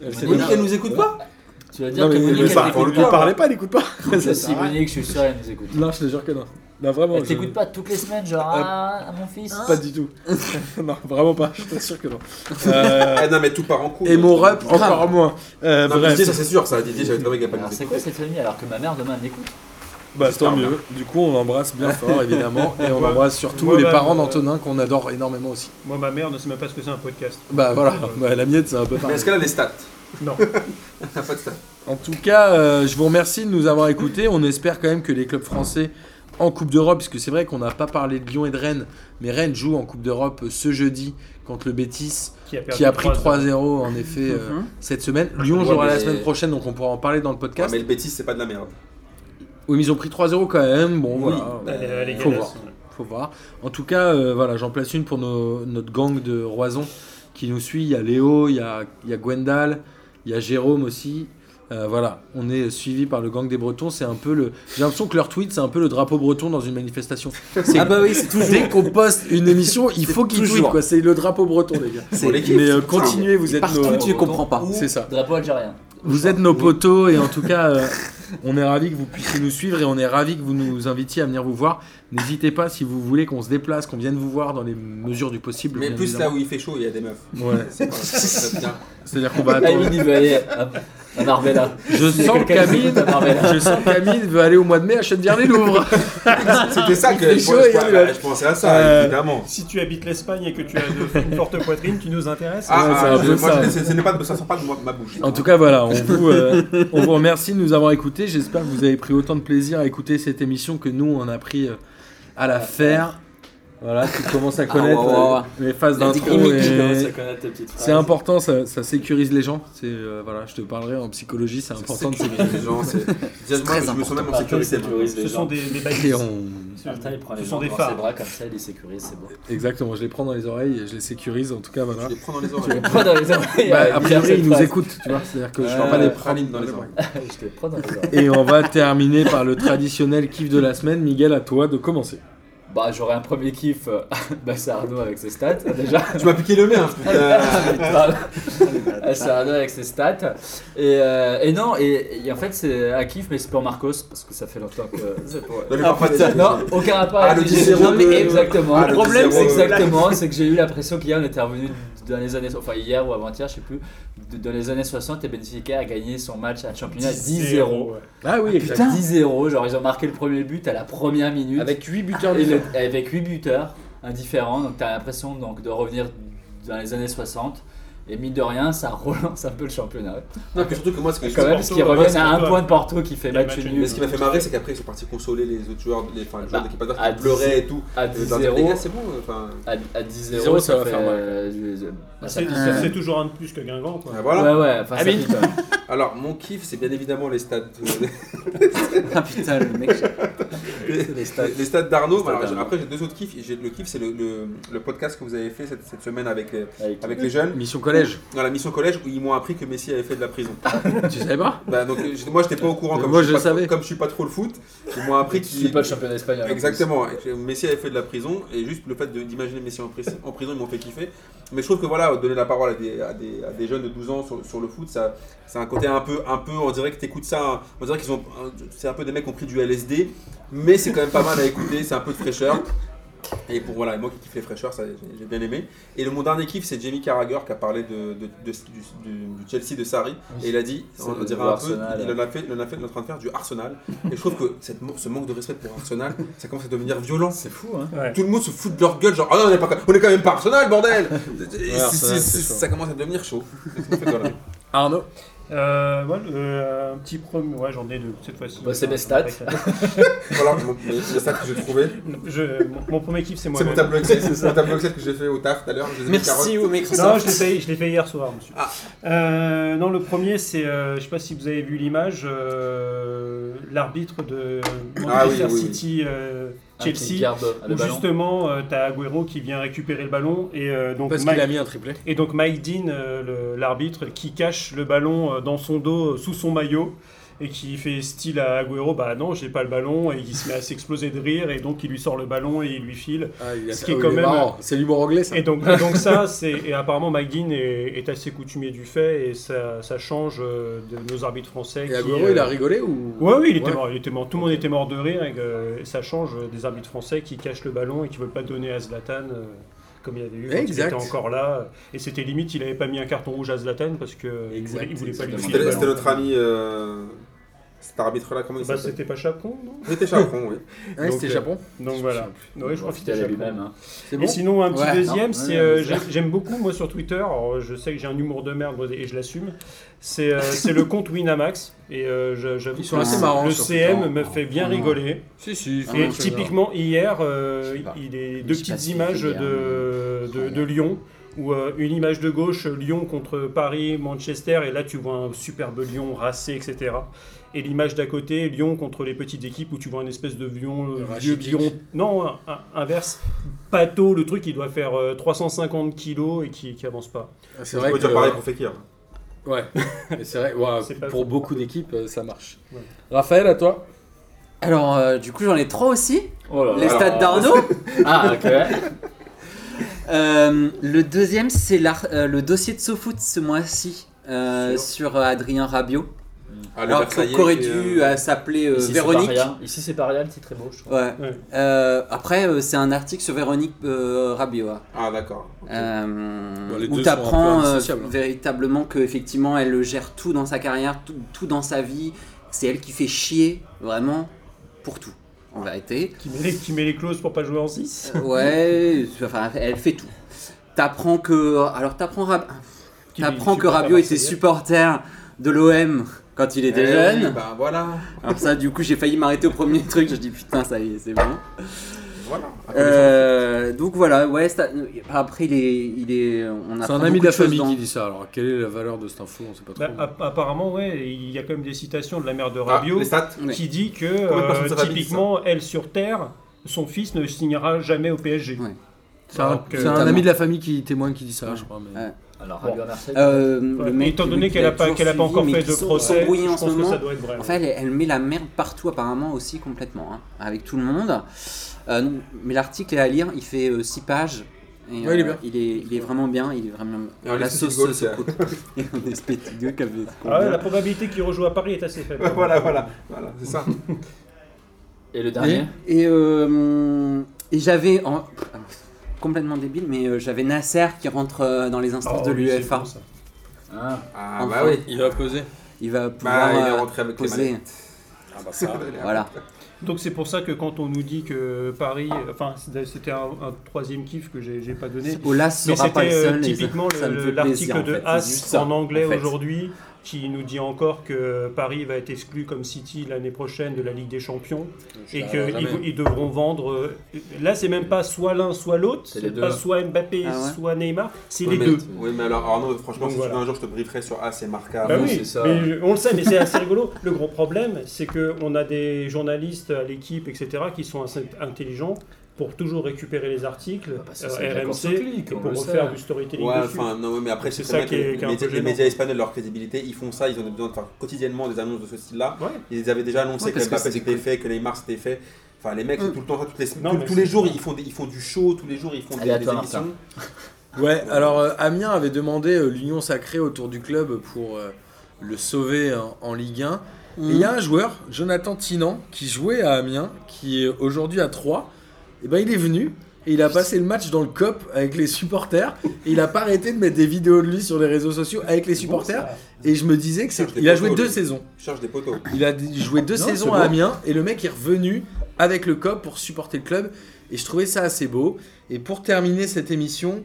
S1: Elle
S2: Mais
S1: sait
S4: Monique,
S1: pas.
S4: elle nous écoute pas
S2: Tu vas dire
S1: Non,
S2: que
S1: mais
S2: Monique,
S1: mais
S2: elle
S4: ça,
S1: ça,
S4: t'écoute
S1: on
S2: t'écoute
S1: lui
S4: pas, hein.
S1: parlait pas, elle écoute pas. Ça,
S2: Si
S1: ça-
S2: Monique, je suis sûr, elle nous écoute.
S1: Non, je te jure que non. Non, vraiment.
S2: Elle
S1: je-
S2: t'écoute pas toutes les semaines, genre,
S1: Euh,
S2: ah, mon fils.
S1: Pas du tout. non, vraiment pas. Je t'assure que non. Euh,
S4: Ah non, mais tout part en couille.
S1: et mon rep, encore
S4: Grave.
S1: moins. Euh,
S4: Non, mais
S1: bref,
S4: Didier, ça c'est sûr, ça. Didier, j'avais trouvé qu'il n'y a pas
S2: Alors,
S4: de
S2: c'est quoi cette famille alors que ma mère demain elle l'écoute
S1: bah, tant
S4: hein.
S1: mieux. Du coup, on l'embrasse bien fort, évidemment. Et on
S5: Ouais.
S1: embrasse surtout
S5: Ouais,
S1: les
S5: bah,
S1: parents
S5: euh,
S1: d'Antonin qu'on adore énormément aussi.
S5: Moi, ma mère ne sait même pas ce que c'est un podcast.
S1: Bah voilà, Bah, la mienne, c'est un peu
S4: Mais
S1: pareil.
S4: est-ce qu'elle a les stats
S5: Non.
S4: Elle n'a pas de stats.
S1: En tout cas, euh, je vous remercie de nous avoir écoutés. On espère quand même que les clubs français en Coupe d'Europe, puisque c'est vrai qu'on n'a pas parlé de Lyon et de Rennes, mais Rennes joue en Coupe d'Europe euh, ce jeudi contre le Bétis,
S5: Qui a, perdu
S1: qui a pris
S5: 3-0.
S1: 3-0 en effet euh,
S3: Mhm.
S1: cette semaine. Lyon
S4: Ouais,
S1: jouera la
S4: mais-
S1: semaine prochaine, donc on pourra en parler dans le
S4: Ouais,
S1: podcast.
S4: mais le bêtise, c'est pas de la merde.
S1: Oui, mais ils ont pris 3-0 quand même. Bon,
S4: Oui.
S1: voilà,
S5: Elle, est- elle est
S1: Faut
S5: galasse.
S1: faut voir. En tout cas, euh, voilà, j'en place une pour nos- notre gang de Roison qui nous suit. Il y a Léo, il y a, il y a Gwendal, il y a Jérôme aussi. Euh, voilà, on est suivi par le gang des Bretons. C'est un peu le. J'ai l'impression que leur tweet, c'est un peu le drapeau breton dans une manifestation. C'est-
S3: Ah bah oui, c'est toujours.
S1: Dès qu'on poste une émission, il faut qu'ils
S3: toujours.
S1: tweetent. quoi. C'est le drapeau breton, les gars.
S3: C'est
S4: l'équipe.
S1: Mais euh, continuez, vous êtes
S3: partout,
S1: nos.
S3: tu comprends pas.
S1: C'est ça.
S2: Drapeau algérien.
S1: Vous êtes nos potos et en tout cas, euh, on est ravis que vous puissiez nous suivre et on est ravis que vous nous invitiez à venir vous voir. N'hésitez pas si vous voulez qu'on se déplace, qu'on vienne vous voir dans les mesures du possible.
S4: Mais
S1: bien
S4: plus là
S1: évidemment.
S4: où il fait chaud, il y a des meufs.
S1: Ouais.
S4: C'est pas- c'est bien.
S1: C'est-à-dire qu'on va
S2: La
S1: attendre.
S2: mini veut aller à, ah, à Marbella.
S1: Je
S2: Il y a
S1: sens que
S2: quelqu'un qui
S1: Camille,
S2: écoute à Marbella.
S1: je sens que Camille veut aller au mois de mai à Chaudière-les-Louvres.
S4: C'était ça que
S1: fait
S4: je,
S1: chaud,
S4: pensais-
S1: il y a des
S4: bah,
S1: meufs.
S4: je pensais à ça,
S1: Euh,
S4: évidemment.
S5: Si tu habites l'Espagne et que tu as de- une forte poitrine, tu nous intéresses.
S4: Ah,
S1: ouais, c'est
S4: ah,
S1: un
S4: je-
S1: peu
S4: moi,
S1: ça.
S4: je- c'est- ce n'est pas de- ça sort pas de moi- ma bouche.
S1: En tout cas, voilà, on vous, euh, on vous remercie de nous avoir écoutés. J'espère que vous avez pris autant de plaisir à écouter cette émission que nous, on a pris euh, à la faire. Voilà, tu commences à connaître
S3: ouais, ouais, ouais.
S1: euh, les phases
S3: La
S1: d'intro.
S3: technique,
S1: et-
S3: tu commences
S1: C'est important, ça, ça sécurise les gens. C'est euh, voilà, je te parlerai en psychologie, c'est important de sécuriser.
S4: les gens, c'est. Déjà, moi,
S3: très
S4: je me sens même en
S2: Après, il
S4: sécurité. maintenant.
S2: sécurise
S5: Ce
S2: Ah, les
S5: sont
S2: gens. Ah,
S5: des, des
S1: Et
S5: balises.
S1: on...
S2: Après, il prend les
S5: Ce
S2: gens
S5: sont des
S2: dans ses
S5: phares.
S2: bras comme ça, il les sécurise, c'est bon.
S1: Exactement, je les prends dans les oreilles et je les sécurise. En tout cas,
S4: Je
S1: voilà.
S4: les prends dans les
S2: Je
S4: oreilles.
S2: te prends dans les oreilles.
S1: Bah,
S2: euh,
S1: a
S2: dire
S1: priori,
S2: cette
S1: ils nous
S2: phrase.
S1: écoutent, tu vois. C'est-à-dire que je
S2: Euh,
S1: ne pas
S4: Pas
S1: les
S4: des
S1: prendre.
S4: pralines dans les oreilles.
S2: Je te prends dans les oreilles.
S1: Et on va terminer par le traditionnel kiff de la semaine. Miguel, à toi de commencer.
S2: Bah, j'aurais un premier kiff, euh, bah, c'est Arnaud avec ses stats, déjà.
S4: Tu m'as piqué le mien, Euh, putain.
S2: Ah, c'est Arnaud avec ses stats. Et, euh, et non, et, et en fait, c'est un kiff, mais c'est pour Marcos, parce que ça fait longtemps que.
S4: Non, mais parfois,
S2: Ah, Non, aucun rapport
S4: Ah,
S2: avec
S4: le
S2: les
S4: zéro,
S2: Gémeaux,
S4: le-
S2: exactement.
S4: Ah,
S2: le
S4: le
S2: problème, c'est
S4: zéro, euh,
S2: exactement, c'est que j'ai eu l'impression qu'hier, on était revenu dans les années, enfin hier ou avant-hier, je sais plus, de- dans les années 60, et Benfica a gagné son match à championnat 10-0.
S5: ouais.
S1: Ah oui, exact.
S2: 10-0, genre ils ont marqué le premier but à la première minute.
S1: Avec 8 buteurs
S2: Et le-
S1: différents.
S2: avec 8 buteurs indifférents, donc t'as l'impression donc de revenir dans les années 60. Et mine de rien, ça relance un peu le championnat.
S4: Non, puis surtout que moi, ce que
S2: Quand même, parce qu'ils reviennent à un
S5: Porto.
S2: point de Porto qui fait
S5: Il y a
S2: match
S5: match
S2: nul.
S5: nul.
S4: Mais ce qui m'a fait marrer, c'est qu'après, ils sont partis consoler les autres joueurs, les, enfin, les
S2: Bah,
S4: joueurs d'équipe adverse
S2: à
S4: qui pleuraient et tout.
S2: À
S4: Et leur dire, Les gars,
S2: 10-0,
S4: c'est bon. euh, Enfin,
S2: à, à 10-0,
S1: 10-0,
S2: ça,
S1: ça va
S2: fait.
S1: faire mal.
S2: euh, bah, ça
S5: C'est
S2: pique,
S5: c'est-
S2: hein.
S5: c'est toujours un de plus que Guingamp. quoi.
S4: ah, voilà.
S2: Ouais, ouais, enfin, ça
S1: Amine.
S2: pique, hein.
S4: Alors, mon kiff, c'est bien évidemment les euh, stades.
S3: Ah putain, le mec.
S4: les
S2: stats.
S4: les stades d'Arnaud.
S2: Les stats
S4: Alors, j'ai-
S2: d'Arnaud.
S4: Après, j'ai deux autres kiffs. J'ai- Le kiff, c'est le, le, le podcast que vous avez fait cette, cette semaine avec, les-
S2: Avec-
S4: avec les jeunes,
S1: Mission collège,
S4: dans la mission collège, où ils m'ont appris que Messi avait fait de la prison.
S1: tu savais pas
S4: bah, donc, euh, j'étais- moi, j'étais pas au courant.
S1: Mais
S4: Comme
S1: moi,
S4: suis
S1: je
S4: pas trop-
S1: savais.
S4: Comme je suis pas trop le foot, ils m'ont appris
S2: Tu suis
S4: qu'il.
S2: pas le hein. championnat espagnol. en plus.
S4: Exactement, Et que Messi avait fait de la prison et juste le fait de- d'imaginer Messi en, pris- en prison, ils m'ont fait kiffer. Mais je trouve que voilà, donner la parole à des, à des, à des jeunes de 12 ans sur, sur le foot, ça, c'est un côté un peu, un peu, on dirait que t'écoutes ça, hein, on dirait qu'ils ont, un- c'est un peu des mecs qui ont pris du LSD, mais c'est quand même pas mal à écouter, c'est un peu de fraîcheur. Et pour voilà, et moi qui kiffe les fraîcheurs, ça, j'ai, j'ai bien aimé. Et le, mon dernier kiff, c'est Jamie Carragher qui a parlé de, de- de- du, du- du Chelsea de Sarri. Et il a dit,
S2: C'est
S4: on,
S2: le-
S4: on dirait
S2: le
S4: un
S2: Arsenal.
S4: peu, il en a fait, il en a fait, il est en train de faire du Arsenal. Et je trouve que cette, mo- ce manque de respect pour Arsenal, ça commence à devenir violent.
S2: C'est fou, hein.
S5: Ouais.
S4: Tout le monde se fout de leur gueule, genre, ah non, on est, pas- on est quand même pas Arsenal, bordel Et c'est-
S1: Arsenal,
S4: c'est-
S1: c'est chaud.
S4: Ça commence à devenir chaud. Ça me fait peur, là.
S1: Arnaud,
S5: Euh, ouais, euh, un petit premier. Ouais, j'en ai deux cette fois-ci.
S2: Bah, c'est mes stats.
S4: voilà, mon- mes- mes stats que j'ai trouvé.
S5: Je- mon- mon premier kiff, c'est moi.
S4: C'est mon tableau Excel, c'est mon tableau Excel que j'ai fait au taf tout à l'heure. je les ai mis carottes.
S3: Merci au
S5: Non,
S3: Microsoft.
S5: je l'ai fait, je l'ai fait hier soir, monsieur.
S4: Ah.
S5: Euh, non, le premier, c'est, euh, je sais pas si vous avez vu l'image, euh, l'arbitre de
S4: Ah oui,
S5: Manchester
S4: oui, Ah, oui.
S5: City euh,
S2: Un petit
S5: Chelsea,
S2: garde à le
S5: où
S2: ballon.
S5: justement, tu t'as Agüero qui vient récupérer le ballon et euh, donc
S1: parce
S5: Mike-
S1: qu'il a mis un triplé.
S5: et donc Mike Dean, euh, le- l'arbitre, qui cache le ballon euh, dans son dos, euh, sous son maillot, et qui fait style à Agüero, bah non, j'ai pas le ballon, et il se met à s'exploser de rire, et donc il lui sort le ballon et il lui file.
S1: Ah, il a
S5: Ce qui est
S1: oh, il
S5: quand même-
S1: marrant. C'est l'humour anglais, ça.
S5: Et donc, et donc ça, c'est et apparemment Mike Dean est, est assez coutumier du fait, et ça, ça change euh, de nos arbitres français.
S1: Et
S5: qui,
S1: Agüero,
S5: euh,
S1: il a rigolé ou
S5: Ouais, oui, il était
S1: Ouais.
S5: mort, il était mort. Tout le monde était mort de rire. Et, que- et ça change euh, des arbitres français qui cachent le ballon et qui veulent pas donner à Zlatan euh, comme il avait eu quand
S1: Exact.
S5: il était encore là. Et c'était limite, il avait pas mis un carton rouge à Zlatan parce que euh, il
S1: Exact,
S5: voulait, il voulait pas lui
S1: exactement.
S5: filer le
S4: C'était c'était
S5: ballon.
S4: notre ami, euh, cet arbitre-là, comment il
S5: Bah,
S4: s'appelle
S5: c'était pas Chapon, non
S4: C'était Chaperon, oui.
S1: Ouais, Ah, c'était
S5: Donc, euh,
S1: Japon.
S5: Donc voilà. Ouais, je crois que
S2: Profiter
S5: c'était
S2: à
S5: Chapon.
S2: lui-même. hein.
S1: C'est bon.
S5: Et sinon, un petit
S3: Ouais,
S5: deuxième,
S2: non,
S5: c'est
S2: ouais,
S5: euh,
S2: ouais,
S5: j'ai- j'aime beaucoup moi sur Twitter. alors, je sais que j'ai un humour de merde et je l'assume. C'est euh, c'est le compte Winamax et euh, je- j'avoue
S1: Ils sont
S5: que
S1: assez marrants
S5: le
S1: sur
S5: CM
S1: Twitter.
S5: me fait bien
S3: Ah.
S5: rigoler.
S1: Si, si. faut
S5: Et
S1: que-
S5: typiquement hier, euh,
S3: Je sais pas.
S5: il est
S3: Je
S5: deux
S3: sais pas
S5: petites
S3: si
S5: images
S3: c'est hier,
S5: de,
S3: hein,
S5: de,
S3: mais-
S5: de Lyon, où euh, une image de gauche, Lyon contre Paris, Manchester, et là tu vois un superbe Lyon racé, etc. Et l'image d'à côté, Lyon contre les petites équipes, où tu vois une espèce de Lyon, euh, vieux
S1: Rachitic.
S5: Lyon, non, un- un- inverse, Pato, le truc, il doit faire euh, 350 kilos et qui, qui avance pas.
S1: Ah, C'est
S4: Je
S1: vrai
S4: peux
S1: que.
S4: dire pareil pour Fekir.
S1: Ouais. Mais c'est vrai. ouais,
S5: C'est pas
S1: pour
S5: faux.
S1: beaucoup d'équipes, euh, ça marche.
S5: Ouais.
S1: Raphaël, à toi.
S3: Alors, euh, du coup, j'en ai trois aussi.
S2: Oh là
S3: Les
S2: là.
S3: stades d'Arnaud.
S2: Ah, ok.
S3: Euh, le deuxième, c'est l'ar- euh, le dossier de SoFoot ce mois-ci. euh,
S4: Sûr.
S3: sur euh, Adrien Rabiot.
S4: Ah, le
S3: Alors
S4: Versaillais,
S3: qu'aurait
S4: qui,
S3: dû
S4: euh,
S3: euh, s'appeler euh,
S2: Ici, c'est
S3: Véronique.
S2: Paria. Ici, c'est Paria, le titre est beau, je trouve.
S3: Ouais.
S5: Ouais.
S3: Euh, après, euh, c'est un article sur Véronique euh, Rabiot. hein.
S4: Ah, d'accord.
S3: Euh,
S1: Bon, les
S3: où
S1: deux
S3: tu
S1: sont un
S3: apprends
S1: peu indissociables, hein.
S3: véritablement qu'effectivement elle gère tout dans sa carrière, tout, tout dans sa vie. C'est elle qui fait chier vraiment pour tout, en vérité.
S5: Qui met les, qui met les clauses pour pas jouer en 6
S3: Euh, ouais, enfin, elle fait tout. T'apprends que. Alors t'apprends Rab-
S5: Qui-
S3: t'apprends
S5: qui
S3: que
S5: porte la
S3: Rabiot était
S5: Marseillaise.
S3: supporter de l'OM quand il était
S4: Eh
S3: jeune.
S4: oui, Bah voilà.
S3: Alors ça, du coup, j'ai failli m'arrêter au premier truc. Je dis putain, ça y est, c'est bon.
S4: Voilà.
S3: Euh, donc voilà, ouais. ça- Après, il est, il est. On
S1: C'est
S3: apprend
S1: un ami
S3: beaucoup
S1: de la
S3: choses
S1: famille
S3: dans-
S1: qui dit ça. Alors, quelle est la valeur de cette info On sait pas trop.
S5: Bah, app- apparemment, ouais, il y a quand même des citations de la mère de
S4: Ah,
S5: Rabiot.
S4: les stats.
S3: Oui.
S5: qui dit que
S4: Combien de
S5: euh,
S4: personnes ça va,
S5: typiquement, elle sur Terre, son fils ne signera jamais au PSG.
S3: Ouais.
S1: C'est un,
S5: Donc,
S1: c'est
S5: euh,
S1: un
S3: notamment.
S1: ami de la famille qui témoigne qui dit ça, je crois. mais-
S3: Ouais.
S2: Alors,
S5: Bon.
S2: Radio Marseille.
S3: Euh,
S5: Ouais,
S3: le
S5: mais
S3: mec,
S5: étant
S3: le
S5: donné
S3: mec
S5: qu'elle
S3: qui
S5: n'a pas,
S3: toujours
S5: qu'elle a pas
S3: suivi,
S5: encore
S3: mais
S5: fait
S3: qui
S5: de
S3: sont
S5: procès,
S3: embrouillés
S5: je
S3: en
S5: pense
S3: ce
S5: que
S3: moment.
S5: ça doit être vrai.
S3: Enfin, elle, elle met la merde partout apparemment aussi complètement, hein, avec tout le monde. Euh, non, mais l'article est à lire, il fait 6 pages. Et,
S1: Ouais, il est
S3: euh,
S1: bien.
S3: il, est, il est vraiment bien, il est vraiment
S4: Et on
S3: La
S4: laisse
S3: sauce
S4: Petit Gaulle,
S3: se coule. Et on laisse Petit Gaulle qui avait-
S5: Ah ouais, la probabilité qu'il rejoue à Paris est assez faible.
S4: voilà, voilà, voilà, c'est ça.
S2: Et le dernier
S3: Et, euh, et j'avais. en- pff, complètement débile, mais euh, j'avais Nasser qui rentre euh, dans les
S5: Oh,
S3: instances de l'UEFA.
S2: Ah.
S4: Ah
S3: Enfin.
S4: bah oui.
S1: Il va poser.
S3: Il va pouvoir
S4: Bah, il est
S3: euh,
S4: rentré avec les
S3: poser.
S4: manettes.
S1: Ah bah ça.
S3: Voilà.
S5: Donc c'est pour ça que quand on nous dit que Paris, enfin c'était un, un troisième kiff que j'ai j'ai pas donné.
S3: Olas
S5: Mais
S3: sera pas le
S5: c'était euh,
S3: seul. et ça-
S5: typiquement
S3: ça me
S5: le-
S3: fait plaisir,
S5: l'article
S3: en
S5: de
S3: fait. C'est juste
S5: As
S3: ça,
S5: en anglais
S3: fait.
S5: aujourd'hui qui nous dit encore que Paris va être exclu comme City l'année prochaine de la Ligue des Champions et qu'ils devront vendre. euh, Là, c'est même pas soit l'un soit l'autre,
S2: C'est les
S5: c'est
S2: deux.
S5: pas soit Mbappé,
S3: Ah ouais.
S5: soit Neymar, c'est
S4: Oui,
S5: les
S4: mais,
S5: deux.
S4: Oui, mais alors Arnaud, franchement,
S5: Donc
S4: si
S5: voilà.
S4: tu veux un jour, je te brieferai sur As et Marca.
S5: Bah
S2: oui,
S5: oui,
S2: c'est ça.
S5: mais je- on le sait, mais c'est assez rigolo. Le gros problème, c'est qu'on a des journalistes à l'équipe, etc., qui sont assez intelligents pour toujours récupérer les articles
S2: Ah bah ça,
S5: euh,
S2: c'est de la course au
S5: RMC
S2: clic,
S5: et
S2: on
S5: pour
S2: le
S5: refaire
S2: sait.
S5: du storytelling
S4: Ouais,
S5: dessus.
S4: enfin, non, ouais, mais après,
S5: C'est
S4: c'est
S5: ça
S4: ça
S5: qui
S4: que
S5: est-
S4: les,
S5: qui est un
S4: médias-
S5: peu
S4: les
S5: gênant.
S4: médias espagnols, leur crédibilité, ils font ça, ils ont besoin de faire quotidiennement des annonces de ce style-là.
S5: Ouais.
S4: Ils avaient déjà annoncé
S3: Ouais,
S4: que
S3: parce que
S4: Mbappé
S3: c'était
S4: c'était fait, que Neymar c'était fait. Enfin, les mecs, c'est tout le temps ça, toutes les,
S5: Non,
S4: tous-
S5: mais
S4: tous les
S5: c'est-
S4: jours, ils font, des- ils font du show, tous les jours, ils font des,
S2: Allez, à
S4: des
S2: toi,
S4: émissions.
S2: Martin.
S1: Ouais, alors euh, Amiens avait demandé euh, l'union sacrée autour du club pour euh, le sauver en, en Ligue 1. Et il y a un joueur, Jonathan Tinan, qui jouait à Amiens, qui est aujourd'hui à 3. Et ben il est venu et il a passé le match dans le COP avec les supporters. Et il a pas arrêté de mettre des vidéos de lui sur les réseaux sociaux avec les supporters. et je me disais que c'est.
S4: Cherche des
S1: Il a
S4: photos,
S1: joué deux
S4: lui.
S1: saisons.
S4: Je cherche des poteaux.
S3: Ah,
S1: Il a d- joué deux
S2: Non,
S1: saisons
S2: c'est
S1: à
S2: beau.
S1: Amiens et le mec est revenu avec le COP pour supporter le club et je trouvais ça assez beau. Et pour terminer cette émission,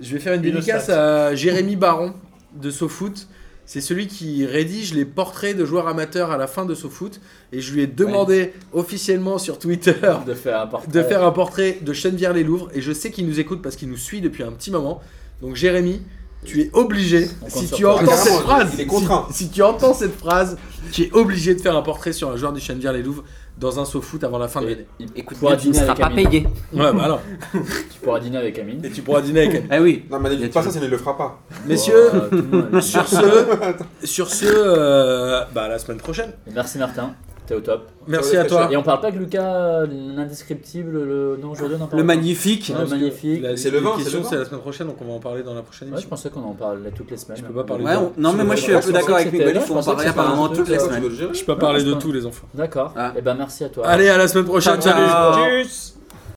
S1: je vais faire une
S5: Une
S1: dédicace à Jérémy Baron de SoFoot. C'est celui qui rédige les portraits de joueurs amateurs à la fin de SoFoot et je lui ai demandé officiellement sur Twitter
S2: De faire un portrait.
S1: de faire un portrait de Chenevière-les-Louvres et je sais qu'il nous écoute parce qu'il nous suit depuis un petit moment. Donc Jérémy, tu es obligé,
S2: On compte
S1: si
S2: sur
S1: tu
S2: toi.
S1: entends
S4: Ah,
S1: cette
S4: carrément,
S1: phrase,
S4: il est
S1: si-
S4: contraint.
S1: Si, tu entends cette phrase, tu es obligé de faire un portrait sur un joueur du Chenevière-les-Louvres dans un saut foot avant la fin de l'année.
S2: Et il
S3: Écoute,
S2: pourra
S3: bien, tu ne
S2: dîner
S3: seras
S2: avec
S3: pas
S2: Amine.
S3: payé.
S1: Ouais, bah alors.
S2: Tu pourras dîner avec
S1: Et
S2: Amine.
S1: tu pourras dîner avec elle.
S3: Ah oui.
S4: Non, mais
S3: Bien
S4: n'écoute pas
S3: sûr.
S4: ça, ça ne le fera pas.
S1: Messieurs,
S2: Bon, euh, tout le monde est-
S1: sur ce, sur ce euh, bah, à la semaine prochaine.
S2: Merci Martin, t'es au top.
S1: Merci à toi.
S2: Et on parle pas que Lucas, l'indescriptible, le non aujourd'hui on en parle
S3: Le
S2: pas.
S3: magnifique.
S2: Ouais. magnifique.
S1: La-
S4: C'est le vin,
S1: les questions,
S4: c'est le vin.
S1: c'est la semaine prochaine, donc on va en parler dans la prochaine
S2: Ouais, je
S1: émission.
S2: pensais qu'on en parlait toutes les semaines.
S1: Je peux pas parler.
S3: Ouais, on- non, mais moi je suis un peu d'accord avec Miguel, il faut en parler apparemment toutes les
S4: Tu
S3: semaines.
S4: veux le gérer
S1: je peux pas parler
S2: je
S1: de
S2: pense-
S1: tout, les enfants.
S2: D'accord.
S3: Ah.
S2: Et ben merci à toi.
S1: Allez, à la semaine prochaine.
S3: Ciao.
S1: Salut.
S5: Tchuss